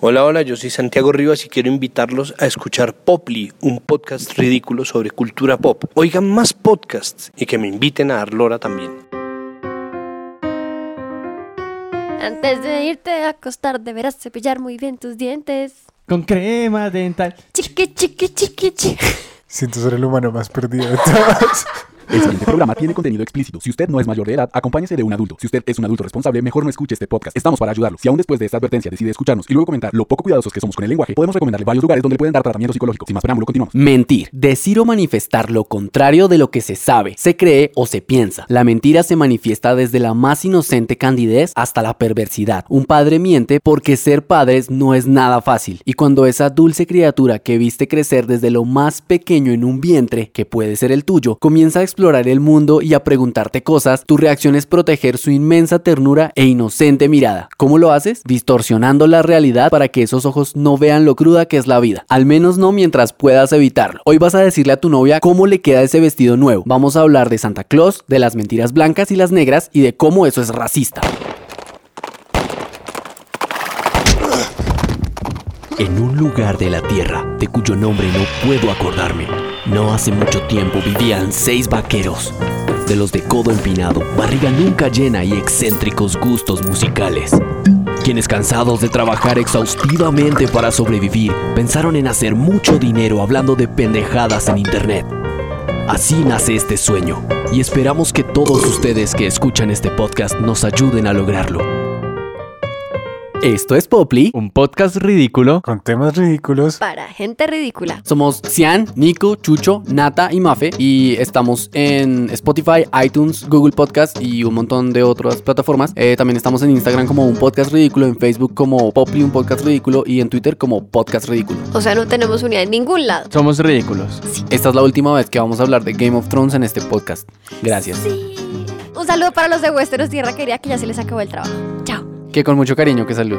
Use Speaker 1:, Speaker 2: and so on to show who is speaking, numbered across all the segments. Speaker 1: Hola, hola, yo soy Santiago Rivas y quiero invitarlos a escuchar Poply, un podcast ridículo sobre cultura pop. Oigan más podcasts y que me inviten a dar lora también.
Speaker 2: Antes de irte a acostar, deberás cepillar muy bien tus dientes.
Speaker 3: Con crema dental.
Speaker 2: Chiqui, chiqui, chiqui, chiqui.
Speaker 4: Siento ser el humano más perdido de todos.
Speaker 5: El siguiente programa tiene contenido explícito. Si usted no es mayor de edad, acompáñese de un adulto. Si usted es un adulto responsable, mejor no escuche este podcast. Estamos para ayudarlo. Si aún después de esta advertencia decide escucharnos y luego comentar lo poco cuidadosos que somos con el lenguaje, podemos recomendarle varios lugares donde le pueden dar tratamiento psicológico. Sin más preámbulo, continuamos.
Speaker 6: Mentir. Decir o manifestar lo contrario de lo que se sabe, se cree o se piensa. La mentira se manifiesta desde la más inocente candidez hasta la perversidad. Un padre miente porque ser padres no es nada fácil. Y cuando esa dulce criatura que viste crecer desde lo más pequeño en un vientre, que puede ser el tuyo, comienza a explorar el mundo y a preguntarte cosas, tu reacción es proteger su inmensa ternura e inocente mirada. ¿Cómo lo haces? Distorsionando la realidad para que esos ojos no vean lo cruda que es la vida. Al menos no mientras puedas evitarlo. Hoy vas a decirle a tu novia cómo le queda ese vestido nuevo. Vamos a hablar de Santa Claus, de las mentiras blancas y las negras y de cómo eso es racista.
Speaker 7: En un lugar de la Tierra, de cuyo nombre no puedo acordarme, no hace mucho tiempo vivían seis vaqueros, de los de codo empinado, barriga nunca llena y excéntricos gustos musicales, quienes cansados de trabajar exhaustivamente para sobrevivir, pensaron en hacer mucho dinero hablando de pendejadas en Internet. Así nace este sueño, y esperamos que todos ustedes que escuchan este podcast nos ayuden a lograrlo.
Speaker 6: Esto es Poply.
Speaker 3: Un podcast ridículo.
Speaker 4: Con temas ridículos.
Speaker 2: Para gente ridícula.
Speaker 6: Somos Cian, Nico, Chucho, Nata y Mafe y estamos en Spotify, iTunes, Google Podcast y un montón de otras plataformas. Eh, también estamos en Instagram como un podcast ridículo, en Facebook como Poply un podcast ridículo y en Twitter como podcast ridículo.
Speaker 2: O sea, no tenemos unidad en ningún lado.
Speaker 3: Somos ridículos.
Speaker 6: Esta es la última vez que vamos a hablar de Game of Thrones en este podcast. Gracias.
Speaker 2: Sí. Un saludo para los de Westeros Tierra Querida que ya se les acabó el trabajo. Chao.
Speaker 6: Que con mucho cariño, que salud.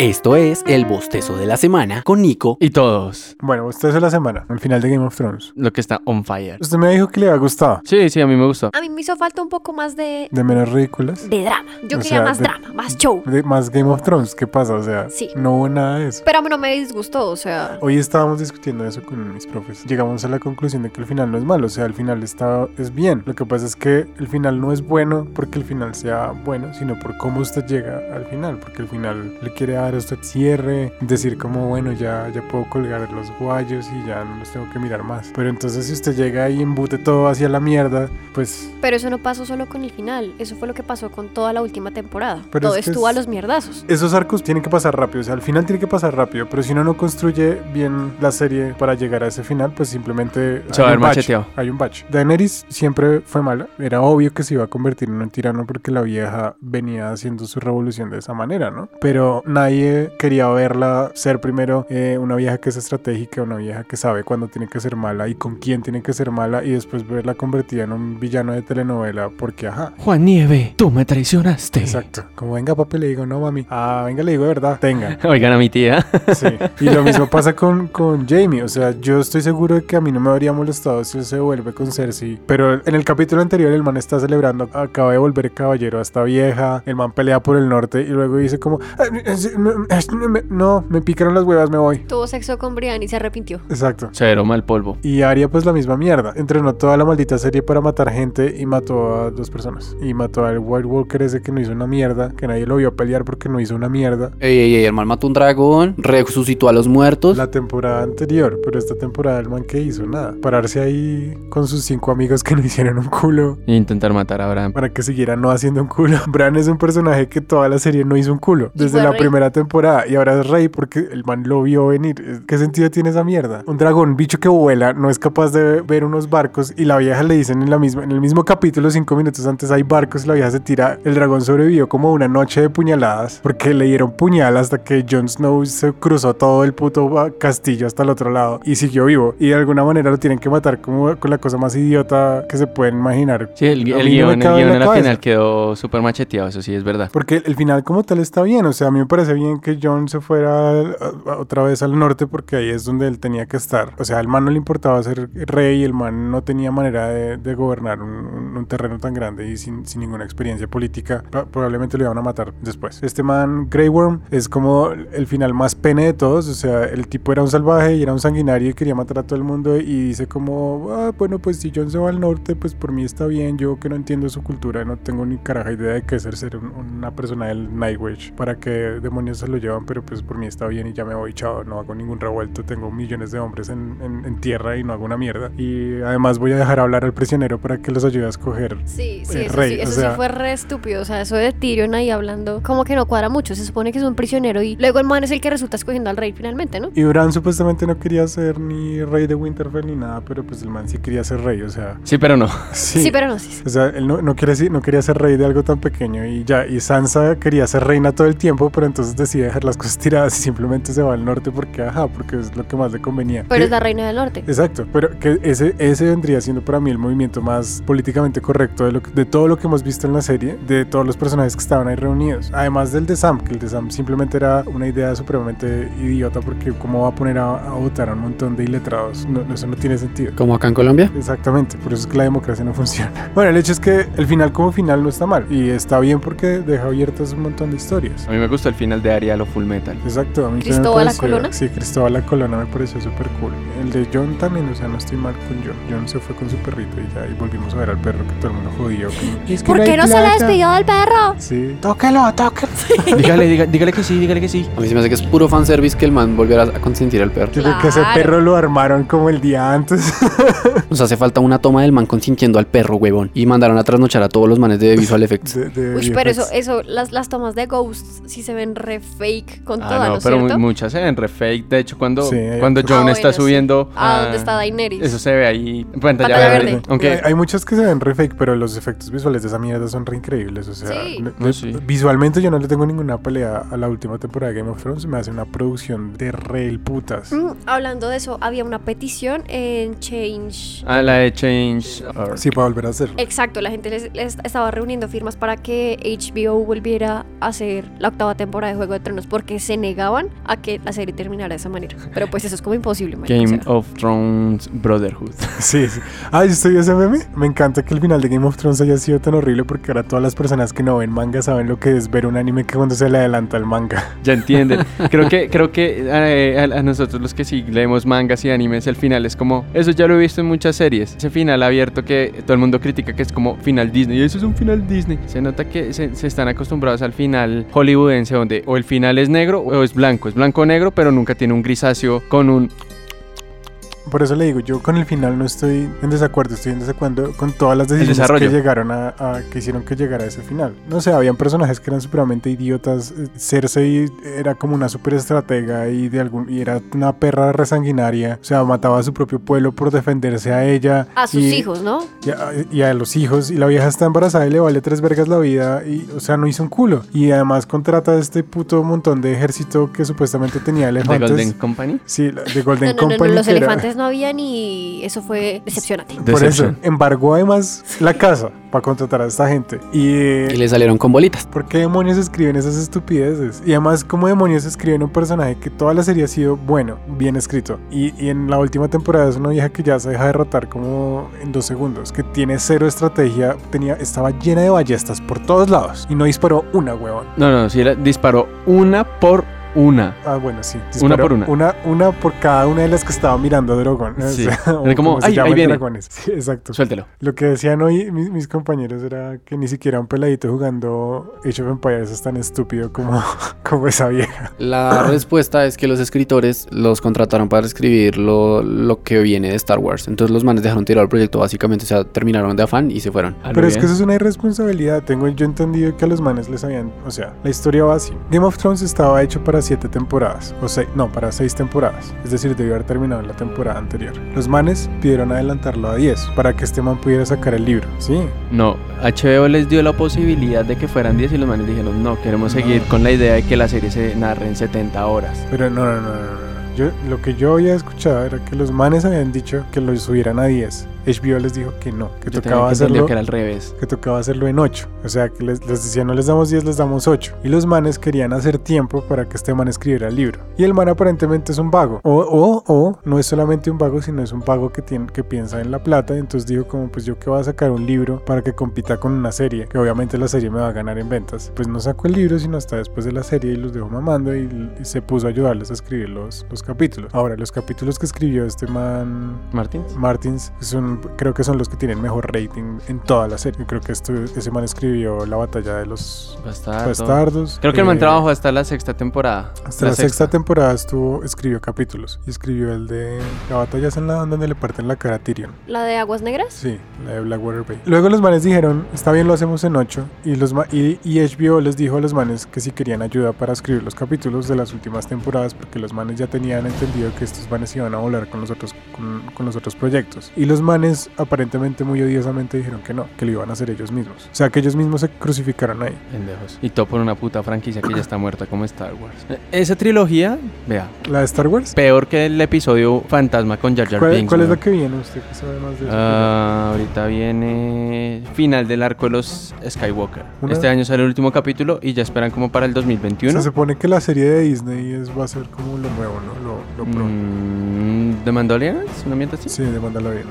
Speaker 6: Esto es el bostezo de la semana con Nico.
Speaker 3: Y todos.
Speaker 4: Bueno, usted es la semana, al final de Game of Thrones.
Speaker 3: Lo que está on fire.
Speaker 4: Usted me dijo que le había gustado.
Speaker 3: Sí, sí, a mí me gustó.
Speaker 2: A mí me hizo falta un poco más de,
Speaker 4: De menos ridículas.
Speaker 2: de drama. Yo
Speaker 4: O
Speaker 2: quería
Speaker 4: sea,
Speaker 2: más
Speaker 4: de-
Speaker 2: drama, más show.
Speaker 4: De más Game of Thrones, ¿qué pasa? O sea,
Speaker 2: Sí.
Speaker 4: no hubo nada de eso.
Speaker 2: Pero a mí no me disgustó, o sea.
Speaker 4: Hoy estábamos discutiendo eso con mis profes. Llegamos a la conclusión de que el final no es malo, o sea, el final está es bien. Lo que pasa es que el final no es bueno porque el final sea bueno, sino por cómo usted llega al final, porque el final le quiere dar a usted cierre, decir como bueno, ya ya puedo colgar los guayos y ya no los tengo que mirar más. Pero entonces si usted llega y embute todo hacia la mierda, pues
Speaker 2: Pero eso no pasó solo con el final. Eso fue lo que pasó con toda la última temporada.
Speaker 4: Pero
Speaker 2: Todo
Speaker 4: es que
Speaker 2: estuvo a
Speaker 4: es-
Speaker 2: los mierdazos.
Speaker 4: esos arcos tienen que pasar rápido, o sea, al final tiene que pasar rápido, pero si uno no construye bien la serie para llegar a ese final, pues simplemente
Speaker 3: Se va a
Speaker 4: hay
Speaker 3: ver
Speaker 4: un bache,
Speaker 3: macheteado.
Speaker 4: Hay un bache. Daenerys siempre fue mala, era obvio que se iba a convertir en un tirano porque la vieja venía haciendo su revolución de esa manera, ¿no? Pero nadie quería verla ser primero eh, una vieja que es estratégica, una vieja que sabe cuándo tiene que ser mala y con quién tiene que ser mala y después verla convertida en un villano de telenovela porque ajá.
Speaker 3: Juan Nieve, tú me traicionaste.
Speaker 4: Exacto. Como venga papi, le digo, no mami. Ah, venga, le digo de verdad. Tenga.
Speaker 3: Oigan a mi tía.
Speaker 4: Sí. Y lo mismo pasa con, con Jamie. O sea, yo estoy seguro de que a mí no me habría molestado si él se vuelve con Cersei. Pero en el capítulo anterior el man está celebrando, acaba de volver caballero a esta vieja. El man pelea por el norte y luego dice como, "Ah, es- no, es- no me- no, me picaron las huevas, me voy.
Speaker 2: Tuvo sexo con Brian y se arrepintió.
Speaker 4: Exacto.
Speaker 3: Cero mal polvo.
Speaker 4: Y Arya pues la misma mierda. Entrenó toda la maldita serie para matar gente y mató a dos personas. Y mató al White Walker ese que no hizo una mierda, que nadie lo vio pelear porque no hizo una mierda.
Speaker 6: Ey, ey, ey, el mal mató un dragón, resucitó a los muertos.
Speaker 4: La temporada anterior, pero esta temporada el man que hizo nada. Pararse ahí con sus cinco amigos que no hicieron un culo.
Speaker 3: Y intentar matar a Abraham.
Speaker 4: Para que siguiera no haciendo un culo. Bran es un personaje que toda la serie no hizo un culo.
Speaker 2: Y
Speaker 4: Desde
Speaker 2: fue
Speaker 4: la
Speaker 2: rey.
Speaker 4: primera temporada. Y ahora es rey porque el man lo vio venir. ¿Qué sentido tiene esa mierda? Un dragón, bicho que vuela, no es capaz de ver unos barcos. Y la vieja le dicen en, la misma, en el mismo capítulo, cinco minutos antes, hay barcos. Y la vieja se tira. El dragón sobrevivió como una noche de puñaladas. Porque le dieron puñal hasta que Jon Snow se cruzó todo el puto ba- castillo hasta el otro lado. Y siguió vivo. Y de alguna manera lo tienen que matar como con la cosa más idiota que se pueden imaginar.
Speaker 3: Sí, el,
Speaker 4: A
Speaker 3: el
Speaker 4: mí no me
Speaker 3: guión, el
Speaker 4: cabe en
Speaker 3: guión
Speaker 4: la
Speaker 3: al
Speaker 4: cabeza.
Speaker 3: final quedó súper macheteado, eso sí es verdad.
Speaker 4: Porque el final como tal está bien, o sea, a mí me parece bien que John se fuera a- a- otra vez al norte porque ahí es donde él tenía que estar. O sea, al man no le importaba ser rey, el man no tenía manera de, de gobernar un, un- un terreno tan grande y sin, sin ninguna experiencia política. Pa- Probablemente lo iban a matar después. Este man, Grey Worm, es como el final más pene de todos. O sea, el tipo era un salvaje y era un sanguinario y quería matar a todo el mundo y dice como, "Ah, bueno, pues si John se va al norte, pues por mí está bien. Yo que no entiendo su cultura, no tengo ni caraja idea de qué es el ser un- una persona del Nightwish, para qué demonios se lo llevan, pero pues por mí está bien y ya me voy, chao, no hago ningún revuelto, tengo millones de hombres en, en- en tierra y no hago una mierda. Y además voy a dejar hablar al prisionero para que los ayude a escoger.
Speaker 2: Sí, sí,
Speaker 4: El
Speaker 2: eso,
Speaker 4: rey,
Speaker 2: sí,
Speaker 4: o
Speaker 2: eso
Speaker 4: sea-
Speaker 2: sí fue re estúpido. O sea, eso de Tyrion ahí hablando, como que no cuadra mucho. Se supone que es un prisionero y luego el man es el que resulta escogiendo al rey finalmente, ¿no?
Speaker 4: Y Bran supuestamente no quería ser ni rey de Winterfell ni nada, pero pues el man sí quería ser rey, o sea...
Speaker 3: Sí, pero no.
Speaker 2: Sí, pero no, sí. sí.
Speaker 4: O sea, él no, no, quiere, ser- no quería ser rey de algo tan pequeño y ya. Y Sansa quería ser reina todo el tiempo, pero entonces decide dejar las cosas tiradas y simplemente se va al norte porque, ajá, porque es lo que más le convenía.
Speaker 2: Pero es
Speaker 4: Que-
Speaker 2: la reina del norte.
Speaker 4: Exacto, pero que ese, ese vendría siendo para mí el movimiento más políticamente correcto de, lo que- de todo lo que hemos visto en la serie, de todos los personajes que estaban ahí reunidos. Además del de Sam, que el de Sam simplemente era una idea supremamente idiota porque cómo va a poner a, a votar a un montón de iletrados. No, no, eso no tiene sentido.
Speaker 6: Como acá en Colombia.
Speaker 4: Exactamente, por eso es que la democracia no funciona. Bueno, el hecho es que el final como final no está mal y está bien porque deja abiertas un montón de historias.
Speaker 3: A mí me gusta el final de Ariel o Full Metal.
Speaker 4: Exacto, a mí también me
Speaker 2: ¿Cristóbal la
Speaker 4: pareció-
Speaker 2: Colona?
Speaker 4: Sí, Cristóbal la Colona me pareció súper cool. El de John también, o sea, no estoy mal con John. John se fue con su perrito y ya, y volvimos a ver al perro que todo el mundo jodió.
Speaker 2: ¿Por qué no se le despidió del perro?
Speaker 4: Sí,
Speaker 6: Tóquelo, tóquelo.
Speaker 3: dígale, diga- dígale que sí, dígale que sí.
Speaker 6: A mí se me hace que es puro fanservice que el man volviera a consentir al perro.
Speaker 4: yo creo que ese
Speaker 2: Claro.
Speaker 4: perro lo armaron como el día antes.
Speaker 6: Nos hace falta una toma del man consintiendo al perro, huevón. Y mandaron a trasnochar a todos los manes de Visual Effects.
Speaker 4: de- de
Speaker 2: Uy, pero eso,
Speaker 4: VFX.
Speaker 2: eso, las, las tomas de Ghosts sí se ven re fake con todas,
Speaker 3: Ah,
Speaker 2: ¿no
Speaker 3: no,
Speaker 2: es
Speaker 3: pero mu-
Speaker 2: cierto?
Speaker 3: muchas se ven re fake. De hecho, cuando,
Speaker 4: Sí, hay
Speaker 3: cuando
Speaker 4: otras.
Speaker 3: John
Speaker 2: Ah,
Speaker 3: está
Speaker 2: bueno, sí.
Speaker 3: subiendo.
Speaker 2: Ah, ¿dónde está Daenerys?
Speaker 3: Eso se ve ahí. en Pantalla,
Speaker 2: Pantalla
Speaker 3: verde.
Speaker 2: verde.
Speaker 3: Aunque
Speaker 4: Hay, hay muchas que se ven re fake, pero los efectos visuales de esa mierda son re increíbles. O sea,
Speaker 2: Sí.
Speaker 4: le-
Speaker 3: No,
Speaker 4: le-
Speaker 3: sí.
Speaker 4: visualmente yo no le tengo ninguna pelea a la última temporada de Game of Thrones. Me hace una producción de re el putas.
Speaker 2: Mm, hablando de eso, había una petición en Change.
Speaker 3: a Ah, la de Change. Or-
Speaker 4: Sí, para volver a hacerlo.
Speaker 2: Exacto, la gente les, les estaba reuniendo firmas para que HBO volviera a hacer la octava temporada de Juego de Tronos porque se negaban a que la serie terminara de esa manera. Pero pues eso es como imposible, marica, o
Speaker 3: Game
Speaker 2: sea.
Speaker 3: of Thrones Brotherhood.
Speaker 4: Sí, sí. Ah, yo estoy ese meme. Me encanta que el final de Game of Thrones haya sido tan horrible porque ahora todas las personas que no ven manga saben lo que es ver un anime que cuando se le adelanta el manga.
Speaker 3: Ya entienden. Creo que, creo que eh, a, a nosotros los que sí leemos mangas y animes, el final es como, eso ya lo he visto en muchas series. Ese final abierto que todo el mundo critica que es como final Disney. Y eso es un final Disney. Se nota que se, se están acostumbrados al final hollywoodense, donde o el final es negro o es blanco. Es blanco o negro, pero nunca tiene un grisáceo con un...
Speaker 4: Por eso le digo, yo con el final no estoy en desacuerdo, estoy en desacuerdo con todas las decisiones
Speaker 3: desarrollo.
Speaker 4: que llegaron a, a- que hicieron que llegara a ese final. No sé, habían personajes que eran supremamente idiotas. Eh, Cersei era como una superestratega y de algún y era una perra resanguinaria, o sea, mataba a su propio pueblo por defenderse a ella
Speaker 2: A sus
Speaker 4: y-
Speaker 2: hijos, ¿no?
Speaker 4: y a, y a los hijos y la vieja está embarazada y le vale tres vergas la vida y o sea no hizo un culo y además contrata a este puto montón de ejército que supuestamente tenía
Speaker 3: The
Speaker 4: elefantes
Speaker 3: Golden Company.
Speaker 4: sí la- de
Speaker 2: No,
Speaker 4: Golden
Speaker 2: no, no, no,
Speaker 4: Company
Speaker 2: los
Speaker 4: que era-
Speaker 2: elefantes no había ni eso fue decepcionante.
Speaker 4: por eso
Speaker 3: Deception.
Speaker 4: embargó además la casa para contratar a esta gente y, eh,
Speaker 6: Y le salieron con bolitas.
Speaker 4: ¿Por qué demonios escriben esas estupideces? Y además, ¿cómo demonios escriben un personaje que toda la serie ha sido bueno, bien escrito? Y, y en la última temporada es una vieja que ya se deja derrotar como en dos segundos, que tiene cero estrategia, tenía, estaba llena de ballestas por todos lados y no disparó una, huevón.
Speaker 3: No, no, sí, la- disparó una por una.
Speaker 4: Ah, bueno, sí.
Speaker 3: Una
Speaker 4: disparó
Speaker 3: por una.
Speaker 4: Una, una por cada una de las que estaba mirando Drogon. o
Speaker 3: Sí.
Speaker 4: sea, o
Speaker 3: Era como,
Speaker 4: se
Speaker 3: "Ay,
Speaker 4: llama
Speaker 3: ahí
Speaker 4: en
Speaker 3: viene".
Speaker 4: Dragones. Sí, exacto.
Speaker 3: Suéltelo.
Speaker 4: Lo que decían hoy mis, mis compañeros era que ni siquiera un peladito jugando Age of Empires es tan estúpido como, como esa vieja.
Speaker 6: La respuesta es que los escritores los contrataron para escribir lo, lo que viene de Star Wars. Entonces los manes dejaron tirado el proyecto básicamente. O sea, terminaron de afán y se fueron.
Speaker 3: A lo
Speaker 4: Pero es que
Speaker 3: bien.
Speaker 4: eso es una irresponsabilidad. Tengo yo entendido que a los manes les habían. O sea, la historia va así. Game of Thrones estaba hecho para siete temporadas. O sea, no, para seis temporadas. Es decir, debió haber terminado en la temporada anterior. Los manes pidieron adelantarlo a 10 para que este man pudiera sacar el libro. Sí.
Speaker 3: No, HBO les dio la posibilidad de que fueran 10 y los manes dijeron, no, queremos
Speaker 4: No.
Speaker 3: seguir con la idea de que la serie se narre en 70 horas.
Speaker 4: Pero no, no, no, no. no, no. Yo, lo que yo había escuchado era que los manes habían dicho que lo subieran a 10 HBO les dijo que no, que
Speaker 3: Yo tenía
Speaker 4: tocaba
Speaker 3: que entender
Speaker 4: hacerlo
Speaker 3: que era al revés.
Speaker 4: que tocaba hacerlo en 8. O sea, que les, les decía no les damos 10, les damos 8. Y los manes querían hacer tiempo para que este man escribiera el libro. Y el man aparentemente es un vago. O, o, o no es solamente un vago, sino es un vago que, tiene, que piensa en la plata. Y entonces dijo como, pues yo que voy a sacar un libro para que compita con una serie, que obviamente la serie me va a ganar en ventas. Pues no sacó el libro, sino hasta después de la serie y los dejó mamando y, y se puso a ayudarles a escribir los, los capítulos. Ahora, los capítulos que escribió este man
Speaker 3: Martins.
Speaker 4: Martins son, creo que son los que tienen mejor rating en toda la serie. Creo que esto, ese man escribió La batalla de los
Speaker 3: Bastardo.
Speaker 4: bastardos.
Speaker 3: Creo que el man
Speaker 4: Eh,
Speaker 3: trabajó hasta la sexta temporada.
Speaker 4: Hasta la, sexta. temporada estuvo, escribió capítulos. Y escribió el de La batalla es en la donde le parten la cara a Tyrion.
Speaker 2: ¿La de Aguas Negras?
Speaker 4: Sí, la de Blackwater Bay. Luego los manes dijeron, está bien, lo hacemos en 8. Y, los ma- y, y HBO les dijo a los manes que si querían ayuda para escribir los capítulos de las últimas temporadas, porque los manes ya tenían entendido que estos manes iban a volar con los otros, con, con los otros proyectos. Y los manes aparentemente muy odiosamente dijeron que no, que lo iban a hacer ellos mismos. O sea, que ellos mismos se crucificaron ahí.
Speaker 3: Pendejos. Y todo por una puta franquicia que ya está muerta como Star Wars. Eh, Esa trilogía, vea,
Speaker 4: ¿La de Star Wars?
Speaker 3: peor que el episodio Fantasma con Jar Jar
Speaker 4: ¿Cuál,
Speaker 3: Binks,
Speaker 4: cuál es
Speaker 3: weón.
Speaker 4: la que viene usted que sabe más de eso?
Speaker 3: Ah, ahorita viene final del arco de los Skywalker.
Speaker 4: Una-
Speaker 3: Este año sale el último capítulo y ya esperan como para el
Speaker 4: O
Speaker 3: 2021.
Speaker 4: sea, se supone que la serie de Disney es, va a ser como lo nuevo, ¿no? Lo, lo pro.
Speaker 3: Mm, ¿De Mandalorian? ¿Es ¿Una mierda así?
Speaker 4: Sí, de Mandalorian.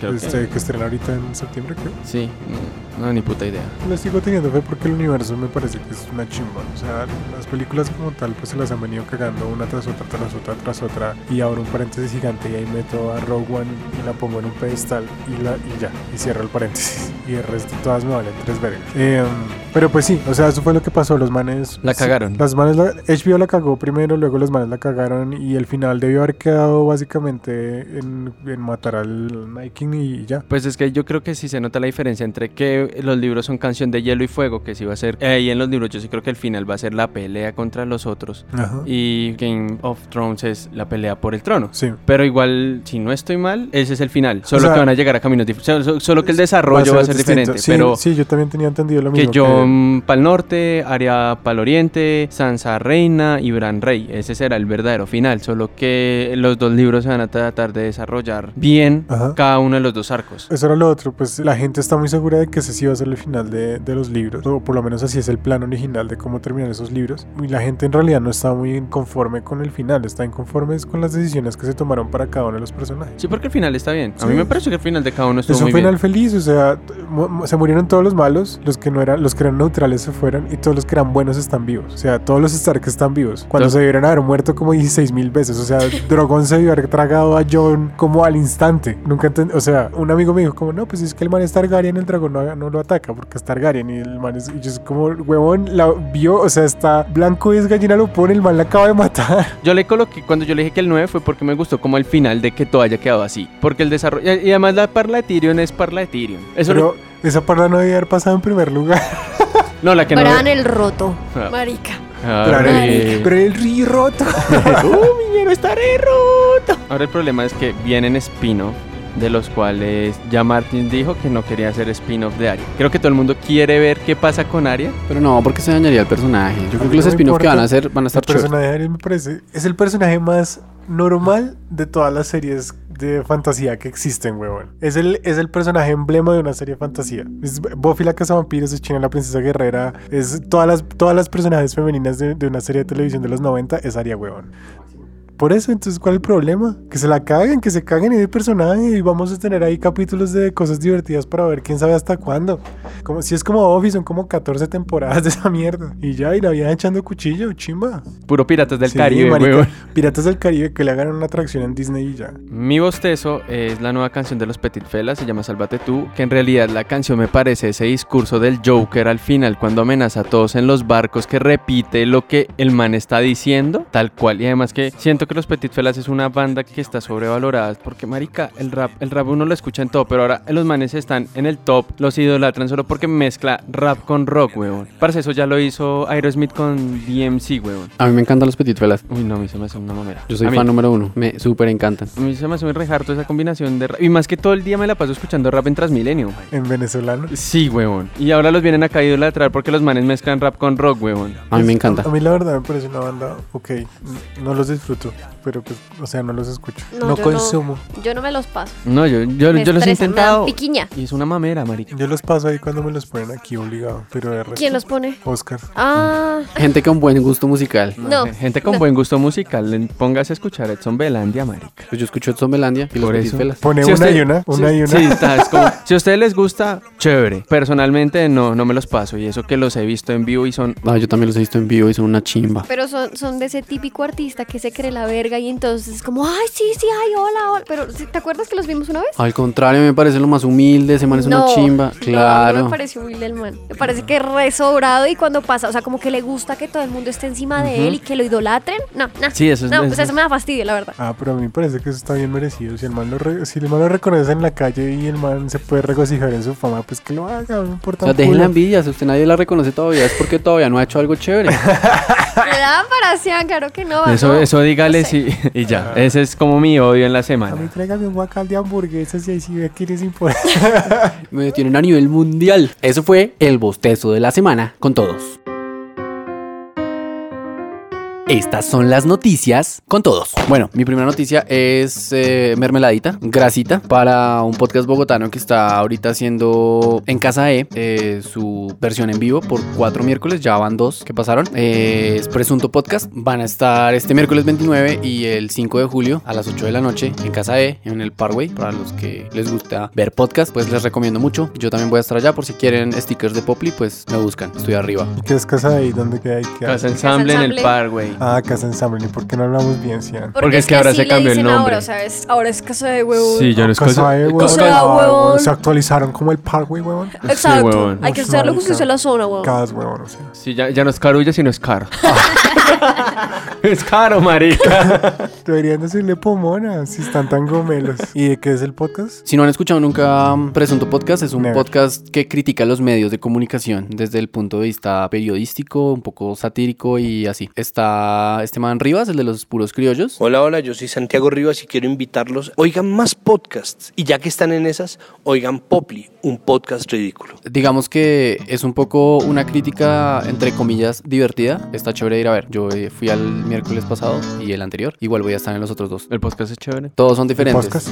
Speaker 3: Creo que-
Speaker 4: Este, que estrena ahorita en septiembre, creo.
Speaker 3: Sí, no, no, ni puta idea.
Speaker 4: Le sigo teniendo fe porque el universo me parece que es una chimba. O sea, las películas como tal, pues se las han venido cagando una tras otra, tras otra, tras otra. Y abro un paréntesis gigante y ahí meto a Rogue One y la pongo en un pedestal y, la, y ya. Y cierro el paréntesis. Y el resto todas me valen tres vergas. Em, pero pues sí, o sea, eso fue lo que pasó. Los manes.
Speaker 3: La cagaron.
Speaker 4: Las manes, la, HBO la cagó primero, luego los manes la cagaron. Y el final debió haber quedado básicamente en, en matar al Night King y ya.
Speaker 3: Pues es que yo creo que sí se nota la diferencia entre que los libros son canción de hielo y fuego, que sí va a ser eh, ahí en los libros. Yo sí creo que el final va a ser la pelea contra los otros.
Speaker 4: Ajá.
Speaker 3: Y Game of Thrones es la pelea por el trono.
Speaker 4: Sí.
Speaker 3: Pero igual, si no estoy mal, ese es el final. Solo
Speaker 4: sea,
Speaker 3: que van a llegar a caminos diferentes. Solo, solo que el desarrollo va a ser, diferente.
Speaker 4: distinto. Sí,
Speaker 3: pero
Speaker 4: sí, yo también tenía entendido lo
Speaker 3: que
Speaker 4: mismo.
Speaker 3: John para el norte, Arya para el oriente, Sansa reina y Bran rey. Ese será el verdadero final. Solo que los dos libros se van a tratar de desarrollar bien
Speaker 4: Ajá.
Speaker 3: cada uno de los dos arcos.
Speaker 4: Eso era lo otro, pues la gente está muy segura de que ese sí va a ser el final de, de los libros, o por lo menos así es el plan original de cómo terminar esos libros. Y la gente en realidad no está muy inconforme con el final, está inconforme es con las decisiones que se tomaron para cada uno de los personajes.
Speaker 3: Sí, porque el final está bien. A
Speaker 4: Sí.
Speaker 3: mí me parece que el final de cada uno estuvo
Speaker 4: Es un
Speaker 3: muy
Speaker 4: final
Speaker 3: bien.
Speaker 4: feliz, o sea, t- mu- mu- se murieron todos los malos, los que no eran, los que eran neutrales se fueron y todos los que eran buenos están vivos. O sea, todos los Stark están vivos. Cuando
Speaker 3: Entonces-
Speaker 4: se debieron haber muerto como 16 mil veces. O sea, Drogon se debió haber tragado a Jon como al instante. Nunca enten- O sea, un amigo me dijo como, no, pues es que el man es Targaryen, el dragón no, no lo ataca porque es Targaryen. Y el man es, y yo es como, huevón, la vio, o sea, está blanco y es gallina lo pone, el man la acaba de matar.
Speaker 3: Yo le coloqué, cuando yo le dije que el 9 fue porque me gustó como el final de que todo haya quedado así. Porque el desarrollo. Y y además la parla de Tyrion es parla de Tyrion. Eso
Speaker 4: Pero esa parda no debía haber pasado en primer lugar.
Speaker 3: no- no, la que no.
Speaker 2: Bran el roto.
Speaker 3: Ah.
Speaker 2: Marica.
Speaker 3: Ah,
Speaker 4: Pero
Speaker 3: sí.
Speaker 4: el- pero el río roto.
Speaker 3: ¡Uh, mi dinero está re roto! Ahora el problema es que vienen spin-off, de los cuales ya Martin dijo que no quería hacer spin-off de Aria. Creo que todo el mundo quiere ver qué pasa con Aria.
Speaker 6: Pero no, porque se dañaría el personaje. Yo creo que los
Speaker 4: no me
Speaker 6: spin-off que
Speaker 4: importa.
Speaker 6: van a hacer van a estar
Speaker 4: El
Speaker 6: chéveres.
Speaker 4: personaje de Ares me parece. Es el personaje más normal de todas las series de fantasía que existen, huevón. Es el, es el personaje emblema de una serie de fantasía. Es Buffy la cazavampiros, es China la princesa guerrera, es todas las, todas las personajes femeninas de, de una serie de televisión de los 90 es Aria, huevón. Por eso, entonces, ¿cuál es el problema? Que se la caguen, que se caguen en el personaje y vamos a tener ahí capítulos de cosas divertidas para ver quién sabe hasta cuándo. Como, si es como Buffy, son como 14 temporadas de esa mierda. Y ya, y la vida echando cuchillo, chimba.
Speaker 3: Puro Piratas del
Speaker 4: Sí,
Speaker 3: Caribe,
Speaker 4: marica.
Speaker 3: huevón.
Speaker 4: Piratas del Caribe que le hagan una atracción en Disney y ya.
Speaker 3: Mi bostezo es la nueva canción de los Petit Felas, se llama Sálvate tú, que en realidad la canción me parece ese discurso del Joker al final cuando amenaza a todos en los barcos que repite lo que el man está diciendo, tal cual. Y además que siento que los Petit Felas es una banda que está sobrevalorada, porque marica, el rap, el rap uno lo escucha en todo, pero ahora los manes están en el top, los idolatran solo porque mezcla rap con rock, weón. Parce, eso ya lo hizo Aerosmith con DMC, weón.
Speaker 6: A mí me encantan los Petit Velas.
Speaker 3: Uy, no, a mí se me hace una mamera.
Speaker 6: Yo soy
Speaker 3: A mí-
Speaker 6: fan número uno. Me súper encantan.
Speaker 3: a mí se me hace muy rejarto esa combinación de rap. Y más que todo el día me la paso escuchando rap en Transmilenio. man.
Speaker 4: En venezolano.
Speaker 3: Sí, huevón. Y ahora los vienen acá a idolatrar porque los manes mezclan rap con rock, huevón.
Speaker 6: A mí me
Speaker 4: Pues,
Speaker 6: encanta.
Speaker 4: A mí la verdad me parece una banda, ok, n- no los disfruto. pero pues, o sea, no los escucho.
Speaker 2: No,
Speaker 4: No,
Speaker 2: yo
Speaker 4: consumo.
Speaker 2: Yo no me los paso.
Speaker 3: No, yo, yo,
Speaker 2: Me
Speaker 3: yo
Speaker 2: estresan,
Speaker 3: los he
Speaker 2: me dan
Speaker 3: intentado.
Speaker 2: piquiña.
Speaker 3: Y es una mamera, marica.
Speaker 4: Yo los paso ahí cuando me los ponen aquí obligado, pero de resto,
Speaker 2: ¿Quién los pone?
Speaker 4: Oscar.
Speaker 2: Ah,
Speaker 6: Gente con buen gusto musical.
Speaker 2: no.
Speaker 3: Gente con
Speaker 2: no.
Speaker 3: buen gusto musical, le- póngase a escuchar Edson Belandia, marica.
Speaker 6: Pues yo escucho Edson Melandia y los
Speaker 3: Por eso.
Speaker 6: Petifelas.
Speaker 4: Pone
Speaker 3: Si
Speaker 4: una
Speaker 3: usted-
Speaker 4: y una, una
Speaker 3: sí,
Speaker 4: y una.
Speaker 3: sí, está, es como- si a ustedes les gusta, chévere. Personalmente no, no me los paso. Y eso que los he visto en vivo y son...
Speaker 6: Ah, yo también los he visto en vivo y son una chimba.
Speaker 2: Pero son, son de ese típico artista que se cree la verga y entonces es como, ay, sí, sí, ay, hola, hola. Pero ¿sí- ¿te acuerdas que los vimos una vez?
Speaker 6: Al contrario, me parece lo más humilde, ese man es
Speaker 2: No,
Speaker 6: una chimba.
Speaker 2: no, No,
Speaker 6: Claro.
Speaker 2: me parece humilde el man. Me parece que es re sobrado y cuando pasa, o sea, como que le gusta que todo el mundo esté encima de él y que lo idolatren. No, no.
Speaker 3: Sí, eso es-
Speaker 2: No,
Speaker 3: eso
Speaker 2: o sea,
Speaker 3: es-
Speaker 2: eso me da fastidio, la verdad.
Speaker 4: Ah, pero a mí me parece que eso está bien merecido. Si el man lo, re- si el man lo reconoce en la calle y el man se puede regocijar en su fama, pues que lo haga, no me
Speaker 6: O
Speaker 4: importa.
Speaker 6: sea,
Speaker 4: un
Speaker 6: dejen la
Speaker 4: culo.
Speaker 6: envidia, si usted nadie la reconoce todavía, es porque todavía no ha hecho algo chévere.
Speaker 2: Lámparas, sean, claro que no.
Speaker 3: Eso,
Speaker 2: no.
Speaker 3: eso dígale
Speaker 2: No sé.
Speaker 3: y, y ya. Ese es como mi odio en la
Speaker 4: A mí
Speaker 3: semana.
Speaker 4: tráigame un guacal de hamburguesas y ahí sí ve quién es importante.
Speaker 6: Me tienen a nivel mundial. Eso fue el bostezo de la semana con todos. Estas son las noticias con todos. Bueno, mi primera noticia es eh, mermeladita, grasita, para un podcast bogotano que está ahorita haciendo en Casa E eh, su versión en vivo por cuatro miércoles. Ya van dos que pasaron. Eh, es Presunto Podcast. Van a estar este miércoles 29 y el 5 de julio a las 8 de la noche en Casa E, en el Parkway. Para los que les gusta ver podcast, pues les recomiendo mucho. Yo también voy a estar allá por si quieren stickers de Poply, pues me buscan. Estoy arriba.
Speaker 4: ¿Qué es casa ahí? ¿Dónde queda ahí? ¿Qué
Speaker 3: Casa
Speaker 4: hace?
Speaker 3: ensamble en el
Speaker 2: Ensamble.
Speaker 3: par, güey.
Speaker 4: Ah, casa ensamble. ¿Y por qué no hablamos bien, Cian?
Speaker 3: Porque es que ahora
Speaker 2: así
Speaker 3: se
Speaker 2: le
Speaker 3: cambió el
Speaker 2: dicen
Speaker 3: nombre.
Speaker 2: Ahora, ¿sabes? ahora es casa de huevo.
Speaker 3: Sí, yo no escucho.
Speaker 4: Casa de
Speaker 2: Cosa de huevón.
Speaker 4: Se actualizaron como el Parkway, huevón.
Speaker 2: Exacto.
Speaker 3: huevón.
Speaker 2: Hay que
Speaker 4: Uf,
Speaker 2: hacer lo que
Speaker 4: marica.
Speaker 2: se hizo en la zona, huevón.
Speaker 4: Cada huevón, o sea.
Speaker 3: Sí, ya, ya no es carulla, sino es caro. es caro, marica.
Speaker 4: Deberían decirle pomona si están tan gomelos. ¿Y de qué es el podcast?
Speaker 6: Si no han escuchado nunca um, Presunto Podcast, es un
Speaker 4: Never.
Speaker 6: podcast que critica los medios de comunicación desde el punto de vista periodístico, un poco satírico y así. Está este man Rivas, el de los puros criollos.
Speaker 1: Hola, hola, yo soy Santiago Rivas y quiero invitarlos. Oigan más podcasts. Y ya que están en esas, oigan Popli, un podcast ridículo.
Speaker 6: Digamos que es un poco una crítica, entre comillas, divertida. Está chévere ir a ver. Yo eh, fui al miércoles pasado y el anterior. Igual voy a estar en los otros dos.
Speaker 3: El podcast es chévere.
Speaker 6: Todos son diferentes.
Speaker 4: Podcast.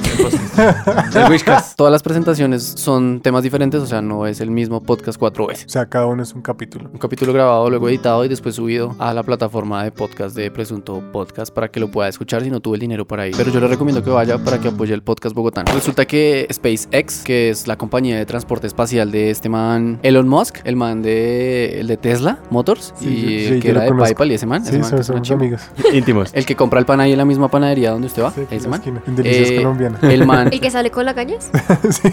Speaker 3: El Whiskas.
Speaker 6: Todas las presentaciones son temas diferentes, o sea, no es el mismo podcast cuatro veces.
Speaker 4: O sea, cada uno es un capítulo.
Speaker 6: Un capítulo grabado, luego editado y después subido a la plataforma de podcast de Presunto Podcast para que lo pueda escuchar si no tuvo el dinero para ir. Pero yo le recomiendo que vaya para que apoye el podcast bogotano. Resulta que SpaceX, que es la compañía de transporte espacial de este man Elon Musk, el man de, el de Tesla Motors
Speaker 4: Sí,
Speaker 6: y
Speaker 4: sí,
Speaker 6: el
Speaker 4: sí,
Speaker 6: que
Speaker 4: yo
Speaker 6: era
Speaker 4: lo
Speaker 6: de
Speaker 4: conozco.
Speaker 6: PayPal y ese man. ese
Speaker 4: Sí,
Speaker 6: man que
Speaker 4: somos,
Speaker 6: es una
Speaker 4: somos
Speaker 6: chimba.
Speaker 4: amigos.
Speaker 3: Íntimos.
Speaker 6: el que compra el pan ahí en la misma panadería donde usted va,
Speaker 4: Sí, aquí en
Speaker 6: ese
Speaker 4: la
Speaker 6: man.
Speaker 4: esquina. En Delicias
Speaker 6: Eh,
Speaker 4: Colombiana.
Speaker 6: El man
Speaker 2: El que sale con la cañas.
Speaker 4: sí.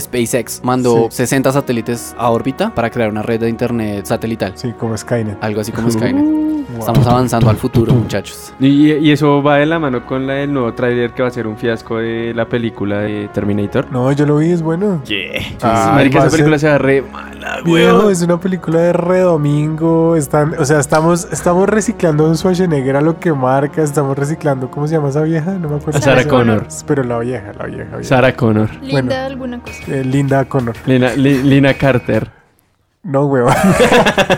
Speaker 6: SpaceX mandó 60 satélites a órbita para crear una red de internet satelital,
Speaker 4: Sí, Uh. como Skynet.
Speaker 6: algo así como Skynet.
Speaker 4: Wow.
Speaker 6: Ah, Estamos avanzando al futuro, muchachos.
Speaker 3: Y, y eso va de la mano con la del nuevo tráiler que va a ser un fiasco de la película de Terminator.
Speaker 4: No, yo lo vi, es bueno.
Speaker 3: Yeah.
Speaker 4: Ah,
Speaker 3: marica,
Speaker 4: va a
Speaker 3: esa película
Speaker 4: ser-
Speaker 3: se va re mala,
Speaker 4: Viejo,
Speaker 3: güey.
Speaker 4: es una película de redomingo. Están, o sea, estamos, estamos reciclando un Schwarzenegger a lo que marca. Estamos reciclando, ¿cómo se llama esa vieja? No me acuerdo.
Speaker 3: A Sarah
Speaker 4: cómo se llama.
Speaker 3: Connor.
Speaker 4: Pero la vieja, la vieja. vieja.
Speaker 3: Sarah Connor.
Speaker 8: Linda
Speaker 4: Bueno.
Speaker 8: alguna cosa.
Speaker 4: Eh, Linda Connor.
Speaker 3: Lina, Li- Lina Carter.
Speaker 4: No, huevo.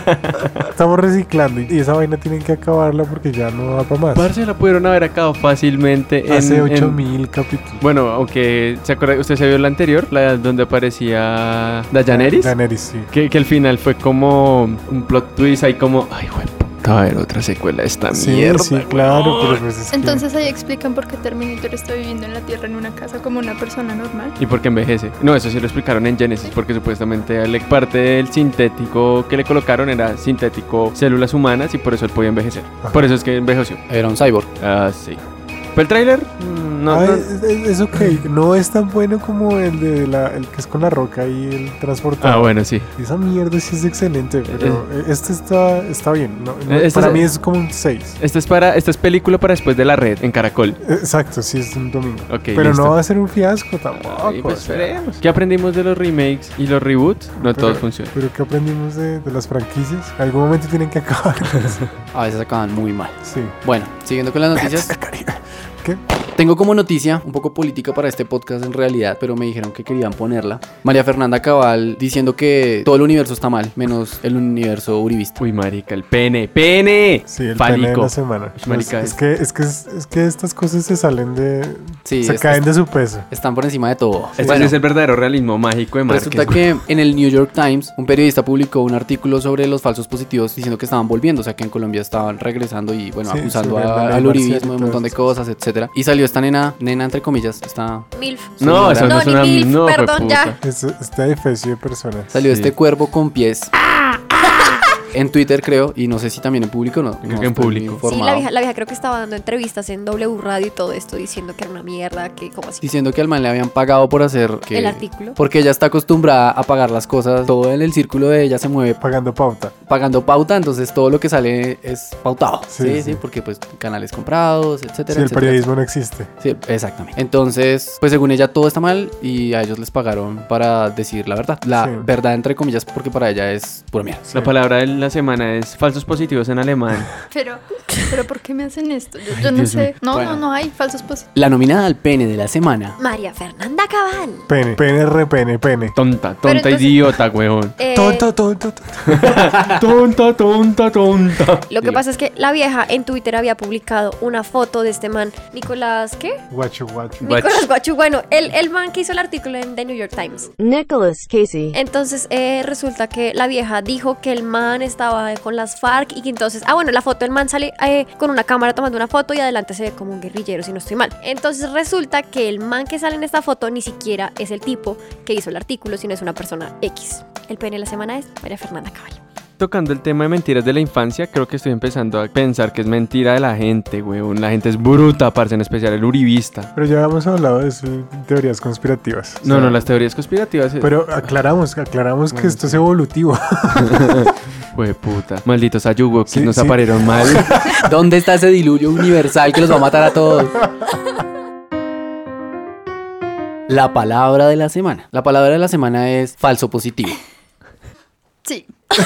Speaker 4: estamos reciclando y esa vaina tienen que acabarla porque ya no va para más.
Speaker 3: Parce la pudieron haber acabado fácilmente en...
Speaker 4: Hace
Speaker 3: en-
Speaker 4: 8000 capítulos.
Speaker 3: Bueno, aunque... ¿se acuerda? ¿Usted se vio la anterior? La donde aparecía Dayaneris.
Speaker 4: Daenerys, sí.
Speaker 3: Que, que al final fue como un plot twist ahí como... Ay, güey, puta, va a haber otra secuela de esta
Speaker 4: Sí,
Speaker 3: Ah, mierda.
Speaker 4: sí, claro, pero pues es que-
Speaker 8: Entonces ahí explican por qué Terminator está viviendo en la Tierra en una casa como una persona normal.
Speaker 3: ¿Y por qué envejece? No, eso sí lo explicaron en Genesis, porque supuestamente le- parte del sintético que le colocaron era sintético células humanas y por eso él podía envejecer.
Speaker 4: Ajá.
Speaker 3: Por eso es que envejeció.
Speaker 6: Era un cyborg.
Speaker 3: Ah, sí. ¿Pero el tráiler? Mm, No,
Speaker 4: Ah,
Speaker 3: no.
Speaker 4: es, es- es ok, no es tan bueno como el de la, el que es con la roca y el transportador.
Speaker 3: Ah, bueno, sí.
Speaker 4: Esa mierda sí es excelente, pero eh, este está, está bien. ¿no? No,
Speaker 3: este
Speaker 4: para
Speaker 3: es-
Speaker 4: mí es como un 6.
Speaker 3: Esta es, para, esta es película para después de la red, en Caracol.
Speaker 4: Exacto, sí es un domingo.
Speaker 3: Ok,
Speaker 4: pero
Speaker 3: listo.
Speaker 4: no va a ser un fiasco tampoco.
Speaker 3: Ay, pues,
Speaker 4: o sea.
Speaker 3: veremos. ¿Qué aprendimos de los remakes y los reboots? No todos funcionan.
Speaker 4: Pero ¿qué aprendimos de, de las franquicias? En algún momento tienen que acabar.
Speaker 6: A veces acaban muy mal.
Speaker 4: sí.
Speaker 6: Bueno, siguiendo con las noticias.
Speaker 4: ¿Qué?
Speaker 6: Tengo como noticia, un poco política para este podcast en realidad, pero me dijeron que querían ponerla. María Fernanda Cabal diciendo que todo el universo está mal, menos el universo uribista.
Speaker 3: Uy, marica, el pene, pene.
Speaker 4: Sí, el pene de
Speaker 3: Fálico.
Speaker 4: la semana.
Speaker 3: Ush, marica,
Speaker 4: es,
Speaker 3: es-
Speaker 4: que, es, que, es, que estas cosas se salen de...
Speaker 6: Sí,
Speaker 4: se
Speaker 6: es-
Speaker 4: caen de su peso.
Speaker 6: Están por encima de todo.
Speaker 3: Este
Speaker 6: Bueno,
Speaker 3: es el verdadero realismo mágico de Márquez.
Speaker 6: Resulta que en el New York Times un periodista publicó un artículo sobre los falsos positivos diciendo que estaban volviendo, o sea que en Colombia estaban regresando y bueno,
Speaker 4: Sí,
Speaker 6: acusando
Speaker 4: sobre la
Speaker 6: a-
Speaker 4: ley marcial
Speaker 6: al
Speaker 4: y
Speaker 6: uribismo, un
Speaker 4: todo
Speaker 6: montón de
Speaker 4: eso.
Speaker 6: cosas, etcétera. Y salió esta nena, nena entre comillas, esta
Speaker 2: Milf.
Speaker 3: No, eso no
Speaker 2: No,
Speaker 3: es
Speaker 2: ni
Speaker 3: una.
Speaker 2: milf,
Speaker 3: No,
Speaker 2: perdón,
Speaker 3: jueputa.
Speaker 2: ya.
Speaker 4: Es, este defecio de personas.
Speaker 6: Salió
Speaker 3: Sí.
Speaker 6: este cuervo con pies. En Twitter creo, y no sé si también en público o no.
Speaker 3: Creo
Speaker 6: no
Speaker 3: que en
Speaker 6: estoy
Speaker 3: público.
Speaker 2: Sí,
Speaker 6: informado.
Speaker 2: la vieja, la vieja creo que estaba dando entrevistas en W Radio y todo esto diciendo que era una mierda, que como así.
Speaker 6: Diciendo que al man le habían pagado por hacer que-
Speaker 2: El artículo.
Speaker 6: Porque ella está acostumbrada a pagar las cosas. Todo en el círculo de ella se mueve
Speaker 4: Pagando pauta.
Speaker 6: pagando pauta, entonces todo lo que sale es pautado. Sí,
Speaker 4: Sí,
Speaker 6: sí,
Speaker 4: sí.
Speaker 6: porque pues canales comprados, etcétera.
Speaker 4: Si el
Speaker 6: etcétera,
Speaker 4: periodismo no existe.
Speaker 6: etcétera. Sí, exactamente. Entonces, pues según ella todo está mal y a ellos les pagaron para decir la verdad. La
Speaker 4: Sí.
Speaker 6: verdad entre comillas, porque para ella es pura mierda.
Speaker 3: La palabra de la semana es falsos positivos en alemán.
Speaker 8: Pero, pero ¿por qué me hacen esto? Yo, yo no
Speaker 3: Dios mío.
Speaker 8: sé. No,
Speaker 6: Bueno.
Speaker 8: no, no hay falsos positivos.
Speaker 6: La nominada al pene de la semana.
Speaker 2: María Fernanda Cabal.
Speaker 4: Pene, pene, repene, pene.
Speaker 3: Tonta, tonta,
Speaker 2: entonces-
Speaker 3: idiota, weón.
Speaker 2: Eh,
Speaker 4: Tonto, tonto, tonto.
Speaker 3: Tonta, tonta, tonta.
Speaker 2: Lo que pasa es que la vieja en Twitter había publicado una foto de este man, Nicolás, ¿qué?
Speaker 4: Guacho, guacho.
Speaker 3: Guachu.
Speaker 2: Nicolás Guachu, bueno, el, el man que hizo el artículo en The New York Times.
Speaker 9: Nicholas Casey.
Speaker 2: Entonces eh, resulta que la vieja dijo que el man estaba con las FARC y que entonces, ah bueno, la foto del man sale eh, con una cámara tomando una foto y adelante se ve como un guerrillero, si no estoy mal. Entonces resulta que el man que sale en esta foto ni siquiera es el tipo que hizo el artículo, sino es una persona X. El pene de la semana es María Fernanda Cabal.
Speaker 3: Tocando el tema de mentiras de la infancia, creo que estoy empezando a pensar que es mentira de la gente, weón. La gente es bruta, parce, en especial el uribista.
Speaker 4: Pero ya hemos hablado de eso, en teorías conspirativas. O
Speaker 3: No,
Speaker 4: sea,
Speaker 3: no, las teorías conspirativas. es-
Speaker 4: Pero aclaramos, aclaramos que esto es evolutivo.
Speaker 3: Jueputa. Malditos ayugo que
Speaker 4: Sí,
Speaker 3: nos
Speaker 4: sí.
Speaker 3: aparearon mal.
Speaker 6: ¿Dónde está ese diluvio universal que los va a matar a todos? La palabra de la semana. La palabra de la semana es falso positivo.
Speaker 8: Sí.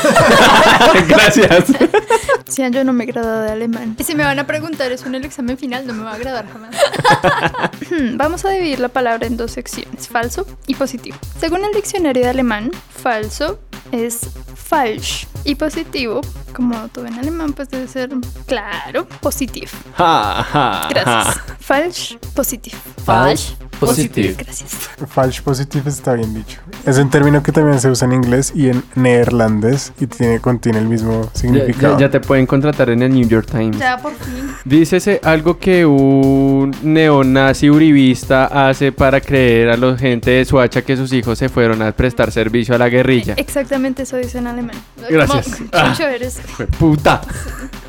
Speaker 3: Gracias.
Speaker 8: Si yo no me gradué de alemán. Y si me van a preguntar eso en el examen final, no me va a agradar jamás. Hmm, Vamos a dividir la palabra en dos secciones, falso y positivo. Según el diccionario de alemán, falso es falsch y positivo, como todo en alemán, pues debe ser claro, positivo.
Speaker 3: Ja, ja,
Speaker 8: Gracias.
Speaker 3: ja.
Speaker 8: Falsch, positivo.
Speaker 6: Falso positivo.
Speaker 8: Gracias.
Speaker 4: False positive está bien dicho. Es un término que también se usa en inglés y en neerlandés y tiene, contiene el mismo
Speaker 3: Ya,
Speaker 4: significado.
Speaker 3: ya- ya te pueden contratar en el New York Times.
Speaker 8: Ya por fin.
Speaker 3: Dícese algo que un neonazi uribista hace para creer a la gente de Suacha que sus hijos se fueron a prestar servicio a la guerrilla.
Speaker 8: Exactamente eso dice en alemán.
Speaker 3: Gracias.
Speaker 8: Como-
Speaker 3: Ah.
Speaker 8: Chucho, eres-
Speaker 3: Puta,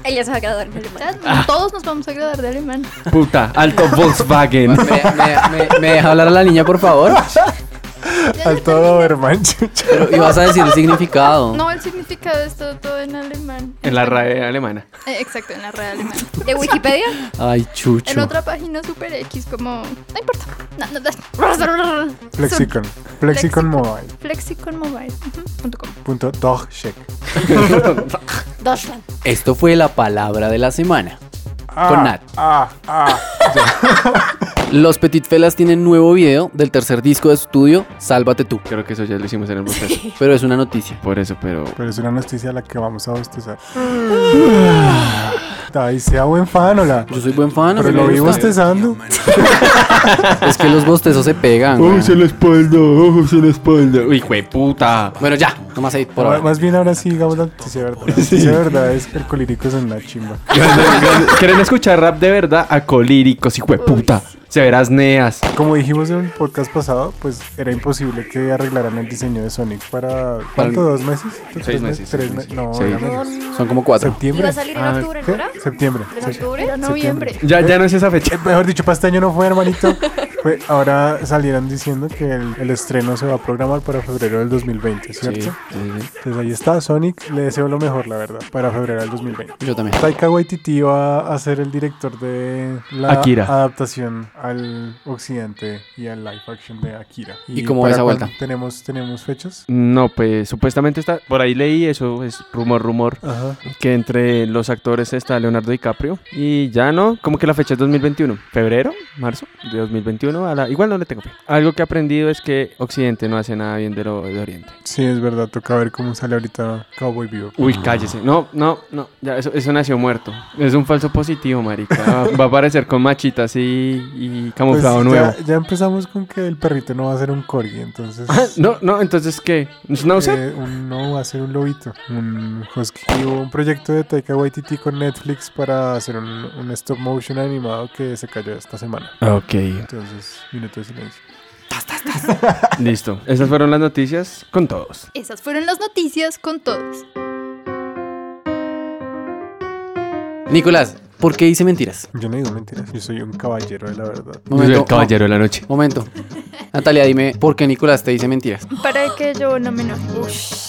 Speaker 2: Ella se va a graduar en alemán.
Speaker 8: Ya, Todos nos vamos a agradar de alemán.
Speaker 3: puta, alto Volkswagen.
Speaker 6: ¿Me, me- me- me deja hablar a la niña, por favor?
Speaker 4: Al todo Berman, chucha.
Speaker 6: Pero, y vas a decir el significado.
Speaker 8: No, el significado es todo, todo en alemán.
Speaker 3: En la RAE alemana.
Speaker 8: Eh, Exacto, en la red alemana.
Speaker 2: ¿De Wikipedia?
Speaker 6: Ay,
Speaker 8: En
Speaker 6: chucho.
Speaker 8: otra página super X como... No importa. No, no, no.
Speaker 4: Flexicon.
Speaker 8: Flexicon.
Speaker 4: Flexiconmobile.com.
Speaker 8: Flexiconmobile.com.
Speaker 2: Deutschland.
Speaker 6: Esto fue la palabra de la semana. Con Nat.
Speaker 4: Ah, ah.
Speaker 6: Los Petit Felas tienen nuevo video del tercer disco de estudio, Sálvate tú.
Speaker 3: Creo que eso ya lo hicimos en el proceso.
Speaker 6: Pero es una noticia.
Speaker 3: Por eso, pero.
Speaker 4: Pero es una noticia a la que vamos a bostezar.
Speaker 3: Mm.
Speaker 4: Ay, sea buen fan, hola.
Speaker 6: Yo soy buen fan. a
Speaker 4: Pero
Speaker 6: mí me
Speaker 4: lo vi
Speaker 6: gusta.
Speaker 4: bostezando.
Speaker 6: Es que los bostezos se pegan. güey.
Speaker 3: la espalda, ojo, se la espalda. Uy, jueputa.
Speaker 6: Bueno, ya, nomás ahí por
Speaker 4: Ma-
Speaker 6: ahora.
Speaker 4: Más bien ahora sí, digamos la noticia verdad. La noticia verdad es que el colírico es una chimba.
Speaker 3: ¿Quieren escuchar rap de verdad? A colíricos, hijo de puta. Se verás neas.
Speaker 4: Como dijimos en el podcast pasado, pues era imposible que arreglaran el diseño de Sonic para... ¿Cuánto? ¿Dos meses? ¿Tres
Speaker 3: Seis meses,
Speaker 4: ¿Tres
Speaker 3: seis
Speaker 4: me-
Speaker 3: meses.
Speaker 4: No,
Speaker 3: Seis
Speaker 4: era menos.
Speaker 6: Son como cuatro.
Speaker 4: ¿Septiembre?
Speaker 2: Iba a salir en
Speaker 3: Ah,
Speaker 2: octubre, ¿no
Speaker 4: ¿Qué?
Speaker 2: era?
Speaker 4: Septiembre. Eh,
Speaker 2: ¿En
Speaker 4: sí.
Speaker 2: octubre?
Speaker 8: Era noviembre.
Speaker 3: Ya, ya no es esa fecha.
Speaker 4: Mejor dicho, para este año no fue, hermanito. Pues ahora salieron diciendo que el, el estreno se va a programar para febrero del 2020, ¿cierto? Entonces ahí está, Sonic, le deseo lo mejor, la verdad, para febrero del 2020.
Speaker 6: Yo también.
Speaker 4: Taika Waititi va a ser el director de la
Speaker 3: Akira.
Speaker 4: adaptación al occidente y al live action de Akira.
Speaker 6: ¿Y cómo va
Speaker 4: para
Speaker 6: esa
Speaker 4: cuándo
Speaker 6: vuelta?
Speaker 4: ¿Tenemos, tenemos fechas?
Speaker 3: No, pues supuestamente está. Por ahí leí eso, es rumor, rumor.
Speaker 4: Ajá.
Speaker 3: Que entre los actores está Leonardo DiCaprio. Y ya no, como que la fecha es 2021. Febrero, marzo de 2021. A la, igual no le tengo fe. Algo que he aprendido es que Occidente no hace nada bien de lo de Oriente.
Speaker 4: Sí, es verdad, toca ver cómo sale ahorita Cowboy Vivo.
Speaker 3: Uy, cállese. No, no, no. Ya, eso, eso nació muerto. Es un falso positivo, marica. Va, va a aparecer con machitas y, y camuflado nuevo.
Speaker 4: Pues ya, ya empezamos con que el perrito no va a ser un corgi, entonces...
Speaker 3: Ah, no, no, entonces, ¿qué? ¿Snowset?
Speaker 4: Eh, un- no, va a ser un lobito, un husky. Y hubo un proyecto de Taika Waititi con Netflix para hacer un, un stop motion animado que se cayó esta semana.
Speaker 3: Ok,
Speaker 4: Entonces, minuto de silencio.
Speaker 3: listo. Esas fueron las noticias con todos.
Speaker 8: Esas fueron las noticias con todos.
Speaker 6: Nicolás, ¿por qué hice mentiras?
Speaker 4: Yo no digo mentiras, yo soy un caballero de la verdad.
Speaker 3: Yo soy el caballero de la noche.
Speaker 6: mo- momento. Natalia, dime, ¿por qué Nicolás te dice mentiras?
Speaker 8: Para que yo no me enoje.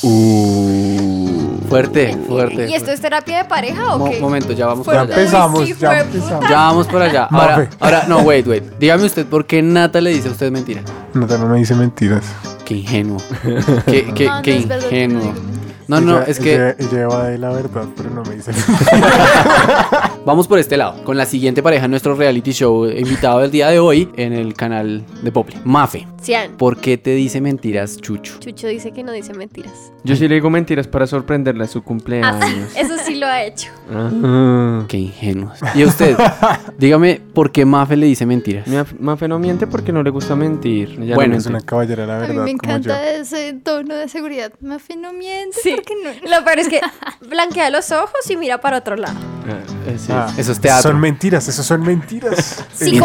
Speaker 6: Uh. Fuerte, fuerte.
Speaker 2: ¿Y esto
Speaker 6: fuerte.
Speaker 2: es terapia de pareja o
Speaker 6: Mo-
Speaker 2: qué?
Speaker 6: momento, ya vamos
Speaker 2: Fue-
Speaker 6: para
Speaker 4: Ya
Speaker 6: allá.
Speaker 4: empezamos,
Speaker 2: sí,
Speaker 4: ya
Speaker 2: fue
Speaker 4: empezamos.
Speaker 6: Ya vamos para allá. Ahora,
Speaker 4: Mafe.
Speaker 6: ahora, no, wait, wait. Dígame usted por qué Nata le dice a usted mentira.
Speaker 4: Nata no me dice mentiras.
Speaker 6: Qué ingenuo. Qué, qué,
Speaker 8: No, no
Speaker 6: qué
Speaker 8: es verdad, yo no
Speaker 6: ingenuo.
Speaker 8: digo
Speaker 6: No, no,
Speaker 4: Ella-
Speaker 6: es que
Speaker 4: Ella, ella va de la verdad, pero no me dice
Speaker 6: vamos por este lado. Con la siguiente pareja, en nuestro reality show invitado del día de hoy en el canal de Pople. Mafe,
Speaker 2: Cian.
Speaker 6: ¿por qué te dice mentiras, Chucho?
Speaker 2: Chucho dice que no dice mentiras. Ah,
Speaker 3: Yo sí le digo mentiras para sorprenderla en su cumpleaños.
Speaker 2: Eso sí lo ha hecho.
Speaker 3: Ah.
Speaker 6: Qué ingenuos. Y a usted, dígame por qué Mafe le dice mentiras.
Speaker 3: Mi af- Mafe no miente porque no le gusta mentir. Ella no
Speaker 6: Bueno,
Speaker 4: es
Speaker 3: miente.
Speaker 4: una caballera de la
Speaker 8: A
Speaker 4: verdad.
Speaker 8: mí me
Speaker 4: como yo.
Speaker 8: encanta ese tono de seguridad. Mafi no miente
Speaker 2: Sí.
Speaker 8: porque no.
Speaker 2: Lo peor es que blanquea los ojos y mira para otro lado.
Speaker 3: Ah, eh, sí.
Speaker 4: Ah,
Speaker 6: Eso es teatro.
Speaker 4: Son mentiras, eso son mentiras.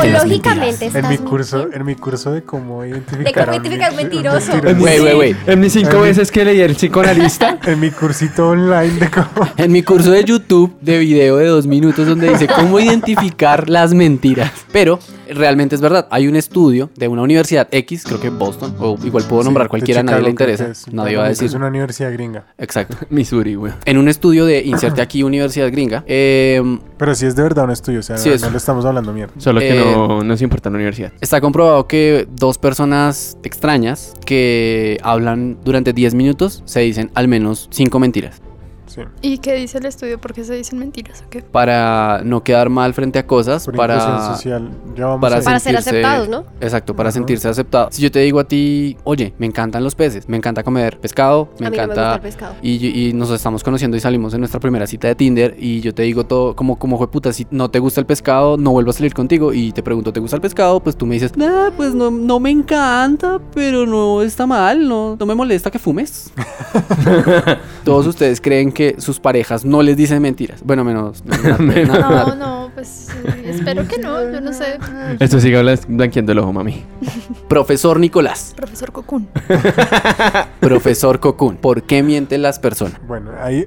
Speaker 2: Psicológicamente estás
Speaker 4: En mi curso,
Speaker 2: mintiendo.
Speaker 4: en mi curso de cómo identificar,
Speaker 2: De cómo
Speaker 4: a un
Speaker 2: identificar
Speaker 4: men-
Speaker 2: mentiroso.
Speaker 4: un
Speaker 6: En mi- Güey, güey, güey.
Speaker 3: En mis cinco veces que leí el psicoanalista.
Speaker 4: En mi cursito online de cómo.
Speaker 6: En mi curso de YouTube de video de dos minutos donde dice cómo identificar las mentiras. Pero realmente es verdad. Hay un estudio de una universidad X, creo que Boston, o igual puedo nombrar
Speaker 4: Sí, de
Speaker 6: cualquiera, a nadie le
Speaker 4: Chicago, creo
Speaker 6: interesa.
Speaker 4: que es.
Speaker 6: Nadie va
Speaker 4: Creo
Speaker 6: a
Speaker 4: que
Speaker 6: decir.
Speaker 4: Es una universidad gringa.
Speaker 6: Exacto.
Speaker 3: Missouri, güey.
Speaker 6: En un estudio de inserte aquí universidad gringa, eh,
Speaker 4: Pero si es de verdad un estudio, o sea,
Speaker 6: Sí,
Speaker 4: no,
Speaker 6: es-
Speaker 4: no le estamos hablando mierda.
Speaker 3: Solo que
Speaker 6: Eh,
Speaker 3: no nos importa la universidad.
Speaker 6: Está comprobado que dos personas extrañas que hablan durante 10 minutos se dicen al menos 5 mentiras
Speaker 4: Sí.
Speaker 8: ¿Y qué dice el estudio? ¿Por qué se dicen mentiras o qué?
Speaker 6: para no quedar mal frente a cosas,
Speaker 4: Por inclusión
Speaker 6: para
Speaker 4: social. Ya vamos
Speaker 6: para
Speaker 4: a
Speaker 2: Para
Speaker 4: ir.
Speaker 2: ser
Speaker 6: sentirse-
Speaker 2: aceptados, ¿no?
Speaker 6: Exacto, para
Speaker 4: Ajá.
Speaker 6: sentirse aceptado. Si yo te digo a ti, "Oye, me encantan los peces, me encanta comer pescado, me
Speaker 2: a mí no me gusta
Speaker 6: encanta
Speaker 2: el pescado.
Speaker 6: y, y nos estamos conociendo y salimos en nuestra primera cita de Tinder y yo te digo todo como como puta, si no te gusta el pescado, no vuelvo a salir contigo y te pregunto, ¿te gusta el pescado? Pues tú me dices, "Ah, pues no, no me encanta, pero no está mal, no, no me molesta que fumes." Todos ustedes creen que sus parejas no les dicen mentiras. Bueno, menos Nat- Nat-
Speaker 8: No,
Speaker 6: Nat.
Speaker 8: no, pues eh, espero que no. Yo no sé.
Speaker 3: Esto sigue hablas- blanqueando el ojo, mami.
Speaker 6: Profesor Nicolás,
Speaker 8: Profesor Cocún.
Speaker 6: profesor Cocún, ¿por qué mienten las personas?
Speaker 4: Bueno, ahí.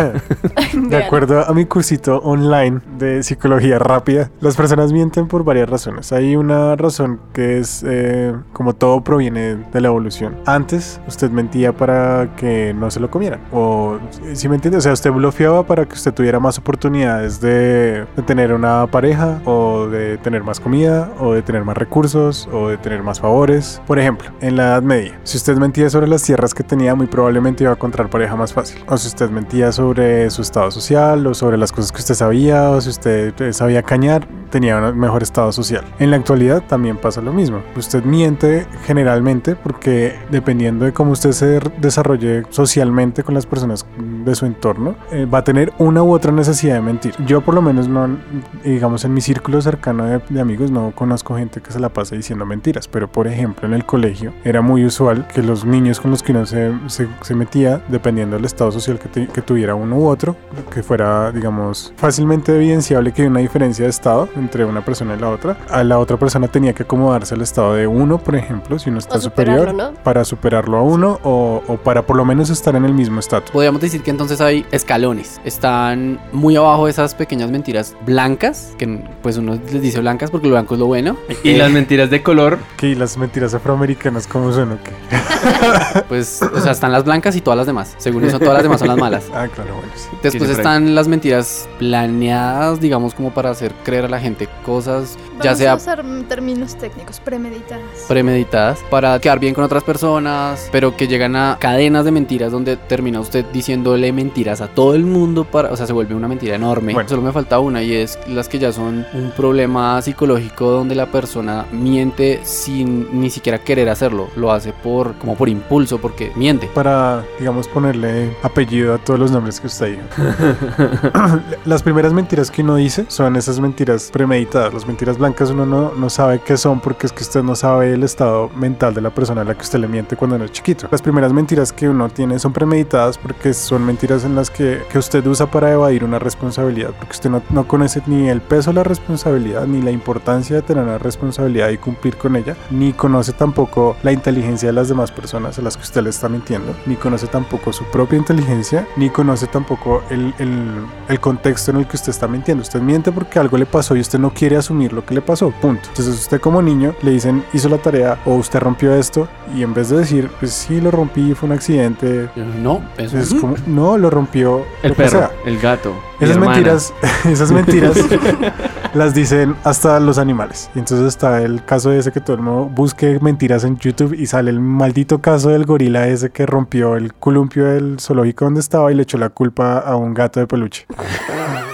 Speaker 4: de acuerdo a mi cursito online de psicología rápida, las personas mienten por varias razones. Hay una razón que es, eh, como todo proviene de la evolución. Antes, usted mentía para que no se lo comieran. O, si me entiende, o sea, usted bloqueaba para que usted tuviera más oportunidades de, de tener una pareja, o de tener más comida, o de tener más recursos, o de tener más favores. Por ejemplo, en la Edad Media, si usted mentía sobre las tierras que tenía, muy probablemente iba a encontrar pareja más fácil. O si usted mentía sobre su estado social, o sobre las cosas que usted sabía, o si usted eh, sabía cañar, tenía un mejor estado social. En la actualidad también pasa lo mismo. Usted miente generalmente porque dependiendo de cómo usted se r- desarrolle socialmente con las personas de su entorno, eh, va a tener una u otra necesidad de mentir. Yo por lo menos no, digamos, en mi círculo cercano de, de amigos no conozco gente que se la pase diciendo mentiras, pero por ejemplo en el colegio era muy usual que los niños con los que uno se, se- se metía, dependiendo del estado social que, te- que tuviera uno u otro, que fuera, digamos, fácilmente evidenciable que hay una diferencia de estado, entre una persona y la otra. A la otra persona tenía que acomodarse al estado de uno, por ejemplo, si uno está superior,
Speaker 2: superarlo, ¿no?
Speaker 4: para superarlo a uno o, o para por lo menos estar en el mismo estatus.
Speaker 6: Podríamos decir que entonces hay escalones. Están muy abajo de esas pequeñas mentiras blancas, que pues uno les dice blancas porque lo blanco es lo bueno.
Speaker 3: Y las mentiras de color.
Speaker 4: Que las mentiras afroamericanas, ¿cómo son? o qué?
Speaker 6: Pues, o sea, están las blancas y todas las demás. Según eso, todas las demás son las malas.
Speaker 4: Ah, claro, bueno, sí.
Speaker 6: Después
Speaker 3: Sí, siempre
Speaker 6: están las mentiras planeadas, digamos, como para hacer creer a la gente cosas, ya
Speaker 8: Vamos
Speaker 6: sea
Speaker 8: a usar mm, términos técnicos, premeditadas.
Speaker 6: premeditadas, para quedar bien con otras personas, pero que llegan a cadenas de mentiras donde termina usted diciéndole mentiras a todo el mundo, para, o sea, se vuelve una mentira enorme.
Speaker 4: Bueno.
Speaker 6: Solo me falta una y es las que ya son un problema psicológico donde la persona miente sin ni siquiera querer hacerlo, lo hace por como por impulso porque miente.
Speaker 4: para, digamos, ponerle apellido a todos los nombres que usted dijo. Las primeras mentiras que uno dice son esas mentiras premeditadas. Las mentiras blancas uno no, no sabe qué son porque es que usted no sabe el estado mental de la persona a la que usted le miente cuando no es chiquito. Las primeras mentiras que uno tiene son premeditadas porque son mentiras en las que, que usted usa para evadir una responsabilidad. Porque usted no, no conoce ni el peso de la responsabilidad, ni la importancia de tener una responsabilidad y cumplir con ella, ni conoce tampoco la inteligencia de las demás personas a las que usted le está mintiendo, ni conoce tampoco su propia inteligencia, ni conoce tampoco el, el- el contexto en el que usted está mintiendo. Usted miente porque algo le pasó y usted no quiere asumir lo que le pasó, punto. Entonces usted como niño le dicen hizo la tarea o usted rompió esto y en vez de decir pues sí lo rompí, fue un accidente,
Speaker 6: Yo, No, eso
Speaker 4: es como no lo rompió
Speaker 3: El
Speaker 4: lo que
Speaker 3: perro,
Speaker 4: sea".
Speaker 3: el gato. mi
Speaker 4: Esas
Speaker 3: hermana.
Speaker 4: mentiras, esas mentiras las dicen hasta los animales. Y entonces está el caso ese que todo el mundo busque mentiras en YouTube y sale el maldito caso del gorila ese que rompió el columpio del zoológico donde estaba y le echó la culpa a un gato de peluche.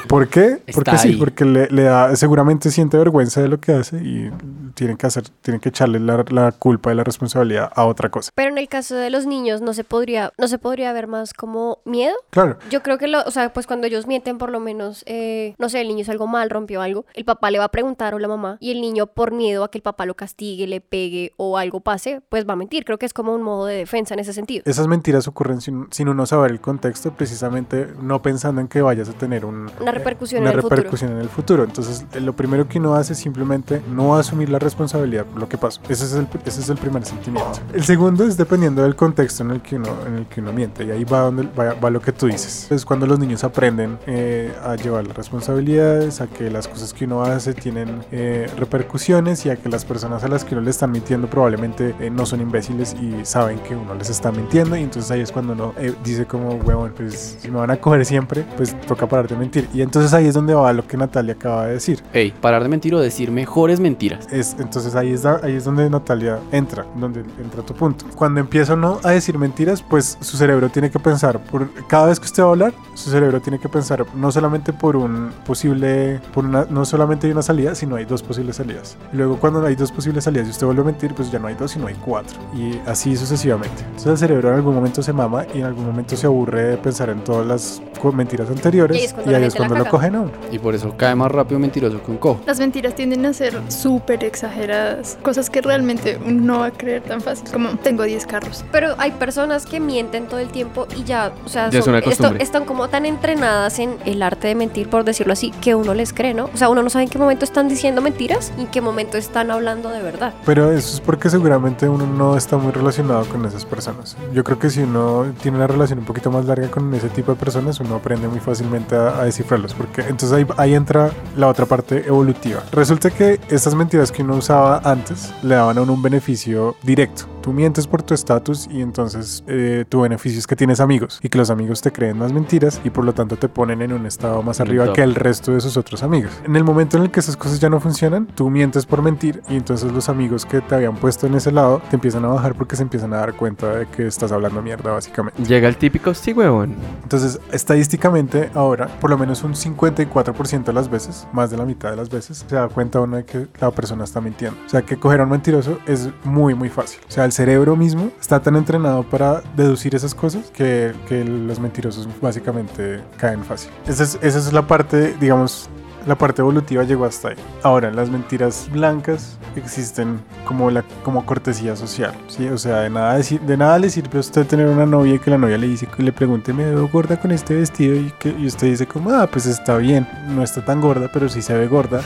Speaker 4: ¿Por qué? Porque
Speaker 6: Está
Speaker 4: sí,
Speaker 6: ahí.
Speaker 4: porque le, le da, seguramente siente vergüenza de lo que hace y tienen que hacer, tienen que echarle la, la culpa y la responsabilidad a otra cosa.
Speaker 2: Pero en el caso de los niños no se podría, no se podría ver más como miedo.
Speaker 4: Claro,
Speaker 2: Yo creo que, lo, o sea, pues cuando ellos mienten, por lo menos, eh, no sé, el niño hizo algo mal, rompió algo, el papá le va a preguntar o la mamá, y el niño, por miedo a que el papá lo castigue, le pegue o algo pase, pues va a mentir. Creo que es como un modo de defensa en ese sentido.
Speaker 4: esas mentiras ocurren sin, sin uno saber el contexto, precisamente no pensando en que vayas a tener un, eh,
Speaker 2: Una repercusión
Speaker 4: una
Speaker 2: en el
Speaker 4: repercusión en el futuro. Entonces, eh, lo primero que uno hace es simplemente no asumir la responsabilidad por lo que pasó. Ese es el, ese es el primer sentimiento. El segundo es dependiendo del contexto en el que uno, en el que uno miente. Y ahí va, donde, va, va lo que tú dices. Es cuando los niños aprenden eh, a llevar las responsabilidades, a que las cosas que uno hace tienen eh, repercusiones y a que las personas a las que uno le están mintiendo probablemente eh, no son imbéciles y saben que uno les está mintiendo. Y entonces ahí es cuando uno eh, dice como, huevón, pues si me van a coger siempre, pues toca parar de mentir. Y entonces ahí es donde va lo que Natalia acaba de decir.
Speaker 6: Ey, parar de mentir o decir mejores mentiras.
Speaker 4: Es, entonces ahí es, da- ahí es donde Natalia entra, donde entra tu punto. Cuando empieza uno a decir mentiras, pues su cerebro tiene que pensar, por, cada vez que usted va a hablar, su cerebro tiene que pensar no solamente por un posible, por una, no solamente hay una salida, sino hay dos posibles salidas. Y luego cuando hay dos posibles salidas y usted vuelve a mentir, pues ya no hay dos, sino hay cuatro. Y así sucesivamente. Entonces el cerebro en algún momento se mama y en algún momento se aburre de pensar en todas las co- mentiras anteriores.
Speaker 2: Y ahí es cuando la gente la
Speaker 4: lo
Speaker 2: caga.
Speaker 4: cogen a uno.
Speaker 6: Y por eso cae más rápido un mentiroso que un cojo.
Speaker 8: Las mentiras tienden a ser súper exageradas, cosas que realmente uno no va a creer tan fácil como tengo 10 carros.
Speaker 2: Pero hay personas que mienten todo el tiempo y ya, o sea,
Speaker 3: Ya es
Speaker 2: son-
Speaker 3: una
Speaker 2: esto-
Speaker 3: costumbre.
Speaker 2: están como tan entrenadas en el arte de mentir, por decirlo así, que uno les cree, ¿no? O sea, uno no sabe en qué momento están diciendo mentiras y en qué momento están hablando de verdad.
Speaker 4: Pero eso es porque seguramente uno no está muy relacionado con esas personas. Yo creo que si uno tiene una relación un poquito más larga con ese tipo de personas, uno aprende muy fácilmente a, a descifrarlos. Porque entonces ahí, ahí entra la otra parte evolutiva. Resulta que estas mentiras que uno usaba antes le daban a uno un beneficio directo. Tú mientes por tu estatus y entonces eh, tu beneficio es que tienes amigos y que los amigos te creen más mentiras y por lo tanto te ponen en un estado más
Speaker 3: En el
Speaker 4: arriba
Speaker 3: top.
Speaker 4: que el resto de sus otros amigos. En el momento en el que esas cosas ya no funcionan, tú mientes por mentir y entonces los amigos que te habían puesto en ese lado te empiezan a bajar porque se empiezan a dar cuenta de que estás hablando mierda básicamente.
Speaker 3: Llega el típico sí, huevón.
Speaker 4: Entonces, estadísticamente ahora, por lo menos un 54% de las veces, más de la mitad de las veces, se da cuenta uno de que la persona está mintiendo. O sea, que coger a un mentiroso es muy, muy fácil. O sea, el cerebro mismo está tan entrenado para deducir esas cosas que, que los mentirosos básicamente caen fácil. Esa es, esa es la parte, digamos, La parte evolutiva llegó hasta ahí. Ahora, las mentiras blancas existen como, la, como cortesía social, ¿sí? O sea, de nada, deci- de nada le sirve a usted tener una novia y que la novia le dice que le pregunte, me veo gorda con este vestido y, que, y usted dice como, ah, pues está bien, no está tan gorda, pero sí se ve gorda,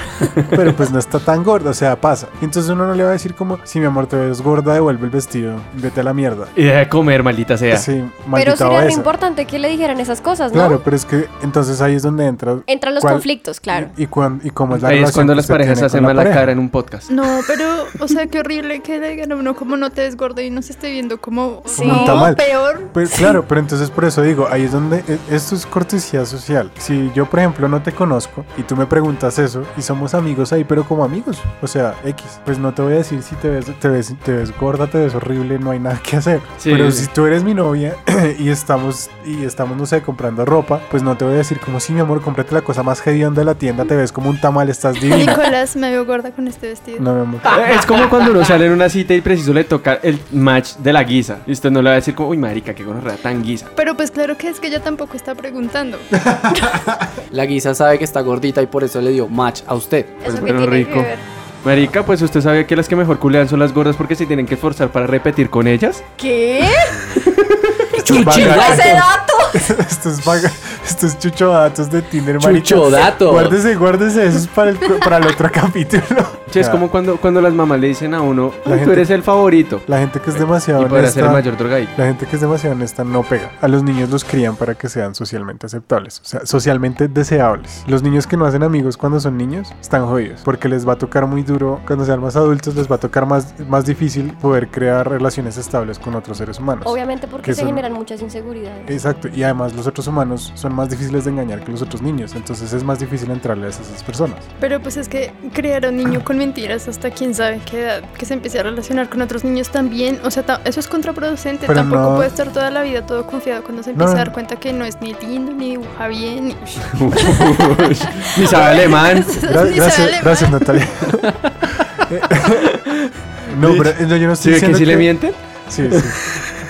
Speaker 4: pero pues no está tan gorda, o sea, pasa. Y entonces uno no le va a decir como, si mi amor te ves gorda, devuelve el vestido, vete a la mierda.
Speaker 3: Y deja de comer, maldita sea.
Speaker 4: Sí,
Speaker 2: Pero
Speaker 4: maldita
Speaker 2: sería re
Speaker 4: obesa.
Speaker 2: importante que le dijeran esas cosas, ¿no?
Speaker 4: Claro, pero es que entonces ahí es donde entra...
Speaker 2: Entran los
Speaker 4: ¿Cuál?
Speaker 2: conflictos, claro.
Speaker 4: Y, y, cuan- y cómo es la
Speaker 3: Ahí es
Speaker 4: relación
Speaker 3: cuando
Speaker 4: que
Speaker 3: las
Speaker 4: usted
Speaker 3: parejas
Speaker 4: tiene
Speaker 3: hacen
Speaker 4: con la
Speaker 3: mala
Speaker 4: pareja.
Speaker 3: cara en un podcast.
Speaker 8: No, pero, o sea, qué horrible que le digan a uno como no te des gordo y no se esté viendo como
Speaker 2: Sí.
Speaker 8: no,
Speaker 4: Está mal.
Speaker 8: peor.
Speaker 4: Pues claro, pero entonces por eso digo, ahí es donde eh, esto es cortesía social. Si yo, por ejemplo, no te conozco y tú me preguntas eso y somos amigos ahí, pero como amigos, o sea, X, pues no te voy a decir si te ves, te ves, te ves gorda, te ves horrible, no hay nada que hacer.
Speaker 3: Sí.
Speaker 4: Pero si tú eres mi novia y estamos, y estamos, no sé, comprando ropa, pues no te voy a decir como si mi amor, cómprate la cosa más hedionda de la tienda, te ves como un tamal, estás divina.
Speaker 8: Nicolás me veo gorda con este vestido.
Speaker 4: No, mi amor.
Speaker 3: Eh, Es como cuando uno sale en una cita y preciso le toca el match de la guisa. Y usted no le va a decir como, uy, marica, qué gonorrea tan guisa.
Speaker 8: Pero pues claro que es que ella tampoco está preguntando.
Speaker 6: La guisa sabe que está gordita y por eso le dio match a usted.
Speaker 4: Pues,
Speaker 2: Eso que
Speaker 3: pero
Speaker 2: tiene
Speaker 3: rico.
Speaker 2: que ver.
Speaker 3: Marica, pues usted sabía que las que mejor culean son las gordas porque se tienen que esforzar para repetir con ellas.
Speaker 2: ¿Qué?
Speaker 6: Chuchi,
Speaker 2: ¡Ese dato!
Speaker 4: Esto es, vaga- esto es chucho datos de Tinder, marica.
Speaker 6: Chucho dato.
Speaker 4: Guárdese, guárdese, eso es para el, cu- para el otro capítulo.
Speaker 3: Che, es
Speaker 4: Ya,
Speaker 3: como cuando, cuando las mamás le dicen a uno, "Uy, tú
Speaker 4: La gente-
Speaker 3: eres el favorito.
Speaker 4: La gente que es
Speaker 3: Y
Speaker 4: demasiado
Speaker 3: podrá ser el
Speaker 4: honesta.
Speaker 3: mayor drogadicto.
Speaker 4: La gente que es demasiado honesta no pega. A los niños los crían para que sean socialmente aceptables, o sea, socialmente deseables. Los niños que no hacen amigos cuando son niños están jodidos, porque les va a tocar muy duro. Cuando sean más adultos, les va a tocar más, más difícil poder crear relaciones estables con otros seres humanos.
Speaker 2: Obviamente porque
Speaker 4: Que
Speaker 2: se
Speaker 4: son-
Speaker 2: generan muchas inseguridades.
Speaker 4: Exacto, y además los otros humanos son más difíciles de engañar que los otros niños, entonces es más difícil entrarles a esas personas.
Speaker 8: Pero pues es que crear a un niño con mentiras hasta quién sabe qué edad, que se empiece a relacionar con otros niños también, o sea, ta- eso es contraproducente,
Speaker 4: Pero
Speaker 8: tampoco
Speaker 4: no.
Speaker 8: puede estar toda la vida todo confiado cuando se
Speaker 4: No,
Speaker 8: empieza
Speaker 4: no.
Speaker 8: a dar cuenta que no es ni lindo, ni dibuja bien, ni,
Speaker 3: Ni sabe alemán.
Speaker 4: Gra-
Speaker 8: ni sabe
Speaker 4: gracias,
Speaker 8: alemán.
Speaker 4: gracias, Natalia. no, pero no, yo no
Speaker 3: ¿Sí
Speaker 4: estoy
Speaker 3: ve que
Speaker 4: diciendo
Speaker 3: sí
Speaker 4: que...
Speaker 3: le mienten?
Speaker 4: Sí, sí.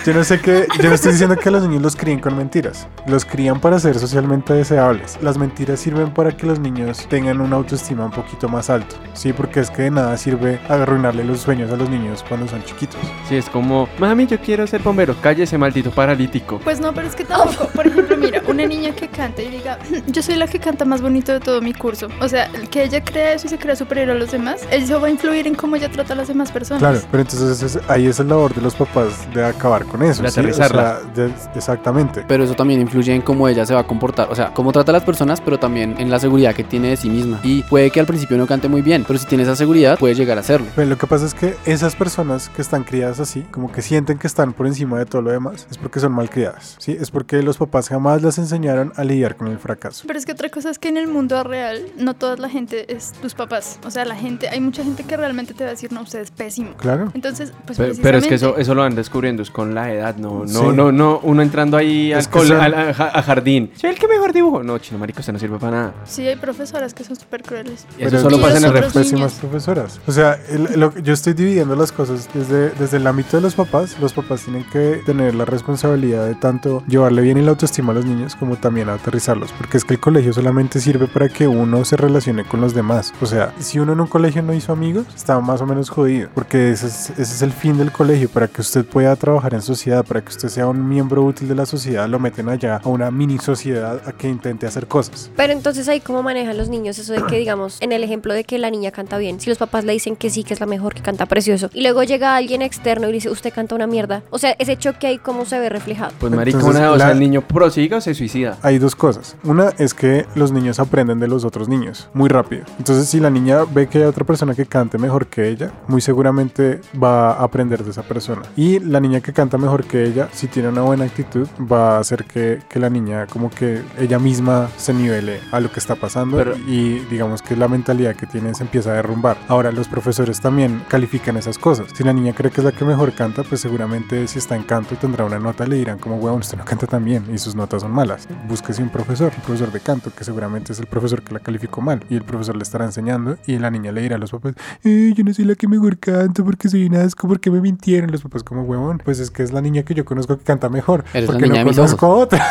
Speaker 4: Yo no sé que, yo no estoy diciendo que los niños los críen con mentiras. Los crían para ser socialmente deseables. Las mentiras sirven para que los niños tengan una autoestima un poquito más alto. Sí, porque es que de nada sirve arruinarle los sueños a los niños cuando son chiquitos.
Speaker 3: Sí, es como, mami, yo quiero ser bombero. Cállese, maldito paralítico.
Speaker 8: Pues no, pero es que tampoco. Por ejemplo, mira, una niña que canta y diga, yo soy la que canta más bonito de todo mi curso. O sea, el que ella crea eso y se crea superior a los demás, eso va a influir en cómo ella trata a las demás personas.
Speaker 4: Claro, pero entonces es- ahí es el labor de los papás de acabar con eso.
Speaker 3: De
Speaker 4: ¿sí? O
Speaker 3: aterrizarla.
Speaker 4: sea, de- exactamente.
Speaker 6: Pero eso también influye en cómo ella se va a comportar, o sea, cómo trata a las personas, pero también en la seguridad que tiene de sí misma. Y puede que al principio no cante muy bien, pero si tiene esa seguridad, puede llegar a hacerlo.
Speaker 4: Pero lo que pasa es que esas personas que están criadas así, como que sienten que están por encima de todo lo demás, es porque son mal criadas, ¿sí? Es porque los papás jamás las enseñaron a lidiar con el fracaso.
Speaker 8: Pero es que otra cosa es que en el mundo real no toda la gente es tus papás. O sea, la gente, hay mucha gente que realmente te va a decir, no, usted es pésimo.
Speaker 4: Claro.
Speaker 8: Entonces, pues
Speaker 3: Pero,
Speaker 8: precisamente,
Speaker 3: pero es que eso, eso lo van descubriendo, es con la edad, no, no,
Speaker 4: Sí.
Speaker 3: no, no, uno entrando ahí al
Speaker 4: Es que
Speaker 3: col-
Speaker 4: son-
Speaker 3: al- a, a jardín. Soy el que mejor dibujo. No, chino marico, usted no sirve para nada.
Speaker 8: Sí, hay profesoras que son súper crueles.
Speaker 3: Eso
Speaker 4: Pero
Speaker 3: solo
Speaker 8: y
Speaker 3: pasa en el
Speaker 8: los
Speaker 3: ref.
Speaker 8: otros
Speaker 4: pésimas
Speaker 8: niños.
Speaker 4: profesoras. O sea, el- lo- yo estoy dividiendo las cosas desde, desde el ámbito de los papás. Los papás tienen que tener la responsabilidad de tanto llevarle bien el autoestima a los niños como también aterrizarlos. Porque es que el colegio solamente sirve para que uno se relacione con los demás. O sea, si uno en un colegio no hizo amigos, está más o menos jodido. Porque ese es, ese es el fin del colegio, para que usted pueda trabajar en sociedad, para que usted sea un miembro útil de la sociedad, lo meten allá a una mini sociedad a que intente hacer cosas.
Speaker 2: Pero entonces ahí cómo manejan los niños eso de que digamos en el ejemplo de que la niña canta bien, si los papás le dicen que sí, que es la mejor, que canta precioso, y luego llega alguien externo y le dice usted canta una mierda, o sea ese choque ahí cómo se ve reflejado.
Speaker 3: Pues marica,
Speaker 4: Entonces,
Speaker 3: una, o sea,
Speaker 4: la-
Speaker 3: el niño prosiga o se suicida.
Speaker 4: hay dos cosas. Una es que los niños aprenden de los otros niños muy rápido. Entonces, si la niña ve que hay otra persona que cante mejor que ella, muy seguramente va a aprender de esa persona. Y la niña que canta mejor que ella, si tiene una buena actitud, va a hacer que, que la niña como que ella misma se nivele a lo que está pasando
Speaker 3: Pero-
Speaker 4: y digamos que la mentalidad que tiene se empieza a derrumbar. Ahora, los profesores también califican esas cosas. Si la niña cree que es la que mejor canta, pues seguramente si está en canto y tendrá una nota, le dirán como, weón, usted no canta tan bien y sus notas son malas. Búsquese un profesor, un profesor de canto, que seguramente es el profesor que la calificó mal y el profesor le estará enseñando y la niña le dirá a los papás, eh, yo no soy la que mejor canto porque soy un asco, porque me mintieron los papás como, huevón, pues es que es la niña que yo conozco que canta mejor.
Speaker 6: Eres la
Speaker 4: porque
Speaker 6: niña de
Speaker 4: no
Speaker 6: mis
Speaker 4: conozco a otra.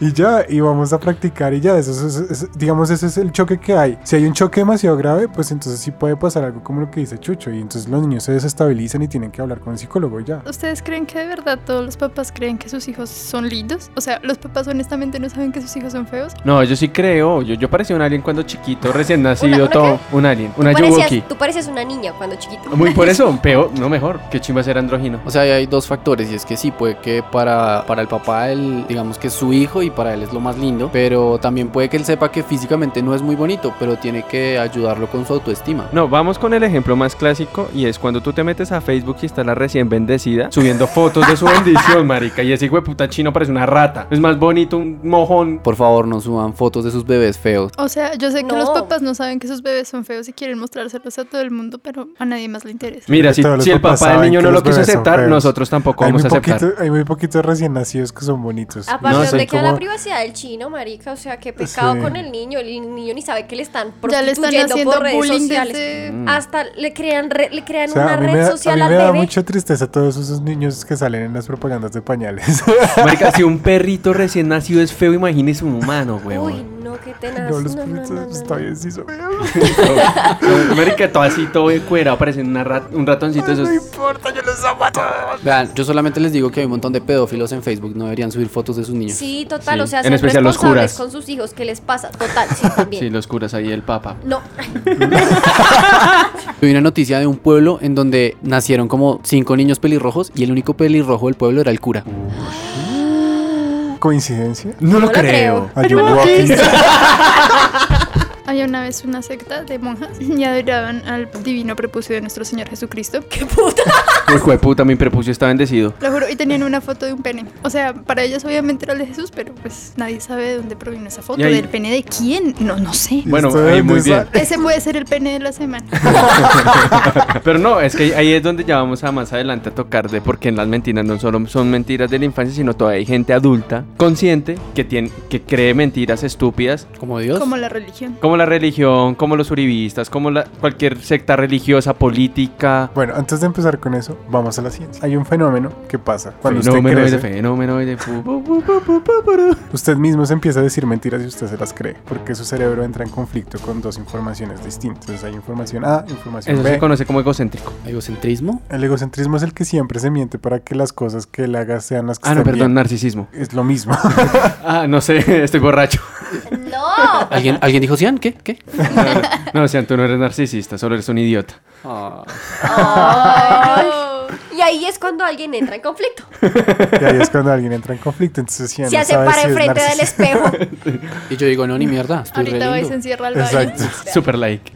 Speaker 4: y ya, y vamos a practicar y ya. Eso, es- eso es- digamos, ese es el choque que hay. Si hay un choque demasiado grave, pues entonces sí puede pasar algo como lo que dice Chucho. Y entonces los niños se desestabilizan y tienen que hablar con el psicólogo y ya.
Speaker 8: ¿Ustedes creen que de verdad todos los papás creen que sus hijos son lindos? O sea, los papás honestamente no saben que sus hijos son feos.
Speaker 3: No, yo sí creo. Yo, yo parecía un alien cuando chiquito, recién nacido,
Speaker 2: ¿Una- una
Speaker 3: todo. Un alien, una Yuwoki.
Speaker 2: parecías, tú parecías una niña cuando chiquito.
Speaker 3: Muy por eso, peor, no mejor. Qué chimba ser andrógino.
Speaker 6: O sea, ahí hay dos factores y es que sí, puede que para, para el papá, él, digamos que es su hijo y para él es lo más lindo, pero también puede que él sepa que físicamente no es muy bonito, pero tiene que ayudarlo con su autoestima.
Speaker 3: No, vamos con el ejemplo más clásico y es cuando tú te metes a Facebook y está la recién bendecida subiendo fotos de su bendición, marica. Y ese hijo de puta chino parece una rata. Es más bonito un mojón.
Speaker 6: Por favor, no suban fotos de sus bebés feos.
Speaker 8: O sea, yo sé que
Speaker 2: No.
Speaker 8: los papás no saben que sus bebés son feos y quieren mostrárselos a todo el mundo, pero a nadie más le interesa.
Speaker 3: Mira,
Speaker 4: Creo que
Speaker 3: si,
Speaker 4: todos los
Speaker 3: si el
Speaker 4: papás
Speaker 3: papá del
Speaker 4: saben
Speaker 3: niño
Speaker 4: que
Speaker 3: no lo
Speaker 4: los
Speaker 3: quiso
Speaker 4: bebés son
Speaker 3: aceptar,
Speaker 4: feos.
Speaker 3: nosotros tampoco
Speaker 4: Hay muy,
Speaker 3: vamos a aceptar.
Speaker 4: poquito- hay muy poquitos recién nacidos que son bonitos.
Speaker 3: No,
Speaker 2: Aparte,
Speaker 3: soy
Speaker 2: ¿dónde queda la
Speaker 4: como-
Speaker 2: privacidad del chino, marica? O sea, qué pecado
Speaker 4: Sí.
Speaker 2: con el niño. El niño ni sabe que le están
Speaker 8: Ya
Speaker 2: prostituyendo
Speaker 8: le están haciendo
Speaker 2: por redes
Speaker 8: bullying
Speaker 2: sociales.
Speaker 8: desde...
Speaker 2: Hasta le crean, re- le crean
Speaker 4: Mm. O sea,
Speaker 2: una
Speaker 4: a mí
Speaker 2: red
Speaker 4: me da, a
Speaker 2: social
Speaker 4: mí
Speaker 2: al
Speaker 4: me da
Speaker 2: bebé.
Speaker 4: mucha tristeza todos esos niños que salen en las propagandas de pañales.
Speaker 3: Marica, si un perrito recién nacido es feo, imagínese un humano,
Speaker 2: Uy,
Speaker 3: weón.
Speaker 2: no, qué tenaz.
Speaker 4: no, los
Speaker 2: No, no,
Speaker 4: perritos
Speaker 2: no, no,
Speaker 4: está
Speaker 2: no.
Speaker 4: bien, sí son-
Speaker 3: Marica, todo así, todo cuerado, parece una rat- un ratoncito. Eso es-
Speaker 6: Vean, yo solamente les digo que hay un montón de pedófilos en Facebook, no deberían subir fotos de sus niños.
Speaker 2: Sí, total,
Speaker 3: Sí.
Speaker 2: o sea,
Speaker 3: En
Speaker 2: son
Speaker 3: especial los
Speaker 2: responsables con
Speaker 3: curas.
Speaker 2: sus hijos, ¿qué les pasa? Total, sí, también.
Speaker 3: Sí, los curas ahí, el papa.
Speaker 2: No,
Speaker 6: Vi una noticia de un pueblo en donde nacieron como cinco niños pelirrojos y el único pelirrojo del pueblo era el cura.
Speaker 4: ¿Coincidencia?
Speaker 3: No
Speaker 2: lo creo.
Speaker 4: Are you walking?
Speaker 8: Había una vez una secta de monjas y adoraban al divino prepucio de nuestro Señor Jesucristo.
Speaker 2: qué puta.
Speaker 3: Hijo de puta, mi prepucio está bendecido.
Speaker 8: Lo juro, y tenían una foto de un pene. O sea, para ellos obviamente era el de Jesús, pero pues nadie sabe de dónde provino esa foto.
Speaker 3: Y ahí-
Speaker 8: ¿Del pene de quién? No, no sé.
Speaker 3: Bueno,
Speaker 4: Estoy
Speaker 3: ahí muy
Speaker 4: de
Speaker 3: bien.
Speaker 4: esa-
Speaker 8: Ese puede ser el pene de la semana.
Speaker 3: Pero no, es que ahí es donde ya vamos a más adelante a tocar de por qué las mentiras no solo son mentiras de la infancia, sino todavía hay gente adulta, consciente, que, tiene, que cree mentiras estúpidas,
Speaker 6: Como Dios.
Speaker 8: Como la religión.
Speaker 3: como la religión, como los uribistas, como la, cualquier secta religiosa, política.
Speaker 4: Bueno, antes de empezar con eso, vamos a la ciencia. Hay un fenómeno que pasa cuando usted
Speaker 3: Fenómeno de
Speaker 4: crece.
Speaker 3: fenómeno de fu-
Speaker 4: Usted mismo se empieza a decir mentiras y usted se las cree, porque su cerebro entra en conflicto con dos informaciones distintas. Entonces hay información A, información
Speaker 3: Eso
Speaker 4: B.
Speaker 3: se conoce como egocéntrico.
Speaker 6: Egocentrismo.
Speaker 4: El egocentrismo es el que siempre se miente para que las cosas que él haga sean las que
Speaker 3: Ah, no,
Speaker 4: estén
Speaker 3: perdón,
Speaker 4: bien.
Speaker 3: narcisismo.
Speaker 4: Es lo mismo.
Speaker 3: Ah, no sé, estoy borracho.
Speaker 2: No.
Speaker 6: ¿Alguien, ¿Alguien dijo Cian? ¿Qué? ¿Qué?
Speaker 3: No, o sea, tú no eres narcisista, solo eres un idiota.
Speaker 8: Ah.
Speaker 2: Y ahí es cuando alguien entra en conflicto.
Speaker 4: y ahí es cuando alguien entra en conflicto. Entonces, si ya
Speaker 2: Se
Speaker 4: no
Speaker 2: hace
Speaker 4: sabe
Speaker 2: para
Speaker 4: si es
Speaker 2: enfrente del
Speaker 4: narcisista.
Speaker 2: espejo.
Speaker 6: Y yo digo, no, ni mierda, estoy re
Speaker 8: Ahorita va y se
Speaker 6: lindo.
Speaker 8: encierra al baño.
Speaker 4: Exacto.
Speaker 3: Super like.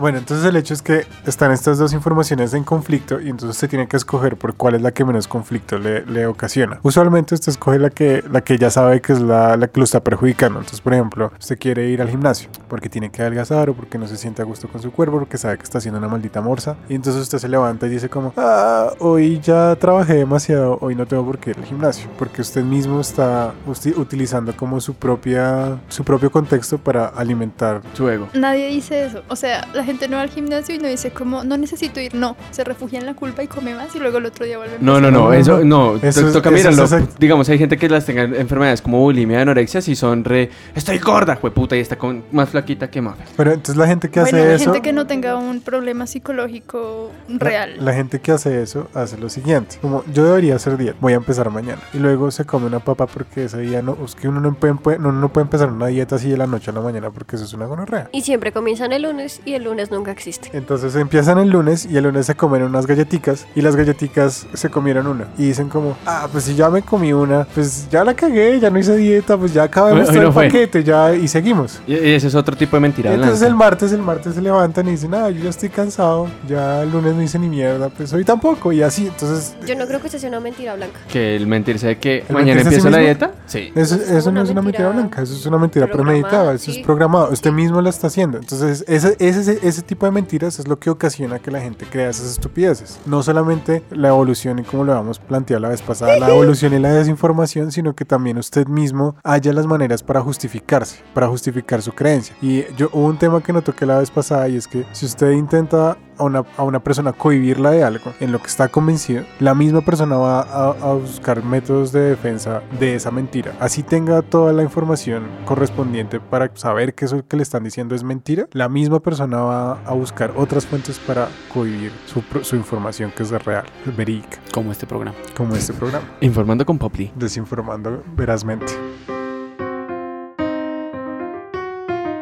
Speaker 4: Bueno, entonces el hecho es que están estas dos informaciones en conflicto y entonces usted tiene que escoger por cuál es la que menos conflicto le, le ocasiona. Usualmente usted escoge la que, la que ya sabe que es la, la que lo está perjudicando. Entonces, por ejemplo, usted quiere ir al gimnasio porque tiene que adelgazar o porque no se siente a gusto con su cuerpo, porque sabe que está haciendo una maldita morsa. Y entonces usted se levanta y dice como, ah, hoy ya trabajé demasiado, hoy no tengo por qué ir al gimnasio. Porque usted mismo está usti- utilizando como su, propia, su propio contexto para alimentar
Speaker 3: Su ego.
Speaker 8: Nadie dice eso. O sea, la gente no va al gimnasio y no dice como, no necesito ir. No, se refugia en la culpa y come más y luego el otro día vuelve. a
Speaker 3: No, no, no,
Speaker 4: No,
Speaker 3: eso no,
Speaker 4: no. Eso
Speaker 3: to-
Speaker 4: es-
Speaker 3: toca
Speaker 4: eso es
Speaker 3: mirarlo.
Speaker 4: exacto.
Speaker 3: Digamos, hay gente que las tenga enfermedades como bulimia, anorexia, si son re, estoy gorda, jueputa, y está con más flaquita que mafe.
Speaker 4: Pero entonces la gente que
Speaker 8: Bueno,
Speaker 4: hace
Speaker 8: la
Speaker 4: eso.
Speaker 8: gente que no tenga un problema psicológico
Speaker 4: la-
Speaker 8: real.
Speaker 4: La, gente que hace eso hace lo siguiente. Como yo debería hacer dieta, voy a empezar mañana. Y luego se come una papa porque ese día no. Es que uno no puede, puede- no, uno no puede empezar una dieta así de la noche a la mañana porque eso es una gonorrea.
Speaker 2: Y siempre comienzan el lunes y el lunes nunca existe.
Speaker 4: Entonces empiezan el lunes y el lunes se comen unas galletitas y las galletitas se comieron una. Y dicen como, ah, pues si ya me comí una, pues ya la cagué, ya no hice dieta, pues ya acabamos
Speaker 3: Hoy- hoy
Speaker 4: todo
Speaker 3: no
Speaker 4: el
Speaker 3: fue.
Speaker 4: paquete, ya y seguimos.
Speaker 3: Y y ese es otro tipo de mentira.
Speaker 4: Entonces
Speaker 3: blanca.
Speaker 4: el martes, el martes se levantan y dicen, ah, yo ya estoy cansado, ya el lunes no hice ni mierda, pues hoy tampoco, y así, entonces...
Speaker 2: Yo no creo que esa sea una mentira blanca.
Speaker 3: Que el mentirse de que
Speaker 4: ¿El
Speaker 3: mañana
Speaker 4: mentirse a sí
Speaker 3: empiezo la
Speaker 4: mismo? Eh.
Speaker 3: dieta. Sí.
Speaker 4: Eso,
Speaker 2: es
Speaker 4: eso
Speaker 2: una
Speaker 4: no es una mentira
Speaker 2: mentira
Speaker 4: blanca, eso es una mentira
Speaker 2: programada,
Speaker 4: premeditada, eso
Speaker 2: sí.
Speaker 4: es programado, usted mismo la está haciendo. Entonces, ese, ese, ese tipo de mentiras es lo que ocasiona que la gente crea esas estupideces. No solamente la evolución y como lo habíamos planteado la vez pasada, la evolución y la desinformación, sino que también usted mismo haya las maneras para justificarse, para justificar su creencia. Y yo hubo un tema que no toqué la vez pasada y es que si usted intenta a una, a una persona cohibirla de algo en lo que está convencido, la misma persona va a, a buscar métodos de defensa de esa mentira. Así tenga toda la información correspondiente para saber que eso que le están diciendo es mentira, la misma persona va a buscar otras fuentes para cohibir su, pro- su información que es real, verídica,
Speaker 6: Como este programa.
Speaker 4: como este programa,
Speaker 3: Informando con Popli.
Speaker 4: desinformando verazmente.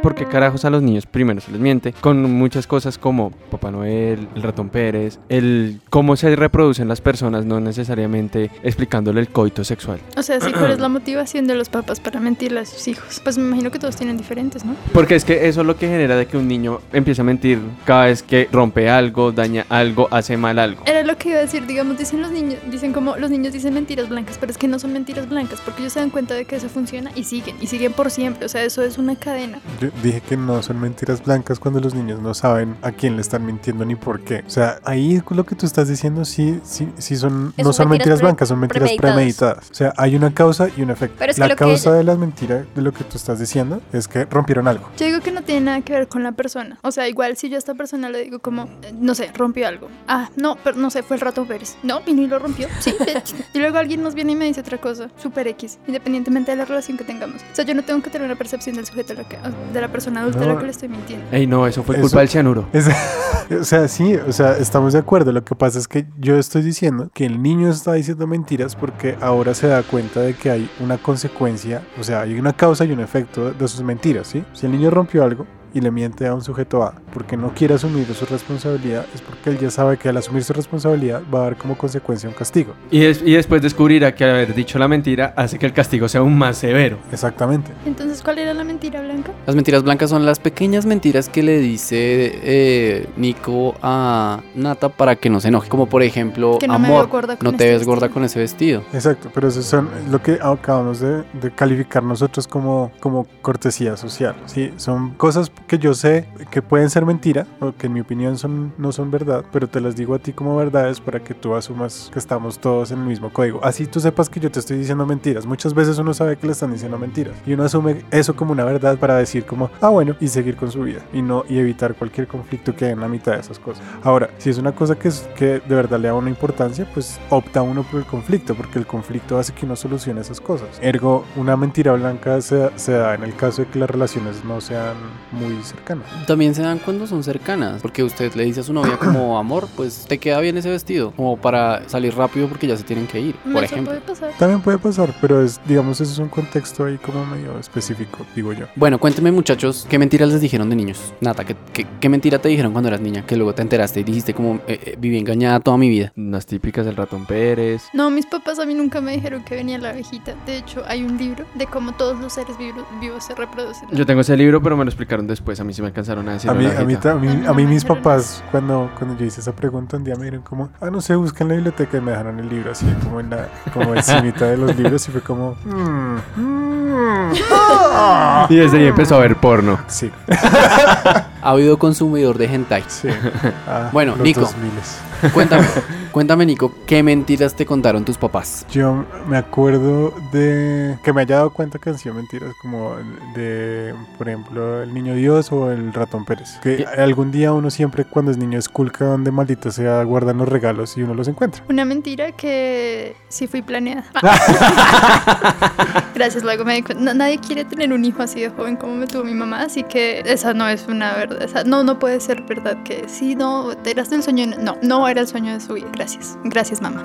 Speaker 3: ¿Por qué carajos a los niños primero se les miente? Con muchas cosas como Papá Noel, el ratón Pérez, el cómo se reproducen las personas, no necesariamente explicándole el coito sexual.
Speaker 8: O sea, sí, ¿cuál es la motivación de los papás para mentirle a sus hijos? Pues me imagino que todos tienen diferentes, ¿no?
Speaker 3: Porque es que eso es lo que genera de que un niño empiece a mentir cada vez que rompe algo, daña algo, hace mal algo.
Speaker 8: Era lo que iba a decir, digamos, dicen los niños, dicen como los niños dicen mentiras blancas, pero es que no son mentiras blancas, porque ellos se dan cuenta de que eso funciona y siguen, y siguen por siempre, o sea, eso es una cadena.
Speaker 4: Yo dije que no son mentiras blancas cuando los niños no saben a quién le están mintiendo ni por qué. O sea, ahí lo que tú estás diciendo sí, sí, sí son,
Speaker 2: Es
Speaker 4: no
Speaker 2: un mentiras
Speaker 4: son mentiras
Speaker 2: pre-
Speaker 4: blancas, son mentiras
Speaker 2: premeditadas.
Speaker 4: premeditadas. O sea, hay una causa y un efecto.
Speaker 2: Pero es que
Speaker 4: la
Speaker 2: lo que
Speaker 4: causa
Speaker 2: ella-
Speaker 4: de las mentiras, de lo que tú estás diciendo, es que rompieron algo.
Speaker 8: Yo digo que no tiene nada que ver con la persona, o sea, igual si yo a esta persona le digo como, eh, no sé, rompió algo, ah, no, pero no sé, fue el ratón Pérez, no, vino y lo rompió, sí, bitch. y luego alguien nos viene y me dice otra cosa, super X, independientemente de la relación que tengamos. O sea, yo no tengo que tener una percepción del sujeto, a la que- de la persona adulta a la
Speaker 4: No.
Speaker 8: que le estoy mintiendo.
Speaker 3: Ey, no, eso fue
Speaker 4: Eso-
Speaker 3: culpa del cianuro.
Speaker 4: Es- o sea, sí, o sea, estamos de acuerdo. Lo que pasa es que yo estoy diciendo que el niño está diciendo mentiras porque ahora se da cuenta de que hay una consecuencia, o sea, hay una causa y un efecto de sus mentiras, ¿sí? Si el niño rompió algo y le miente a un sujeto A porque no quiere asumir su responsabilidad, es porque él ya sabe que al asumir su responsabilidad va a dar como consecuencia un castigo.
Speaker 3: Y, des- y después descubrirá que haber dicho la mentira hace que el castigo sea aún más severo.
Speaker 4: Exactamente.
Speaker 8: Entonces, ¿cuál era la mentira blanca?
Speaker 6: Las mentiras blancas son las pequeñas mentiras que le dice eh, Nico a Nata para que no se enoje. Como por ejemplo,
Speaker 8: Que no me veo
Speaker 6: Oh, amor,
Speaker 8: gorda con
Speaker 6: no te
Speaker 8: este
Speaker 6: ves gorda
Speaker 8: vestido".
Speaker 6: con ese vestido.
Speaker 4: Exacto, pero eso son lo que acabamos de, de calificar nosotros como, como cortesía social. Sí, son cosas que yo sé que pueden ser mentira o que en mi opinión son, no son verdad, pero te las digo a ti como verdades para que tú asumas que estamos todos en el mismo código. Así tú sepas que yo te estoy diciendo mentiras. Muchas veces uno sabe que le están diciendo mentiras y uno asume eso como una verdad para decir como, ah bueno, y seguir con su vida y no y evitar cualquier conflicto que hay en la mitad de esas cosas. Ahora, si es una cosa que, es- que de verdad le da una importancia, pues opta uno por el conflicto, porque el conflicto hace que uno solucione esas cosas. Ergo, una mentira blanca se, se da en el caso de que las relaciones no sean muy cercanas.
Speaker 6: También se dan cuando son cercanas, porque usted le dice a su novia como amor, pues te queda bien ese vestido, como para salir rápido porque ya se tienen que ir, por
Speaker 8: Eso
Speaker 6: ejemplo.
Speaker 8: puede pasar.
Speaker 4: También puede pasar, pero es, digamos, eso es un contexto ahí como medio específico, digo yo.
Speaker 6: Bueno, cuéntenme muchachos, ¿qué mentiras les dijeron de niños? Nata, ¿qué, qué, qué mentira te dijeron cuando eras niña? Que luego te enteraste y dijiste como eh, eh, viví engañada toda mi vida.
Speaker 3: Las típicas del ratón Pérez.
Speaker 8: No, mis papás a mí nunca me dijeron que venía la abejita. De hecho, hay un libro de cómo todos los seres vibro- vivos se reproducen.
Speaker 3: Yo tengo ese libro, pero me lo explicaron después. A mí sí me alcanzaron a decir.
Speaker 4: A mí,
Speaker 3: la
Speaker 4: a, mí,
Speaker 3: jeta.
Speaker 4: ta- a mí-
Speaker 8: No, no,
Speaker 4: a mí
Speaker 8: no,
Speaker 4: mis
Speaker 8: pero no.
Speaker 4: papás, cuando, cuando yo hice esa pregunta, un día me dijeron como, ah, no sé, busca en la biblioteca y me dejaron el libro así, como en la como encimita de los libros y fue como, "Mm, mm, ah".
Speaker 3: Y desde ahí empezó a ver porno.
Speaker 4: Sí,
Speaker 6: Ha habido consumidor de hentai.
Speaker 4: sí. Ah,
Speaker 6: Bueno,
Speaker 4: los
Speaker 6: Nico.
Speaker 4: 2000s.
Speaker 6: Cuéntame, cuéntame Nico, ¿qué mentiras te contaron tus papás?
Speaker 4: Yo me acuerdo de que me haya dado cuenta que han sido mentiras como de, por ejemplo, el niño Dios o el ratón Pérez. Que
Speaker 6: Yo-
Speaker 4: algún día uno siempre cuando es niño esculca donde maldito sea guardan los regalos y uno los encuentra.
Speaker 8: Una mentira que sí fui planeada. Gracias, luego me di cuenta. No, nadie quiere tener un hijo así de joven como me tuvo mi mamá, así que esa no es una verdad. Esa, no, no puede ser verdad que sí, no, eras el sueño. No, no era el sueño de su vida. Gracias, gracias, mamá.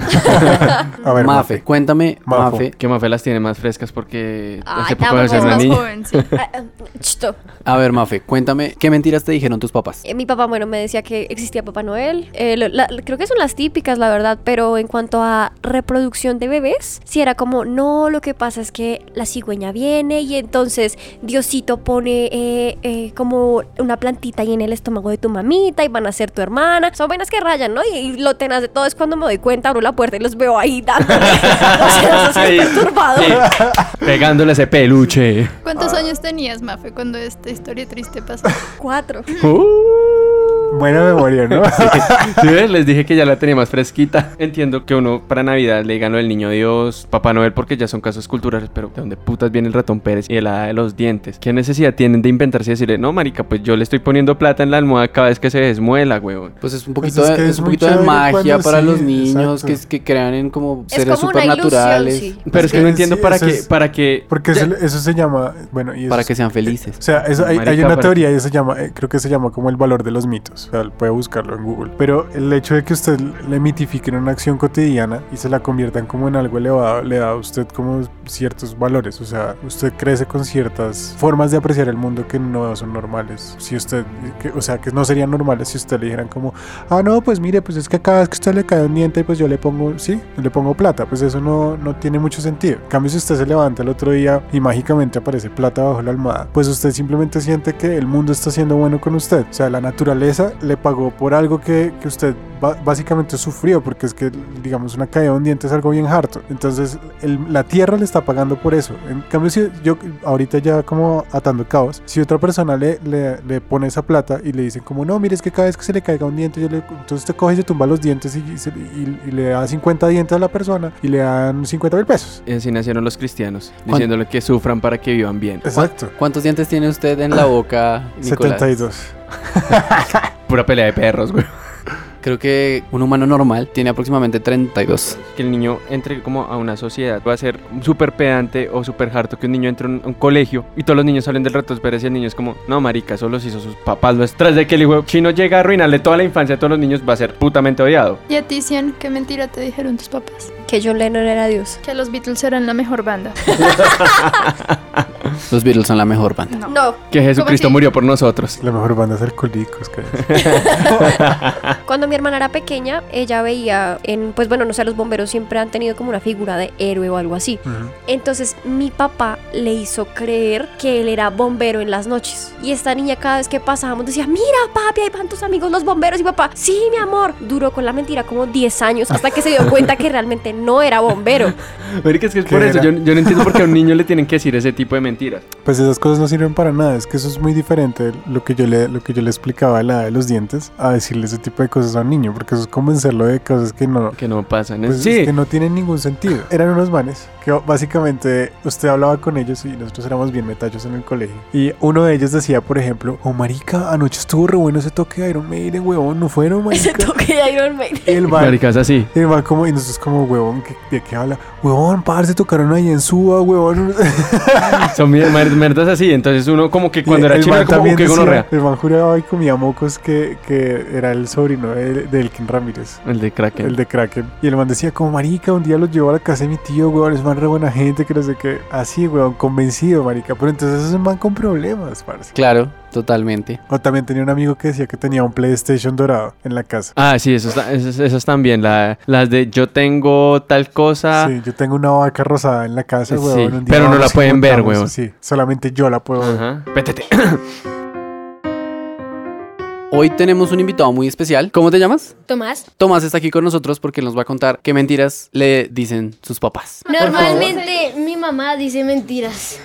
Speaker 4: A ver,
Speaker 6: Mafe, cuéntaame,
Speaker 4: Mafo.
Speaker 6: Mafe,
Speaker 3: Que Mafe las tiene más frescas porque
Speaker 2: Ay,
Speaker 3: hace
Speaker 2: tampoco
Speaker 3: poco de
Speaker 8: Es
Speaker 2: Eres
Speaker 3: ser una
Speaker 8: más
Speaker 3: niña.
Speaker 8: joven, sí.
Speaker 2: Ah, ah, chito.
Speaker 6: A ver, Mafe, cuéntame, ¿qué mentiras te dijeron tus papás?
Speaker 2: Eh, Mi papá, bueno, me decía que existía Papá Noel. Eh, lo- la- creo que son las típicas, la verdad, pero en cuanto a reproducción de bebés, si era como, no, lo que pasa es que la cigüeña viene y entonces Diosito pone eh, eh, como una plantita ahí en el estómago de tu mamita y van a ser tu hermana. Son vainas que rayan, ¿no? Y, y lo tenaz de todo es cuando me doy cuenta, abro la puerta y los veo ahí dando. o sea, eso sí es
Speaker 3: Ay,
Speaker 2: perturbador.
Speaker 3: sí. Pegándole ese peluche.
Speaker 6: Ah.
Speaker 8: ¿Cuántos años tenías, Mafe, cuando esta historia triste pasó?
Speaker 2: Cuatro.
Speaker 3: Uh.
Speaker 4: Buena memoria, ¿no?
Speaker 3: ¿Sí ves? Les dije que ya la tenía más fresquita. Entiendo que uno para Navidad le digan lo del niño Dios, Papá Noel, porque ya son casos culturales, pero ¿de dónde putas viene el ratón Pérez y el hada de los dientes? ¿Qué necesidad tienen de inventarse y decirle, no, marica, pues yo le estoy poniendo plata en la almohada cada vez que se desmuela, huevón?
Speaker 6: Pues es un
Speaker 4: Pues
Speaker 6: poquito,
Speaker 4: es que
Speaker 6: de, es
Speaker 4: es
Speaker 6: un
Speaker 4: muy
Speaker 6: poquito de
Speaker 4: chévere
Speaker 6: magia
Speaker 4: cuando
Speaker 6: para
Speaker 4: sí,
Speaker 6: los niños que,
Speaker 4: exacto.
Speaker 6: que crean en como
Speaker 2: Es
Speaker 6: seres
Speaker 2: como una ilusión,
Speaker 6: supernaturales.
Speaker 2: sí.
Speaker 3: Pero es que,
Speaker 4: que-
Speaker 3: no entiendo
Speaker 4: sí,
Speaker 3: para
Speaker 4: eso
Speaker 3: qué,
Speaker 4: es-
Speaker 3: para qué.
Speaker 4: Porque
Speaker 3: Ya-
Speaker 4: eso, eso se llama, bueno, y eso
Speaker 6: Para
Speaker 4: es-
Speaker 6: que sean felices.
Speaker 4: O sea, eso, hay, hay
Speaker 3: Marica,
Speaker 4: una
Speaker 3: pero-
Speaker 4: teoría y se llama, eh, creo que se llama como el valor de los mitos. O sea, puede buscarlo en Google. Pero el hecho de que usted le mitifiquen una acción cotidiana y se la conviertan como en algo elevado, le da a usted como ciertos valores. O sea, usted crece con ciertas formas de apreciar el mundo que no son normales. Si usted, que- o sea, que no serían normales si usted le dijeran como, ah, no, pues mire, pues es que cada vez que usted le cae un diente, pues yo le pongo, sí, yo le pongo plata. Pues eso no, no tiene mucho sentido. En cambio, si usted se levanta el otro día y mágicamente aparece plata bajo la almohada, pues usted simplemente siente que el mundo está siendo bueno con usted. O sea, la naturaleza le pagó por algo que, que usted ba- básicamente sufrió, porque es que, digamos, una caída de un diente es algo bien harto. Entonces, el- la tierra le está pagando por eso. En cambio, si yo ahorita ya como atando cabos, si otra persona le, le, le pone esa plata y le dicen como, no, mire, es que cada vez que se le caiga un diente, yo le... entonces usted coge y se tumba los dientes y, y se- y- y le da 50 dientes a la persona y le dan 50 mil pesos.
Speaker 3: Y así nacieron los cristianos,
Speaker 6: ¿Cuán-
Speaker 3: diciéndole que sufran para que vivan bien.
Speaker 4: Exacto.
Speaker 6: ¿Cuántos dientes tiene usted en la boca, Nicolás?
Speaker 4: 72.
Speaker 3: Pura pelea de perros, güey.
Speaker 6: Creo que un humano normal tiene aproximadamente 32.
Speaker 3: que el niño entre como a una sociedad. Va a ser súper pedante o súper harto que un niño entre a un, a un colegio y todos los niños salen del rato Pérez y el niño es como, no, marica, eso los hizo sus papás. Lo es. Tras de que el hijo chino llega a arruinarle toda la infancia a todos los niños, va a ser putamente odiado.
Speaker 8: Y a ti, Cian, ¿qué mentira te dijeron tus papás?
Speaker 2: Que John Lennon era Dios.
Speaker 8: Que los Beatles eran la mejor banda.
Speaker 6: Los Beatles son la mejor banda.
Speaker 8: No.
Speaker 2: No,
Speaker 3: Que Jesucristo
Speaker 8: así?
Speaker 3: murió por nosotros.
Speaker 4: La mejor banda es Alcohólicos, que
Speaker 2: Cuando mi hermana era pequeña, ella veía en, pues bueno, no sé, los bomberos siempre han tenido como una figura de héroe o algo así. Entonces mi papá le hizo creer que él era bombero en las noches. Y esta niña cada vez que pasábamos decía, mira papi, ahí van tus amigos los bomberos. Y papá, sí, mi amor. Duró con la mentira como 10 años hasta que se dio cuenta que realmente no era bombero.
Speaker 3: Marica, es que es
Speaker 4: ¿Qué
Speaker 3: por eso.
Speaker 4: era?
Speaker 3: Yo, yo no entiendo por qué a un niño le tienen que decir ese tipo de mentiras.
Speaker 4: Pues esas cosas no sirven para nada, es que eso es muy diferente de lo que yo le, lo que yo le explicaba a la de los dientes, a decirle ese tipo de cosas a un niño, porque eso es convencerlo de cosas que no,
Speaker 3: Que no pasan.
Speaker 4: pues,
Speaker 3: sí.
Speaker 4: es que no tienen ningún sentido. Eran unos manes que básicamente usted hablaba con ellos y nosotros éramos bien metallos en el colegio. Y uno de ellos decía, por ejemplo, oh marica, anoche estuvo re bueno ese toque de Iron Maiden, huevón, no fueron,
Speaker 2: Ese
Speaker 4: marica.
Speaker 2: toque de Iron Maiden.
Speaker 4: Y el man-
Speaker 3: Marica, es así.
Speaker 4: y el man como, y nosotros como, huevón, ¿qué- ¿de qué habla? Huevón, parce, tocaron ahí en Suba, huevón.
Speaker 3: Son mier- mer- merdas así. Entonces uno como que cuando
Speaker 4: Y
Speaker 3: era
Speaker 4: el
Speaker 3: chino
Speaker 4: man
Speaker 3: era como
Speaker 4: también
Speaker 3: que
Speaker 4: decía-
Speaker 3: gonorrea.
Speaker 4: El man juraba y comía mocos que, que era el sobrino de, de Elkin Ramírez.
Speaker 3: El de Kraken.
Speaker 4: El de Kraken. Y el man decía, como marica, un día los llevó a la casa de mi tío, weón, es man re buena gente, que no sé qué. Así, weón, convencido, marica. Pero entonces es un man con problemas, parce.
Speaker 6: Claro, totalmente.
Speaker 4: O también tenía un amigo que decía que tenía un PlayStation dorado en la casa.
Speaker 3: Ah, sí, esas, esas, esas también. la- las de yo tengo tal cosa.
Speaker 4: Sí, yo tengo una vaca rosada en la casa,
Speaker 3: Ah. Sí,
Speaker 4: weón. un día
Speaker 3: pero no
Speaker 4: vamos
Speaker 3: la
Speaker 4: y
Speaker 3: pueden ver,
Speaker 4: montamos.
Speaker 3: weón.
Speaker 4: Sí, solamente yo la puedo ver.
Speaker 3: Ajá. Pétete.
Speaker 6: Hoy tenemos un invitado muy especial. ¿Cómo te llamas?
Speaker 10: Tomás.
Speaker 6: Tomás está aquí con nosotros porque nos va a contar qué mentiras le dicen sus papás.
Speaker 10: Normalmente mi mamá dice mentiras.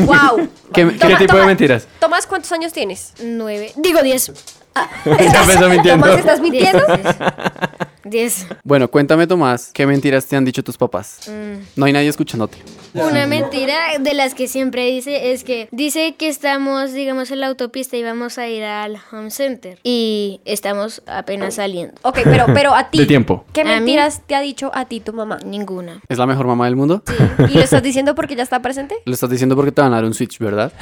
Speaker 2: ¡Wow!
Speaker 6: ¿Qué-
Speaker 3: ¿Qué tipo de mentiras?
Speaker 2: Tomás, ¿cuántos años tienes?
Speaker 10: Nueve. Digo diez.
Speaker 3: Ya empezó mintiendo.
Speaker 2: Tomás, ¿estás mintiendo?
Speaker 10: Diez.
Speaker 6: Bueno, cuéntame Tomás, ¿qué mentiras te han dicho tus papás?
Speaker 2: Mm.
Speaker 6: No hay nadie escuchándote.
Speaker 10: Una mentira de las que siempre dice es que dice que estamos, digamos, en la autopista y vamos a ir al home center. Y estamos apenas saliendo.
Speaker 2: Ok, pero, pero a ti.
Speaker 3: De tiempo.
Speaker 2: ¿Qué
Speaker 10: ¿A mí?
Speaker 2: mentiras te ha dicho a ti tu mamá?
Speaker 10: Ninguna.
Speaker 6: ¿Es la mejor mamá del mundo?
Speaker 2: ¿Y lo estás diciendo porque ya está presente?
Speaker 6: Lo estás diciendo porque te van a dar un Switch, ¿verdad?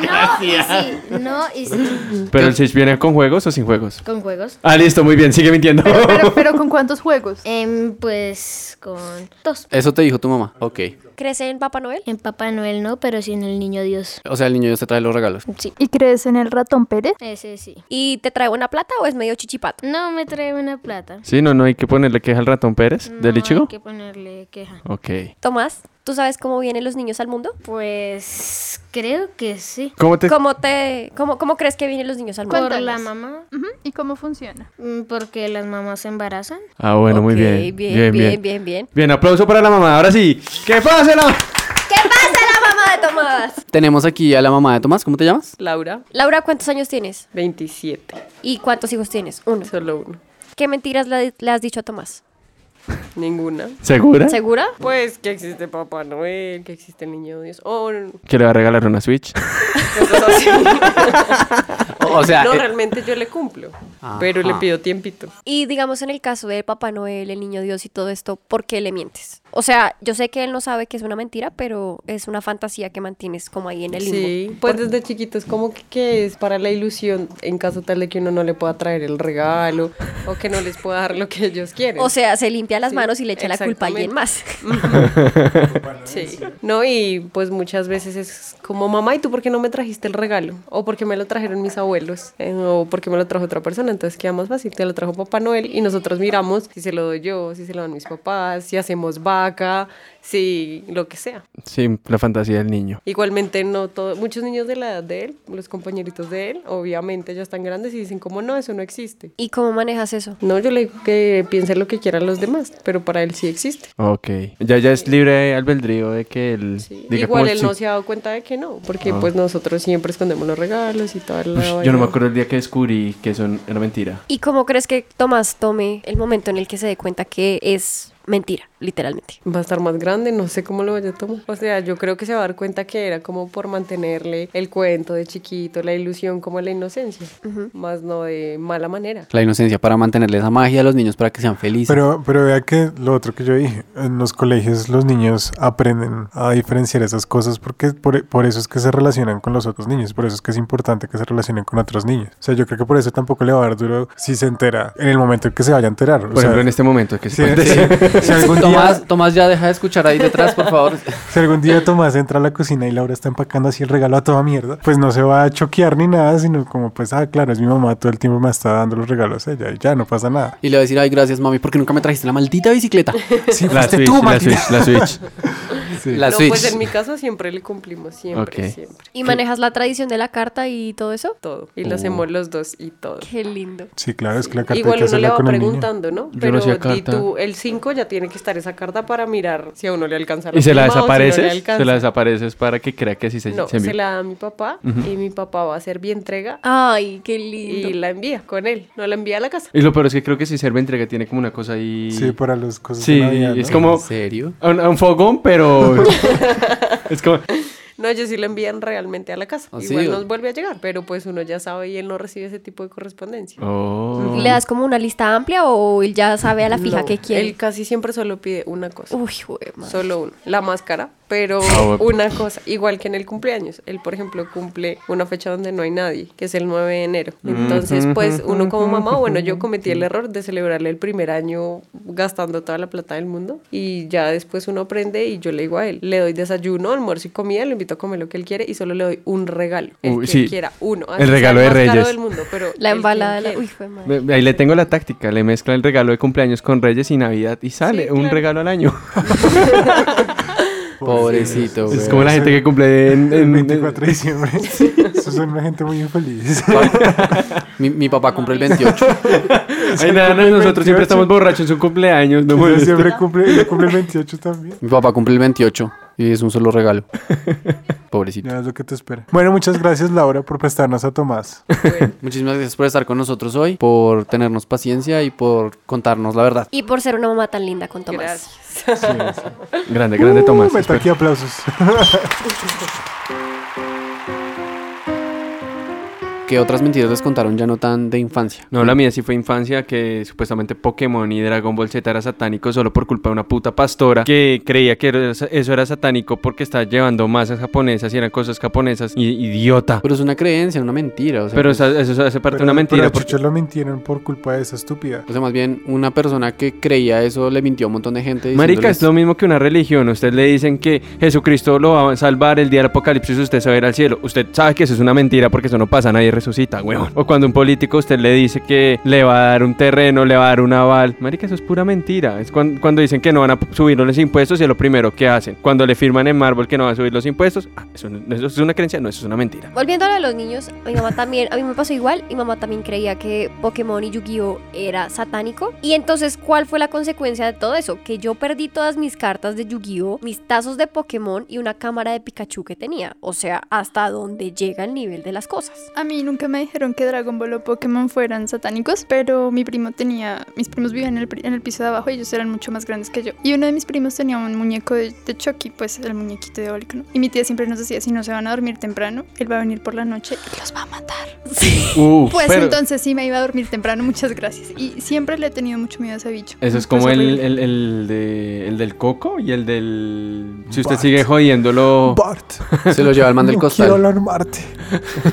Speaker 10: No y sí. No y sí.
Speaker 3: ¿Pero el Switch viene con juegos o sin juegos?
Speaker 10: Con juegos.
Speaker 3: Ah, listo, muy bien, sigue mintiendo.
Speaker 8: Pero, pero, pero ¿con cuántos juegos?
Speaker 10: Em, pues con dos.
Speaker 6: Eso te dijo tu mamá. Ok.
Speaker 2: ¿Crece en Papá Noel?
Speaker 10: En Papá Noel no, pero sí en el Niño Dios.
Speaker 6: O sea, el niño Dios te trae los regalos.
Speaker 10: Sí.
Speaker 8: ¿Y crees en el ratón Pérez?
Speaker 10: Ese sí.
Speaker 2: ¿Y te trae una plata o es medio chichipato?
Speaker 10: No me trae una plata.
Speaker 3: Sí, no, no hay que ponerle queja al ratón Pérez del
Speaker 10: No,
Speaker 3: Ichigo.
Speaker 10: Hay que ponerle queja.
Speaker 3: Ok.
Speaker 2: Tomás, ¿tú sabes cómo vienen los niños al mundo?
Speaker 10: Pues creo que sí.
Speaker 3: ¿Cómo te.?
Speaker 2: ¿Cómo, te, cómo, cómo crees que vienen los niños al mundo?
Speaker 10: Por la
Speaker 8: Cuéntanos.
Speaker 10: mamá.
Speaker 8: Ujú, ¿Y cómo funciona?
Speaker 10: mm, Porque las mamás se embarazan.
Speaker 3: Ah, bueno, muy
Speaker 2: Ok, bien,
Speaker 3: bien. Bien, bien,
Speaker 2: bien,
Speaker 3: bien.
Speaker 2: bien, bien.
Speaker 3: aplauso para la mamá. Ahora sí. ¡Que pásela!
Speaker 2: ¿Qué pasa la mamá de Tomás?
Speaker 10: más.
Speaker 9: Tenemos aquí a la mamá de Tomás, ¿cómo te llamas?
Speaker 10: Laura,
Speaker 2: Laura, ¿cuántos años tienes?
Speaker 10: 27.
Speaker 2: ¿Y cuántos hijos tienes? Uno.
Speaker 10: Solo uno.
Speaker 2: ¿Qué mentiras le, le has dicho a Tomás?
Speaker 10: Ninguna.
Speaker 3: ¿Segura?
Speaker 2: ¿Segura?
Speaker 10: Pues que existe Papá Noel, que existe el Niño Dios. Oh, no, no,
Speaker 3: Que le va a regalar una Switch.
Speaker 10: cosas así.
Speaker 9: O sea,
Speaker 10: no,
Speaker 9: eh,
Speaker 10: realmente yo le cumplo. Pero le pido tiempito.
Speaker 2: Y digamos en el caso de Papá Noel, el Niño Dios y todo esto, ¿por qué le mientes? O sea, yo sé que él no sabe que es una mentira, pero es una fantasía que mantienes como ahí en el limbo.
Speaker 10: Sí, pues desde chiquitos como que, que es para la ilusión en caso tal de que uno no le pueda traer el regalo o que no les pueda dar lo que ellos quieren.
Speaker 2: O sea, se limpia las
Speaker 10: Sí,
Speaker 2: manos y le echa la culpa a alguien más.
Speaker 10: sí. No, y pues muchas veces es como, mamá, ¿y tú por qué no me trajiste el regalo? O porque me lo trajeron mis abuelos, eh, o porque me lo trajo otra persona. Entonces queda más fácil, te lo trajo Papá Noel y nosotros miramos si se lo doy yo, si se lo dan mis papás, si hacemos vaca, si lo que sea.
Speaker 3: Sí, la fantasía del niño.
Speaker 10: Igualmente no todo, muchos niños de la edad de él, los compañeritos de él, obviamente ya están grandes y dicen como no, eso no existe.
Speaker 2: ¿Y cómo manejas eso?
Speaker 10: No, yo le digo que piense lo que quieran los demás, pero para él sí existe.
Speaker 3: Ok. Ya, ya es libre albedrío de que él
Speaker 10: Sí.
Speaker 3: diga
Speaker 10: Igual
Speaker 3: como, "Pues
Speaker 10: él
Speaker 3: "Sí". Ah.
Speaker 10: no se ha dado cuenta de que no, porque pues nosotros siempre escondemos los regalos y toda la
Speaker 3: Ush, Yo
Speaker 10: vaina.
Speaker 3: no me acuerdo el día que descubrí que eso era mentira.
Speaker 2: ¿Y cómo crees que Tomás tome el momento en el que se dé cuenta que es mentira, literalmente?
Speaker 10: Va a estar más grande, no sé cómo lo vaya a tomar. O sea, yo creo que se va a dar cuenta que era como por mantenerle el cuento de chiquito, la ilusión como la inocencia, más no de mala manera.
Speaker 9: La inocencia para mantenerle esa magia a los niños para que sean felices.
Speaker 4: Pero, pero vea que lo otro que yo dije, en los colegios los niños aprenden a diferenciar esas cosas porque por, por eso es que se relacionan con los otros niños, por eso es que es importante que se relacionen con otros niños. O sea, yo creo que por eso tampoco le va a dar duro si se entera en el momento en que se vaya a enterar. O
Speaker 3: Por
Speaker 4: sea,
Speaker 3: ejemplo, en este momento que se
Speaker 4: si,
Speaker 3: puede-
Speaker 4: si- si algún día,
Speaker 9: Tomás, Tomás, ya deja de escuchar ahí detrás, por favor.
Speaker 4: si algún día Tomás entra a la cocina y Laura está empacando así el regalo a toda mierda, pues no se va a choquear ni nada, sino como pues, ah, claro, es mi mamá, todo el tiempo me está dando los regalos a ella y ya no pasa nada.
Speaker 9: Y le va a decir, ay, gracias, mami, porque nunca me trajiste la maldita bicicleta.
Speaker 4: Sí,
Speaker 3: La
Speaker 4: fuiste
Speaker 3: Switch,
Speaker 4: tú,
Speaker 3: la
Speaker 4: maldita.
Speaker 3: Switch, la Switch.
Speaker 9: La
Speaker 10: no,
Speaker 9: Switch.
Speaker 10: pues en mi caso siempre le cumplimos, siempre,
Speaker 3: Ok.
Speaker 10: siempre.
Speaker 2: ¿Y manejas la tradición de la carta y todo eso?
Speaker 10: Todo. Y lo hacemos los dos y todo.
Speaker 2: Qué lindo.
Speaker 4: Sí, claro, es que la carta hay
Speaker 10: Igual
Speaker 4: que
Speaker 10: uno le
Speaker 4: hacerla
Speaker 10: va
Speaker 4: con el niño.
Speaker 10: preguntando, ¿no?
Speaker 3: Yo no
Speaker 10: Pero
Speaker 3: hacía
Speaker 10: di
Speaker 3: carta.
Speaker 10: tú, el 5 ya tiene que estar esa carta para mirar si a uno le alcanza.
Speaker 3: ¿Y se la
Speaker 10: firma o si no le
Speaker 3: desapareces? ¿Se
Speaker 10: alcanza.
Speaker 3: la desapareces para que crea que sí se,
Speaker 10: No,
Speaker 3: se envió?
Speaker 10: se la da a mi papá y mi papá va a hacer bien entrega
Speaker 2: Ay, qué
Speaker 10: y
Speaker 2: lindo.
Speaker 10: la envía con él. No la envía a la casa.
Speaker 3: Y lo peor es que creo que si Serve entrega tiene como una cosa ahí...
Speaker 4: Sí, para los cosas
Speaker 3: Sí,
Speaker 4: de Navidad,
Speaker 3: es
Speaker 4: ¿no?
Speaker 3: como
Speaker 9: ¿En serio?
Speaker 3: un, un fogón, pero... es como...
Speaker 10: No, ellos sí la envían realmente a la casa.
Speaker 9: ¿Ah, sí?
Speaker 10: Igual nos vuelve a llegar, pero pues uno ya sabe y él no recibe ese tipo de correspondencia.
Speaker 3: Oh.
Speaker 2: ¿Y ¿Le das como una lista amplia o él ya sabe a la fija
Speaker 10: No,
Speaker 2: qué quiere?
Speaker 10: Él casi siempre solo pide una cosa.
Speaker 2: Uy, güey, madre.
Speaker 10: Solo una, la máscara, pero
Speaker 3: Ah, bueno.
Speaker 10: una cosa, igual que en el cumpleaños. Él, por ejemplo, cumple una fecha donde no hay nadie, que es el 9 de enero.
Speaker 3: Mm.
Speaker 10: Entonces, pues uno como mamá, bueno, yo cometí el error de celebrarle el primer año gastando toda la plata del mundo y ya después pues, uno aprende y yo le digo a él, le doy desayuno, almuerzo y comida, lo invito a comer lo que él quiere y solo le doy un regalo, el
Speaker 3: Uy,
Speaker 10: que
Speaker 3: sí.
Speaker 10: quiera, uno.
Speaker 3: El
Speaker 10: así sea
Speaker 3: regalo de
Speaker 10: más caro
Speaker 3: Reyes.
Speaker 10: del mundo, pero
Speaker 2: La
Speaker 10: el que
Speaker 2: embalada de
Speaker 10: él
Speaker 2: la.
Speaker 10: quiera.
Speaker 2: Uy, fue madre.
Speaker 3: Ahí le tengo la táctica, le mezcla el regalo de cumpleaños con Reyes y Navidad y sale
Speaker 10: Sí,
Speaker 3: un
Speaker 10: claro.
Speaker 3: regalo al año.
Speaker 9: Pobrecito,
Speaker 3: es
Speaker 9: güey.
Speaker 3: como la gente que cumple en...
Speaker 4: El
Speaker 3: en-
Speaker 4: 24 de diciembre. Eso son una gente muy infeliz.
Speaker 9: Mi, mi papá cumple el 28.
Speaker 3: Ay, nada, no, nosotros siempre
Speaker 4: 28.
Speaker 3: estamos borrachos en su cumpleaños, no
Speaker 4: Yo
Speaker 3: molesta.
Speaker 4: siempre cumple, ella cumple el 28 también.
Speaker 9: Mi papá cumple el 28 y es un solo regalo. Pobrecito.
Speaker 4: Ya es lo que te espera. Bueno, muchas gracias Laura por prestarnos a Tomás.
Speaker 9: Muchísimas gracias por estar con nosotros hoy, por tenernos paciencia y por contarnos la verdad.
Speaker 2: Y por ser una mamá tan linda con Tomás.
Speaker 10: Gracias.
Speaker 3: Grande, grande Tomás.
Speaker 4: Uh, Meta aquí aplausos.
Speaker 9: ¿Qué otras mentiras les contaron ya no tan de infancia?
Speaker 3: No, la mía sí fue infancia, que supuestamente Pokémon y Dragon Ball Z era satánico solo por culpa de una puta pastora que creía que era- eso era satánico porque estaba llevando masas japonesas y eran cosas japonesas. Y, idiota.
Speaker 9: Pero es una creencia, una mentira. O sea,
Speaker 3: Pero
Speaker 9: pues,
Speaker 3: esa- eso hace parte de una mentira.
Speaker 4: Pero a
Speaker 3: porque- Pues,
Speaker 4: Chucho lo mintieron por culpa de esa estúpida.
Speaker 9: o sea, más bien una persona que creía eso le mintió a un montón de gente.
Speaker 3: Marica,
Speaker 9: diciéndoles-
Speaker 3: es lo mismo que una religión. Usted le dicen que Jesucristo lo va a salvar el día del apocalipsis, usted se va a ir al cielo. Usted sabe que eso es una mentira porque eso no pasa, nadie su cita, huevón. O cuando un político a usted le dice que le va a dar un terreno, le va a dar un aval. Marica, eso es pura mentira. Es cuan- cuando, dicen que no van a subir los impuestos y es lo primero que hacen. Cuando le firman en Marvel que no van a subir los impuestos, ah, eso, no- eso es una creencia, no, eso es una mentira.
Speaker 2: Volviendo a lo de los niños, mi mamá también, a mí me pasó igual, mi mamá también creía que Pokémon y Yu-Gi-Oh era satánico. Y entonces, ¿cuál fue la consecuencia de todo eso? Que yo perdí todas mis cartas de Yu-Gi-Oh, mis tazos de Pokémon y una cámara de Pikachu que tenía. O sea, hasta donde llega el nivel de las cosas.
Speaker 8: A mí nunca me dijeron que Dragon Ball o Pokémon fueran satánicos, pero mi primo tenía, mis primos vivían en el, pri- en el piso de abajo y ellos eran mucho más grandes que yo. Y uno de mis primos tenía un muñeco de, de Chucky, pues el muñequito diabólico, ¿no? Y mi tía siempre nos decía, si no se van a dormir temprano, él va a venir por la noche y los va a matar.
Speaker 3: Uf,
Speaker 8: Pues
Speaker 3: pero-
Speaker 8: entonces sí me iba a dormir temprano, muchas gracias. Y siempre le he tenido mucho miedo a ese bicho.
Speaker 3: Eso es
Speaker 8: Pues,
Speaker 3: como el,
Speaker 8: horrible.
Speaker 3: el, el de- el del coco y el del... Si usted sigue jodiéndolo...
Speaker 4: Bart,
Speaker 9: Se lo lleva el man del
Speaker 4: no
Speaker 9: costal.
Speaker 4: quiero alarmarte,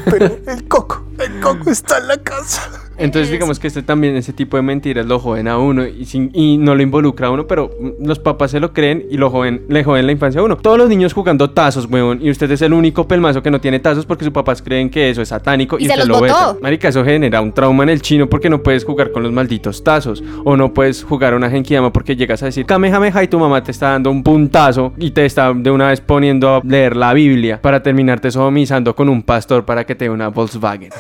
Speaker 4: pero el coco, el coco está en la casa.
Speaker 3: Entonces digamos que este también, ese tipo de mentiras lo joden a uno y, sin- y no lo involucra a uno, pero mm, los papás se lo creen y lo joden, le joden la infancia a uno. Todos los niños jugando tazos, huevón, y usted es el único pelmazo que no tiene tazos porque sus papás creen que eso es satánico
Speaker 2: Y
Speaker 3: y,
Speaker 2: se
Speaker 3: usted
Speaker 2: los
Speaker 3: lo
Speaker 2: botó.
Speaker 3: besa. Marica, eso genera un trauma en el chino porque no puedes jugar con los malditos tazos o no puedes jugar una genkidama porque llegas a decir kamehameha y tu mamá te está dando un puntazo y te está de una vez poniendo a leer la Biblia para terminarte sodomizando con un pastor para que te dé una Volkswagen.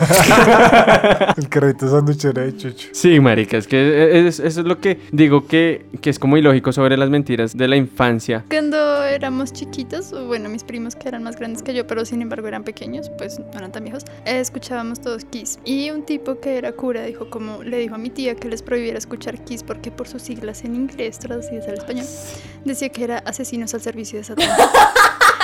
Speaker 4: El carrito sanduchera de Chucho.
Speaker 3: Sí, marica, es que es- eso es lo que digo que, que es como ilógico sobre las mentiras de la infancia.
Speaker 8: Cuando éramos chiquitos, o bueno, mis primos que eran más grandes que yo, pero sin embargo eran pequeños, pues no eran tan viejos, eh, escuchábamos todos Kiss. Y un tipo que era cura dijo como le dijo a mi tía que les prohibiera escuchar Kiss porque por sus siglas en inglés traducidas al español, decía que era asesinos al servicio de Satanás.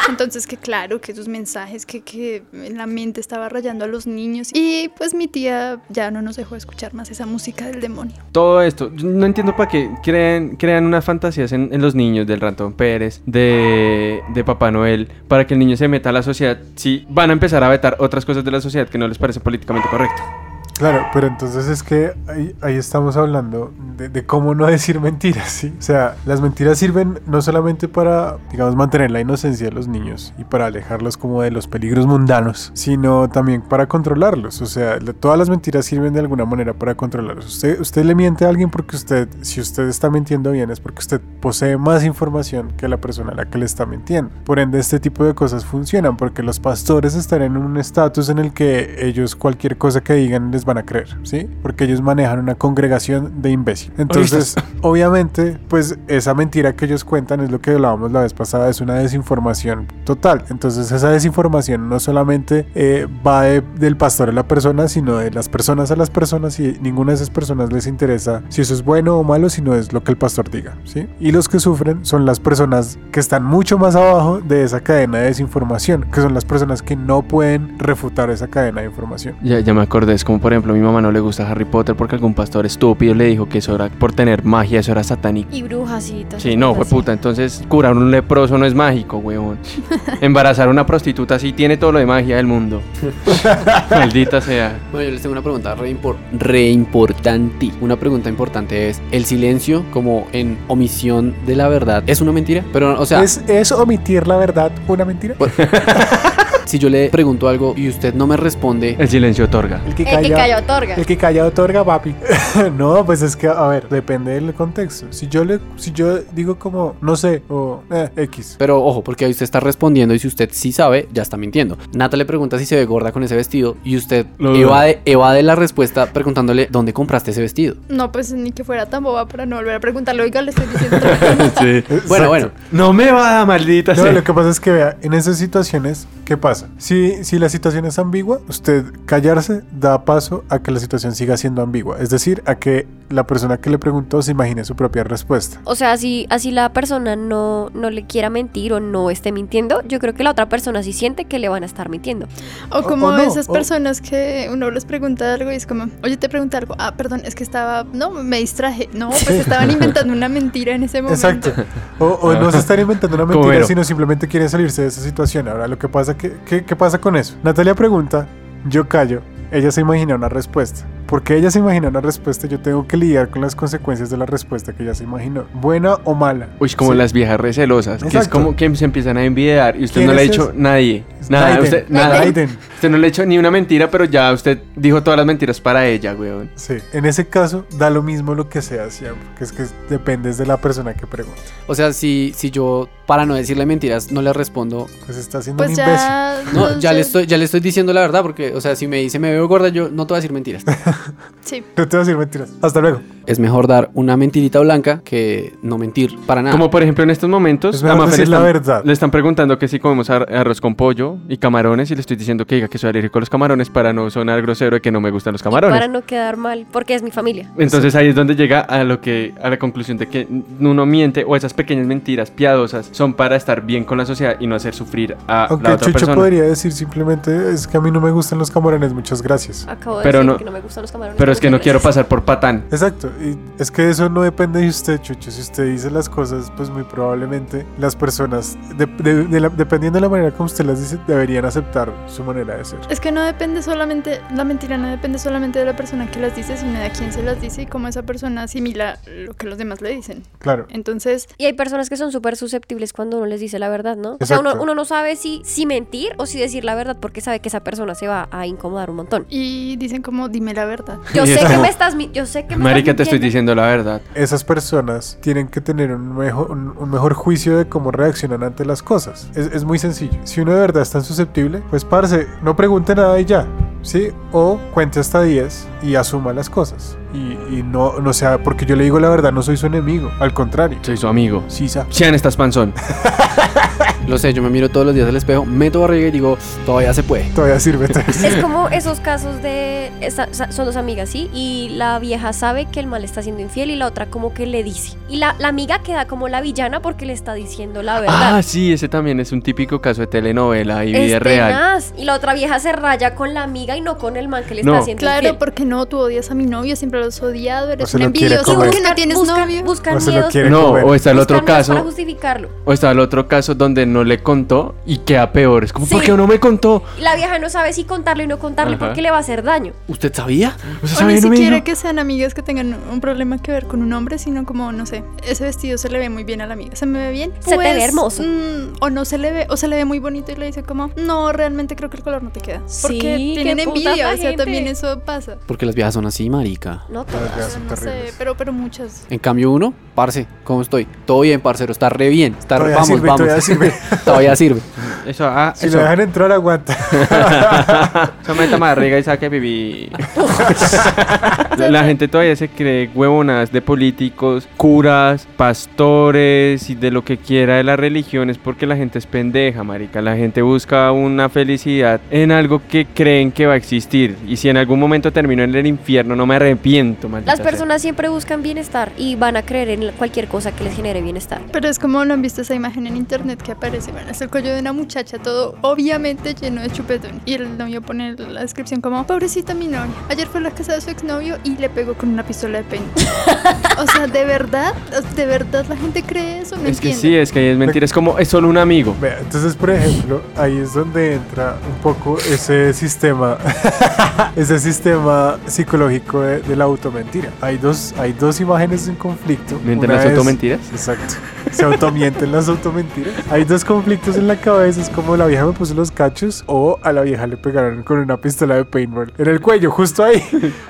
Speaker 8: Entonces que claro, que sus mensajes, que, que la mente estaba rayando a los niños. Y pues mi tía ya no nos dejó escuchar más esa música del demonio.
Speaker 3: Todo esto, yo no entiendo para qué crean, crean unas fantasías en, en los niños del ratón Pérez, de, de Papá Noel, para que el niño se meta a la sociedad. Si van a empezar a vetar otras cosas de la sociedad que no les parece políticamente correcto.
Speaker 4: Claro, pero entonces es que ahí, ahí estamos hablando de, de cómo no decir mentiras, ¿sí? O sea, las mentiras sirven no solamente para, digamos, mantener la inocencia de los niños y para alejarlos como de los peligros mundanos, sino también para controlarlos. O sea, la- todas las mentiras sirven de alguna manera para controlarlos. Usted, usted le miente a alguien porque usted, si usted está mintiendo bien, es porque usted posee más información que la persona a la que le está mintiendo. Por ende, este tipo de cosas funcionan porque los pastores están en un estatus en el que ellos cualquier cosa que digan les van a creer, ¿sí? Porque ellos manejan una congregación de imbéciles. Entonces, obviamente, pues esa mentira que ellos cuentan es lo que hablábamos la vez pasada, es una desinformación total. Entonces, esa desinformación no solamente eh, va de- del pastor a la persona, sino de las personas a las personas y ninguna de esas personas les interesa si eso es bueno o malo, sino es lo que el pastor diga, ¿sí? Y los que sufren son las personas que están mucho más abajo de esa cadena de desinformación, que son las personas que no pueden refutar esa cadena de información.
Speaker 3: Ya, ya me acordé, es como por ejemplo, a mi mamá no le gusta Harry Potter porque algún pastor estúpido le dijo que eso era por tener magia, eso era satánico.
Speaker 2: Y brujas y todo.
Speaker 3: Sí, no, fue
Speaker 2: pues,
Speaker 3: puta. Entonces, curar un leproso no es mágico, weón. Embarazar a una prostituta sí tiene todo lo de magia del mundo. Maldita sea.
Speaker 9: Bueno, yo les tengo una pregunta re, impor- re importante. Una pregunta importante es, ¿el silencio como en omisión de la verdad es una mentira? Pero, o sea,
Speaker 4: ¿Es, ¿Es omitir la verdad una mentira?
Speaker 9: si yo le pregunto algo y usted no me responde,
Speaker 3: El silencio otorga.
Speaker 4: El que
Speaker 2: El que calla otorga.
Speaker 4: El que calla otorga, papi. no, pues es que, a ver, depende del contexto. Si yo le, si yo digo como, no sé, o eh, X.
Speaker 9: pero ojo, porque ahí usted está respondiendo y si usted sí sabe, ya está mintiendo. Nata le pregunta si se ve gorda con ese vestido y usted
Speaker 3: Lo dudo.
Speaker 9: evade, evade la respuesta preguntándole dónde compraste ese vestido.
Speaker 8: No, pues ni que fuera tan boba para no volver a preguntarle, oiga, le estoy diciendo.
Speaker 9: Bueno, bueno,
Speaker 3: No me va, maldita
Speaker 4: Eh, No,
Speaker 3: sea.
Speaker 4: lo que pasa es que vea, en esas situaciones, ¿qué pasa? Si, si la situación es ambigua, usted callarse da paso a que la situación siga siendo ambigua. Es decir, a que la persona que le preguntó se imagine su propia respuesta.
Speaker 2: O sea, si así la persona no, no le quiera mentir o no esté mintiendo, yo creo que la otra persona sí siente que le van a estar mintiendo.
Speaker 8: O
Speaker 4: O-
Speaker 8: como
Speaker 4: o no,
Speaker 8: esas
Speaker 4: o-
Speaker 8: personas que uno les pregunta algo y es como, oye, te pregunté algo. Ah, perdón, es que estaba. No, me distraje. No, pues
Speaker 4: Sí.
Speaker 8: estaban inventando una mentira en ese momento.
Speaker 4: Exacto. O, o no se están inventando una
Speaker 3: Como
Speaker 4: mentira,
Speaker 3: Vero.
Speaker 4: sino simplemente quieren salirse de esa situación. Ahora, lo que pasa, que, ¿qué, qué pasa con eso? Natalia pregunta, yo callo, ella se imagina una respuesta. porque ella se imaginó una respuesta, yo tengo que lidiar con las consecuencias de la respuesta que ella se imaginó, buena o mala.
Speaker 3: Uy, como
Speaker 4: Sí.
Speaker 3: las viejas recelosas, que es
Speaker 4: Exacto.
Speaker 3: como que se empiezan a envidiar y usted
Speaker 4: ¿Quién
Speaker 3: no le ha
Speaker 4: es
Speaker 3: dicho
Speaker 4: ese?
Speaker 3: nadie.
Speaker 4: Es
Speaker 3: Nada,
Speaker 4: Raiden.
Speaker 3: usted, nada.
Speaker 4: Raiden.
Speaker 3: Usted no le ha hecho ni una mentira, pero ya usted dijo todas las mentiras para ella, weón.
Speaker 4: Sí, en ese caso da lo mismo lo que sea siempre, que es que dependes de la persona que pregunta.
Speaker 9: O sea, si, si yo, para no decirle mentiras, no le respondo.
Speaker 4: Pues está siendo
Speaker 8: Pues
Speaker 4: un imbécil.
Speaker 8: ya.
Speaker 9: No, ya le,
Speaker 8: entonces-
Speaker 9: estoy, ya le estoy diciendo la verdad, porque, o sea, si me dice me veo gorda, yo no te voy a decir mentiras.
Speaker 8: Sí.
Speaker 4: No te voy a decir mentiras. Hasta luego.
Speaker 9: es mejor dar una mentirita blanca que no mentir para nada.
Speaker 3: Como por ejemplo en estos momentos,
Speaker 4: Es mejor
Speaker 3: Mafe le
Speaker 4: decir la
Speaker 3: están-
Speaker 4: verdad.
Speaker 3: le están preguntando que si comemos ar- arroz con pollo y camarones y le estoy diciendo que diga que soy alérgico a los camarones para no sonar grosero de que no me gustan los camarones.
Speaker 2: Para no quedar mal, porque es mi familia.
Speaker 3: Entonces ahí es donde llega a lo que a la conclusión de que n- uno miente o esas pequeñas mentiras piadosas son para estar bien con la sociedad y no hacer sufrir a
Speaker 4: Aunque
Speaker 3: Ah, la otra
Speaker 4: Chucho
Speaker 3: persona.
Speaker 4: podría decir simplemente, es que a mí no me gustan los camarones, muchas gracias.
Speaker 2: Acabo de
Speaker 3: Pero
Speaker 2: decir
Speaker 3: no-
Speaker 2: que no me gustan los camarones. pues
Speaker 3: Pero es que no
Speaker 2: muchas
Speaker 3: quiero
Speaker 2: gracias.
Speaker 3: pasar por patán.
Speaker 4: Exacto, y es que eso no depende de usted, Chucho. Si usted dice las cosas, pues muy probablemente las personas, de- de- de la- dependiendo de la manera como usted las dice, deberían aceptar su manera de ser.
Speaker 8: Es que no depende solamente, la mentira no depende solamente de la persona que las dice, sino de a quién se las dice y cómo esa persona asimila lo que los demás le dicen.
Speaker 4: Claro.
Speaker 8: Entonces,
Speaker 2: Y hay personas que son súper susceptibles cuando uno les dice la verdad, ¿no? O sea,
Speaker 4: Exacto.
Speaker 2: uno, uno no sabe si, si mentir o si decir la verdad porque sabe que esa persona se va a incomodar un montón.
Speaker 8: y dicen como, dime la verdad.
Speaker 2: Yo
Speaker 3: Y
Speaker 2: sé
Speaker 3: es
Speaker 2: que
Speaker 3: como-
Speaker 2: me estás... mi- Yo sé que me
Speaker 3: Marica,
Speaker 2: estás
Speaker 3: te estoy
Speaker 2: mintiendo.
Speaker 3: diciendo la verdad.
Speaker 4: Esas personas tienen que tener un mejor, un, un mejor juicio de cómo reaccionan ante las cosas. Es, es muy sencillo. Si uno de verdad es tan susceptible, pues parce, no pregunte nada y ya. ¿Sí? O cuente hasta 10 y asuma las cosas. Y, y no, no sea, porque yo le digo la verdad, no soy su enemigo. Al contrario.
Speaker 3: Soy su amigo.
Speaker 4: Sí, sa-
Speaker 3: Sean estas panzón.
Speaker 9: Lo sé, yo me miro todos los días al espejo, meto barriga y digo, todavía se puede.
Speaker 4: Todavía sirve.
Speaker 2: Es como esos casos de... esa- sa- son dos amigas, ¿sí? Y la vieja sabe que el mal está siendo infiel y la otra como que le dice. Y la, la amiga queda como la villana porque le está diciendo la verdad.
Speaker 3: Ah, sí, ese también es un típico caso de telenovela y vida
Speaker 2: Es
Speaker 3: real.
Speaker 2: tenaz. Y la otra vieja se raya con la amiga y no con el man que le
Speaker 3: No.
Speaker 2: está haciendo
Speaker 8: Claro,
Speaker 2: infiel.
Speaker 8: porque no, tú odias a mi novio, siempre los has odiado, eres
Speaker 4: se
Speaker 8: un
Speaker 4: lo quiere
Speaker 8: envidioso
Speaker 4: comer.
Speaker 8: porque no tienes
Speaker 2: buscan,
Speaker 8: novio.
Speaker 2: buscan
Speaker 4: No se lo
Speaker 2: miedos
Speaker 4: quiere
Speaker 3: No,
Speaker 4: comer.
Speaker 3: o está el otro
Speaker 2: buscan miedos para
Speaker 3: caso,
Speaker 2: justificarlo.
Speaker 3: o está el otro caso donde no le contó y queda peor. Es como,
Speaker 2: Sí.
Speaker 3: ¿por qué no me contó?
Speaker 2: Y la vieja no sabe si contarle o no contarle
Speaker 3: Ajá.
Speaker 2: porque le va a hacer daño.
Speaker 9: ¿Usted sabía?
Speaker 3: Usted
Speaker 8: O
Speaker 3: sabe,
Speaker 8: ni
Speaker 3: no me
Speaker 8: siquiera
Speaker 3: dijo.
Speaker 8: que sean amigas que tengan un problema que ver con un hombre, sino como, no sé, ese vestido se le ve muy bien a la amiga. ¿Se me ve bien?
Speaker 2: Se te ve hermoso.
Speaker 8: mm, o no se le ve, o se le ve muy bonito y le dice como, no, realmente creo que el color no te queda.
Speaker 2: Sí,
Speaker 8: Porque
Speaker 2: qué
Speaker 8: tienen
Speaker 2: puta
Speaker 8: envidia,
Speaker 2: la
Speaker 8: o sea,
Speaker 2: gente.
Speaker 8: también eso pasa.
Speaker 9: Porque las viejas son así, marica.
Speaker 2: No
Speaker 4: Las
Speaker 2: todas.
Speaker 4: veas son
Speaker 8: No sé,
Speaker 4: terribles.
Speaker 8: pero, pero muchas.
Speaker 9: En cambio uno, parce, ¿cómo estoy? Todo bien, parcero, está re bien. Está re,
Speaker 4: Todavía
Speaker 9: vamos,
Speaker 4: sirve,
Speaker 9: vamos.
Speaker 4: todavía sirve.
Speaker 9: Todavía sirve.
Speaker 3: Eso, ah,
Speaker 4: Si
Speaker 3: eso.
Speaker 4: lo dejan entrar, aguanta.
Speaker 3: Eso meta y saque viví. la, la gente todavía se cree huevonas de políticos, curas, pastores y de lo que quiera de las religiones porque la gente es pendeja, marica. La gente busca una felicidad en algo que creen que va a existir. Y si en algún momento termino en el infierno, no me arrepiento, maldita
Speaker 2: Las
Speaker 3: sea.
Speaker 2: personas siempre buscan bienestar y van a creer en cualquier cosa que les genere bienestar.
Speaker 8: Pero es como no han visto esa imagen en internet que aparece. Bueno, es el cuello de una muchacha, todo obviamente lleno de chupetón. Y el novio pone la descripción como: Pobrecita mi novia. Ayer fue a la casa de su exnovio y le pegó con una pistola de peine. o sea, de verdad, de verdad la gente cree eso. No
Speaker 3: Es que
Speaker 8: entiendo.
Speaker 4: eh.
Speaker 3: sí, es que es mentira. Es como, es solo un amigo.
Speaker 4: Vea, entonces, por ejemplo, ahí es donde entra un poco ese sistema, ese sistema psicológico de, de la automentira. Hay dos, hay dos imágenes en conflicto.
Speaker 3: ¿Mienten
Speaker 4: Una
Speaker 3: las
Speaker 4: es-
Speaker 3: automentiras?
Speaker 4: Exacto. Se automienten las automentiras. Hay dos conflictos en la cabeza, es como la vieja me puso los cachos o a la vieja le pegaron con una pistola de paintball en el cuello, justo ahí.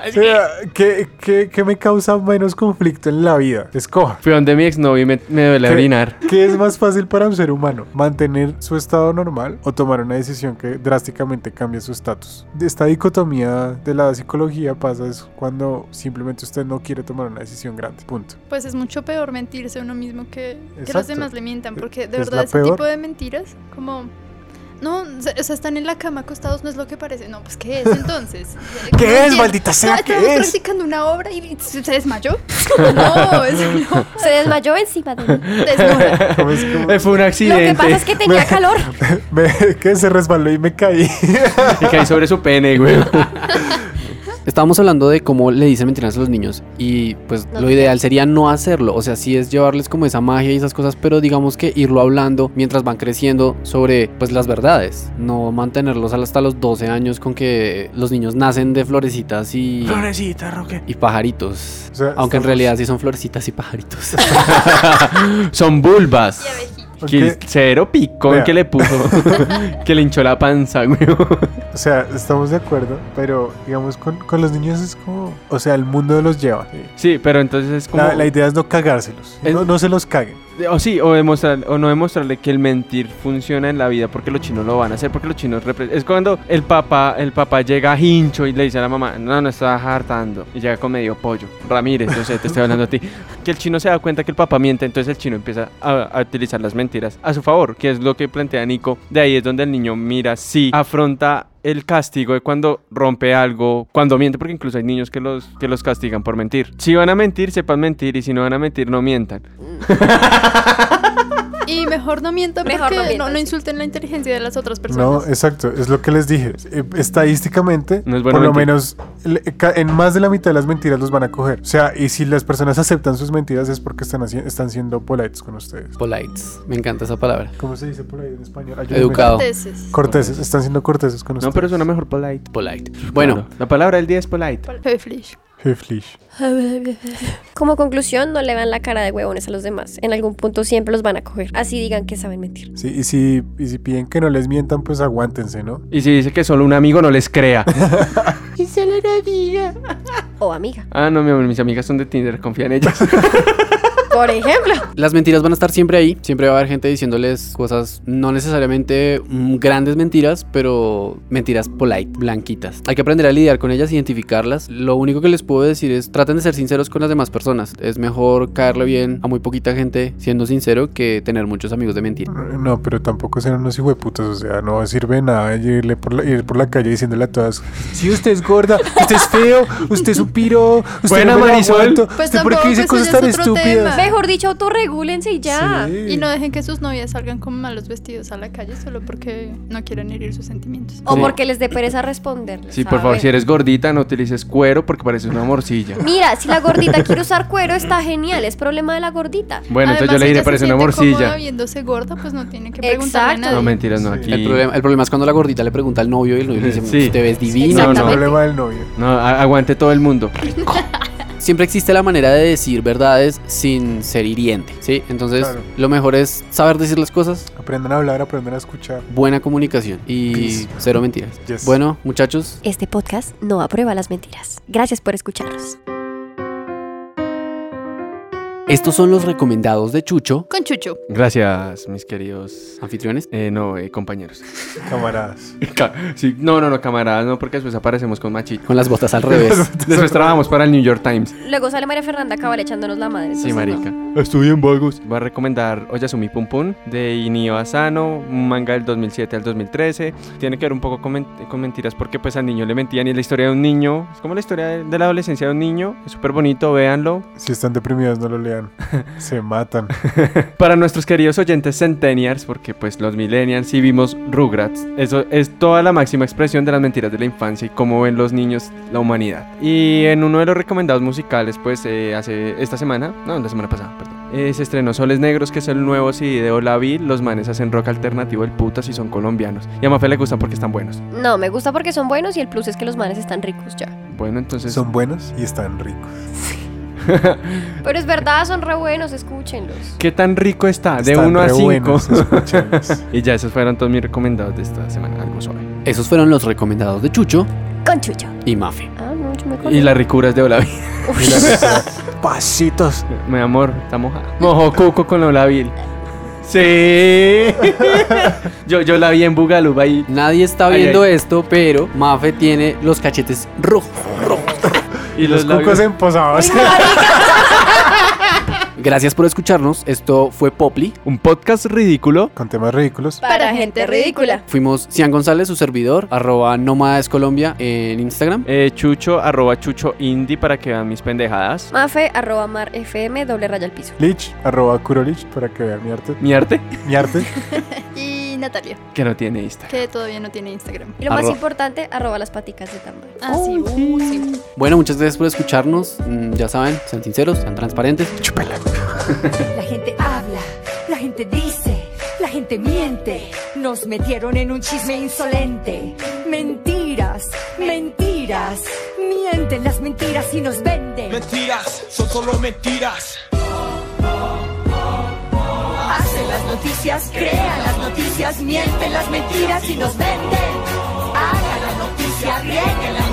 Speaker 4: o sea, ¿qué, qué, qué me causa menos conflicto en la vida? Escoja.
Speaker 3: Fui donde mi exnovio y me, me duele
Speaker 4: ¿Qué?
Speaker 3: orinar.
Speaker 4: ¿Qué es más fácil para un ser humano? ¿Mantener su estado normal o tomar una decisión que drásticamente cambie su estatus? Esta dicotomía de la psicología pasa es cuando simplemente usted no quiere tomar una decisión grande. Punto.
Speaker 8: Pues es mucho peor mentirse a uno mismo que, que los
Speaker 4: Exacto.
Speaker 8: demás le mientan, porque de
Speaker 4: Es
Speaker 8: verdad
Speaker 4: la
Speaker 8: ese
Speaker 4: peor.
Speaker 8: tipo de mentiras, como, no, o sea, o sea, están en la cama acostados, no es lo que parece, no, pues ¿qué es entonces?
Speaker 4: ¿Qué
Speaker 8: No
Speaker 4: es,
Speaker 8: entiendo.
Speaker 4: maldita sea,
Speaker 8: No,
Speaker 4: qué
Speaker 8: estábamos
Speaker 4: es?
Speaker 8: practicando una obra y y se se desmayó. no, es, no,
Speaker 2: Se desmayó encima de mí.
Speaker 8: desnuda.
Speaker 4: ¿Cómo es como-
Speaker 3: Eh, Fue un
Speaker 2: Lo que
Speaker 3: accidente.
Speaker 2: pasa es que tenía calor.
Speaker 4: Em. me- que se resbaló y me caí.
Speaker 3: Y caí sobre su pene, güey.
Speaker 6: estábamos hablando de cómo le dicen mentiras a los niños y pues
Speaker 2: No.
Speaker 6: lo ideal sería no hacerlo, o sea, sí es llevarles como esa magia y esas cosas, pero digamos que irlo hablando mientras van creciendo sobre pues las verdades, no mantenerlos hasta los 12 años con que los niños nacen de florecitas y
Speaker 4: Florecita, Roque.
Speaker 6: y pajaritos.
Speaker 4: O sea,
Speaker 6: Aunque en
Speaker 4: estamos-
Speaker 6: realidad sí son florecitas y pajaritos.
Speaker 3: Son bulbas.
Speaker 8: Y abejita.
Speaker 3: Que
Speaker 4: Ok,
Speaker 3: Cero picón
Speaker 4: Vea.
Speaker 3: que le puso. que le hinchó la panza, güey.
Speaker 4: O sea, estamos de acuerdo, pero digamos con, con los niños es como... O sea, el mundo los lleva.
Speaker 3: Sí, pero entonces es como.
Speaker 4: La, la idea es no cagárselos.
Speaker 3: Es-
Speaker 4: No, no se los caguen.
Speaker 3: O sí, o, demostrar, o no demostrarle que el mentir funciona en la vida porque los chinos lo van a hacer, porque los chinos... repre- Es cuando el papá, el papá llega hincho y le dice a la mamá, no, no estaba hartando. Y llega con medio pollo. Ramírez, no sé, te estoy hablando a ti. Que el chino se da cuenta que el papá miente, entonces el chino empieza a, a utilizar las mentiras a su favor, que es lo que plantea Nico. De ahí es donde el niño mira, sí, afronta el castigo de cuando rompe algo, cuando miente, porque incluso hay niños que los, que los castigan por mentir. Si van a mentir, sepan mentir, y si no van a mentir, no mientan.
Speaker 8: Y mejor no mientan
Speaker 2: Mejor
Speaker 8: porque
Speaker 2: no
Speaker 8: no,
Speaker 2: mientan,
Speaker 8: no
Speaker 2: sí.
Speaker 8: insulten la inteligencia de las otras
Speaker 4: No,
Speaker 8: personas.
Speaker 4: exacto, es lo que les dije. Eh, Estadísticamente,
Speaker 3: No es bueno
Speaker 4: por lo
Speaker 3: mentir.
Speaker 4: menos el- ca- en más de la mitad de las mentiras los van a coger. O sea, y si las personas aceptan sus mentiras es porque están, haci- están siendo polites con ustedes.
Speaker 6: Polites, me encanta esa palabra.
Speaker 4: ¿Cómo se dice polite en español? Ayúdenme.
Speaker 6: Educado.
Speaker 8: Entonces,
Speaker 4: Corteses, están siendo corteses con
Speaker 3: No,
Speaker 4: ustedes.
Speaker 3: pero suena mejor polite.
Speaker 6: Polite. Bueno,
Speaker 3: Claro. la palabra del día es polite.
Speaker 8: Pepe Flish.
Speaker 4: Heflish.
Speaker 2: Como conclusión, no le vean la cara de huevones a los demás. En algún punto siempre los van a coger. Así digan que saben mentir.
Speaker 4: Sí, y, si, y si piden que no les mientan, pues aguántense, ¿no?
Speaker 3: Y si dice que solo un amigo no les crea.
Speaker 2: O amiga.
Speaker 3: ah, no, mi amor, mis amigas son de Tinder, confía en ellas.
Speaker 2: Por ejemplo.
Speaker 6: las mentiras van a estar siempre ahí. Siempre va a haber gente diciéndoles cosas, no necesariamente mm, grandes mentiras, pero mentiras polite, blanquitas. Hay que aprender a lidiar con ellas, identificarlas. Lo único que les puedo decir es traten de ser sinceros con las demás personas. Es mejor caerle bien a muy poquita gente siendo sincero que tener muchos amigos de mentira.
Speaker 4: No, pero tampoco serán unos hijueputas, o sea, no sirve nada irle por la, ir por la calle diciéndole a todas, si usted es gorda, usted es feo, usted es un piro, usted
Speaker 3: Buena,
Speaker 4: no me lo
Speaker 3: Marisol.
Speaker 4: aguanto,
Speaker 8: Pues
Speaker 4: usted por
Speaker 8: tampoco,
Speaker 4: qué dice
Speaker 8: eso
Speaker 4: cosas
Speaker 8: ya es
Speaker 4: tan
Speaker 8: otro
Speaker 4: estúpidas.
Speaker 8: tema.
Speaker 2: Mejor dicho, autorregúlense y ya.
Speaker 4: Sí.
Speaker 8: Y no dejen que sus novias salgan con malos vestidos a la calle solo porque no quieren herir sus sentimientos.
Speaker 2: O
Speaker 3: Sí.
Speaker 2: porque les dé pereza responderles.
Speaker 3: Sí, por favor,
Speaker 2: ¿saben?
Speaker 3: si eres gordita, no utilices cuero porque pareces una morcilla.
Speaker 2: Mira, si la gordita quiere usar cuero, está genial. Es problema de la gordita.
Speaker 3: Bueno, entonces yo le diré, parece una morcilla.
Speaker 8: viéndose gorda, pues no tiene que preguntarle
Speaker 2: Exacto.
Speaker 8: a nadie.
Speaker 3: No, mentiras, no, aquí.
Speaker 6: El problema, el problema es cuando la gordita le pregunta al novio y el novio le dice,
Speaker 3: Sí.
Speaker 6: te ves divino.
Speaker 3: No,
Speaker 4: El
Speaker 3: no.
Speaker 4: problema del novio.
Speaker 3: No, a- aguante todo el mundo.
Speaker 6: Siempre existe la manera de decir verdades sin ser hiriente, ¿sí? Entonces,
Speaker 4: Claro.
Speaker 6: lo mejor es saber decir las cosas,
Speaker 4: Aprendan a hablar, aprendan a escuchar.
Speaker 6: buena comunicación y
Speaker 4: Peace.
Speaker 6: cero mentiras.
Speaker 4: Yes.
Speaker 6: Bueno, muchachos,
Speaker 2: Este podcast no aprueba las mentiras. Gracias por escucharnos.
Speaker 6: estos son los recomendados de Chucho,
Speaker 8: Con Chucho.
Speaker 3: Gracias, mis queridos.
Speaker 6: anfitriones.
Speaker 3: Eh, no, eh, compañeros.
Speaker 4: Camaradas.
Speaker 3: Ca- sí, no, no, no, camaradas, no, porque después aparecemos con machito.
Speaker 6: Con las botas al revés.
Speaker 3: Después trabajamos para el New York Times.
Speaker 2: Luego sale María Fernanda Cabal echándonos la madre.
Speaker 3: Sí,
Speaker 2: entonces,
Speaker 3: marica.
Speaker 2: no.
Speaker 3: Estoy en vagos. Voy a recomendar Oyasumi Pum Pum de Inio Asano, un manga del 2007 al 2013. Tiene que ver un poco con, men- con mentiras porque pues al niño le mentían y es la historia de un niño. Es como la historia de, de la adolescencia de un niño. Es súper bonito, véanlo.
Speaker 4: Si están deprimidos, no lo lean. Se matan.
Speaker 3: Para nuestros queridos oyentes centennials, porque pues los millennials sí vimos Rugrats. Eso es toda la máxima expresión de las mentiras de la infancia y cómo ven los niños la humanidad. Y en uno de los recomendados musicales, pues eh, hace esta semana, no, la semana pasada, perdón, eh, se estrenó Soles Negros, que es el nuevo CD de Olavi. Los manes hacen rock alternativo, el putas y son colombianos. Y a Mafe le gustan porque están buenos.
Speaker 2: No, me gusta porque son buenos y el plus es que los manes están ricos ya.
Speaker 3: Bueno, entonces...
Speaker 4: Son buenos y están ricos.
Speaker 2: Pero es verdad, son re buenos, escúchenlos.
Speaker 3: ¿Qué tan rico está? De
Speaker 4: Están
Speaker 3: 1 a
Speaker 4: re
Speaker 3: 5.
Speaker 4: buenos, escúchenlos.
Speaker 3: y ya esos fueron todos mis recomendados de esta semana, algo suave.
Speaker 6: Esos fueron los recomendados de Chucho
Speaker 2: Con Chucho.
Speaker 6: y Mafe.
Speaker 2: Ah, mucho mejor.
Speaker 3: Y las ricuras de Olavi.
Speaker 4: Y la tercera, Pasitos.
Speaker 3: Mi amor, está mojada. Mojó Cuco con la Olabil. Sí. yo, yo la vi en Bugalú, ahí.
Speaker 6: Nadie está
Speaker 3: Ay,
Speaker 6: viendo
Speaker 3: ay.
Speaker 6: esto, pero Mafe tiene los cachetes rojos.
Speaker 3: Y
Speaker 4: Los,
Speaker 3: labios-
Speaker 4: cucos emposados.
Speaker 6: Gracias por escucharnos. Esto fue Popli.
Speaker 3: Un podcast ridículo.
Speaker 4: Con temas ridículos.
Speaker 2: Para gente ridícula.
Speaker 6: Fuimos Cian González, su servidor, arroba Nómadas Colombia en Instagram.
Speaker 3: Eh, chucho, arroba chucho indie para que vean mis pendejadas.
Speaker 2: Mafe, arroba mar fm, doble raya al piso.
Speaker 4: Lich, arroba curolich para que vean mi arte.
Speaker 3: Mi arte,
Speaker 4: Mi arte.
Speaker 8: Y Natalia,
Speaker 3: que no tiene Insta.
Speaker 4: Oh,
Speaker 8: que todavía no tiene Instagram.
Speaker 2: Y lo más
Speaker 6: Arroba.
Speaker 2: importante, arroba las paticas de tambor.
Speaker 8: Ah, sí, uh, sí.
Speaker 6: Bueno, muchas gracias por escucharnos. Mm, Ya saben, sean sinceros, sean transparentes. Chúpela.
Speaker 10: La gente habla, la gente dice, la gente miente. Nos metieron en un chisme insolente. Mentiras, mentiras. Mienten las mentiras y nos venden.
Speaker 11: Mentiras, son solo mentiras.
Speaker 10: Hacen las noticias, crean las noticias, mienten las mentiras y nos venden. Hagan la noticia, rieguen la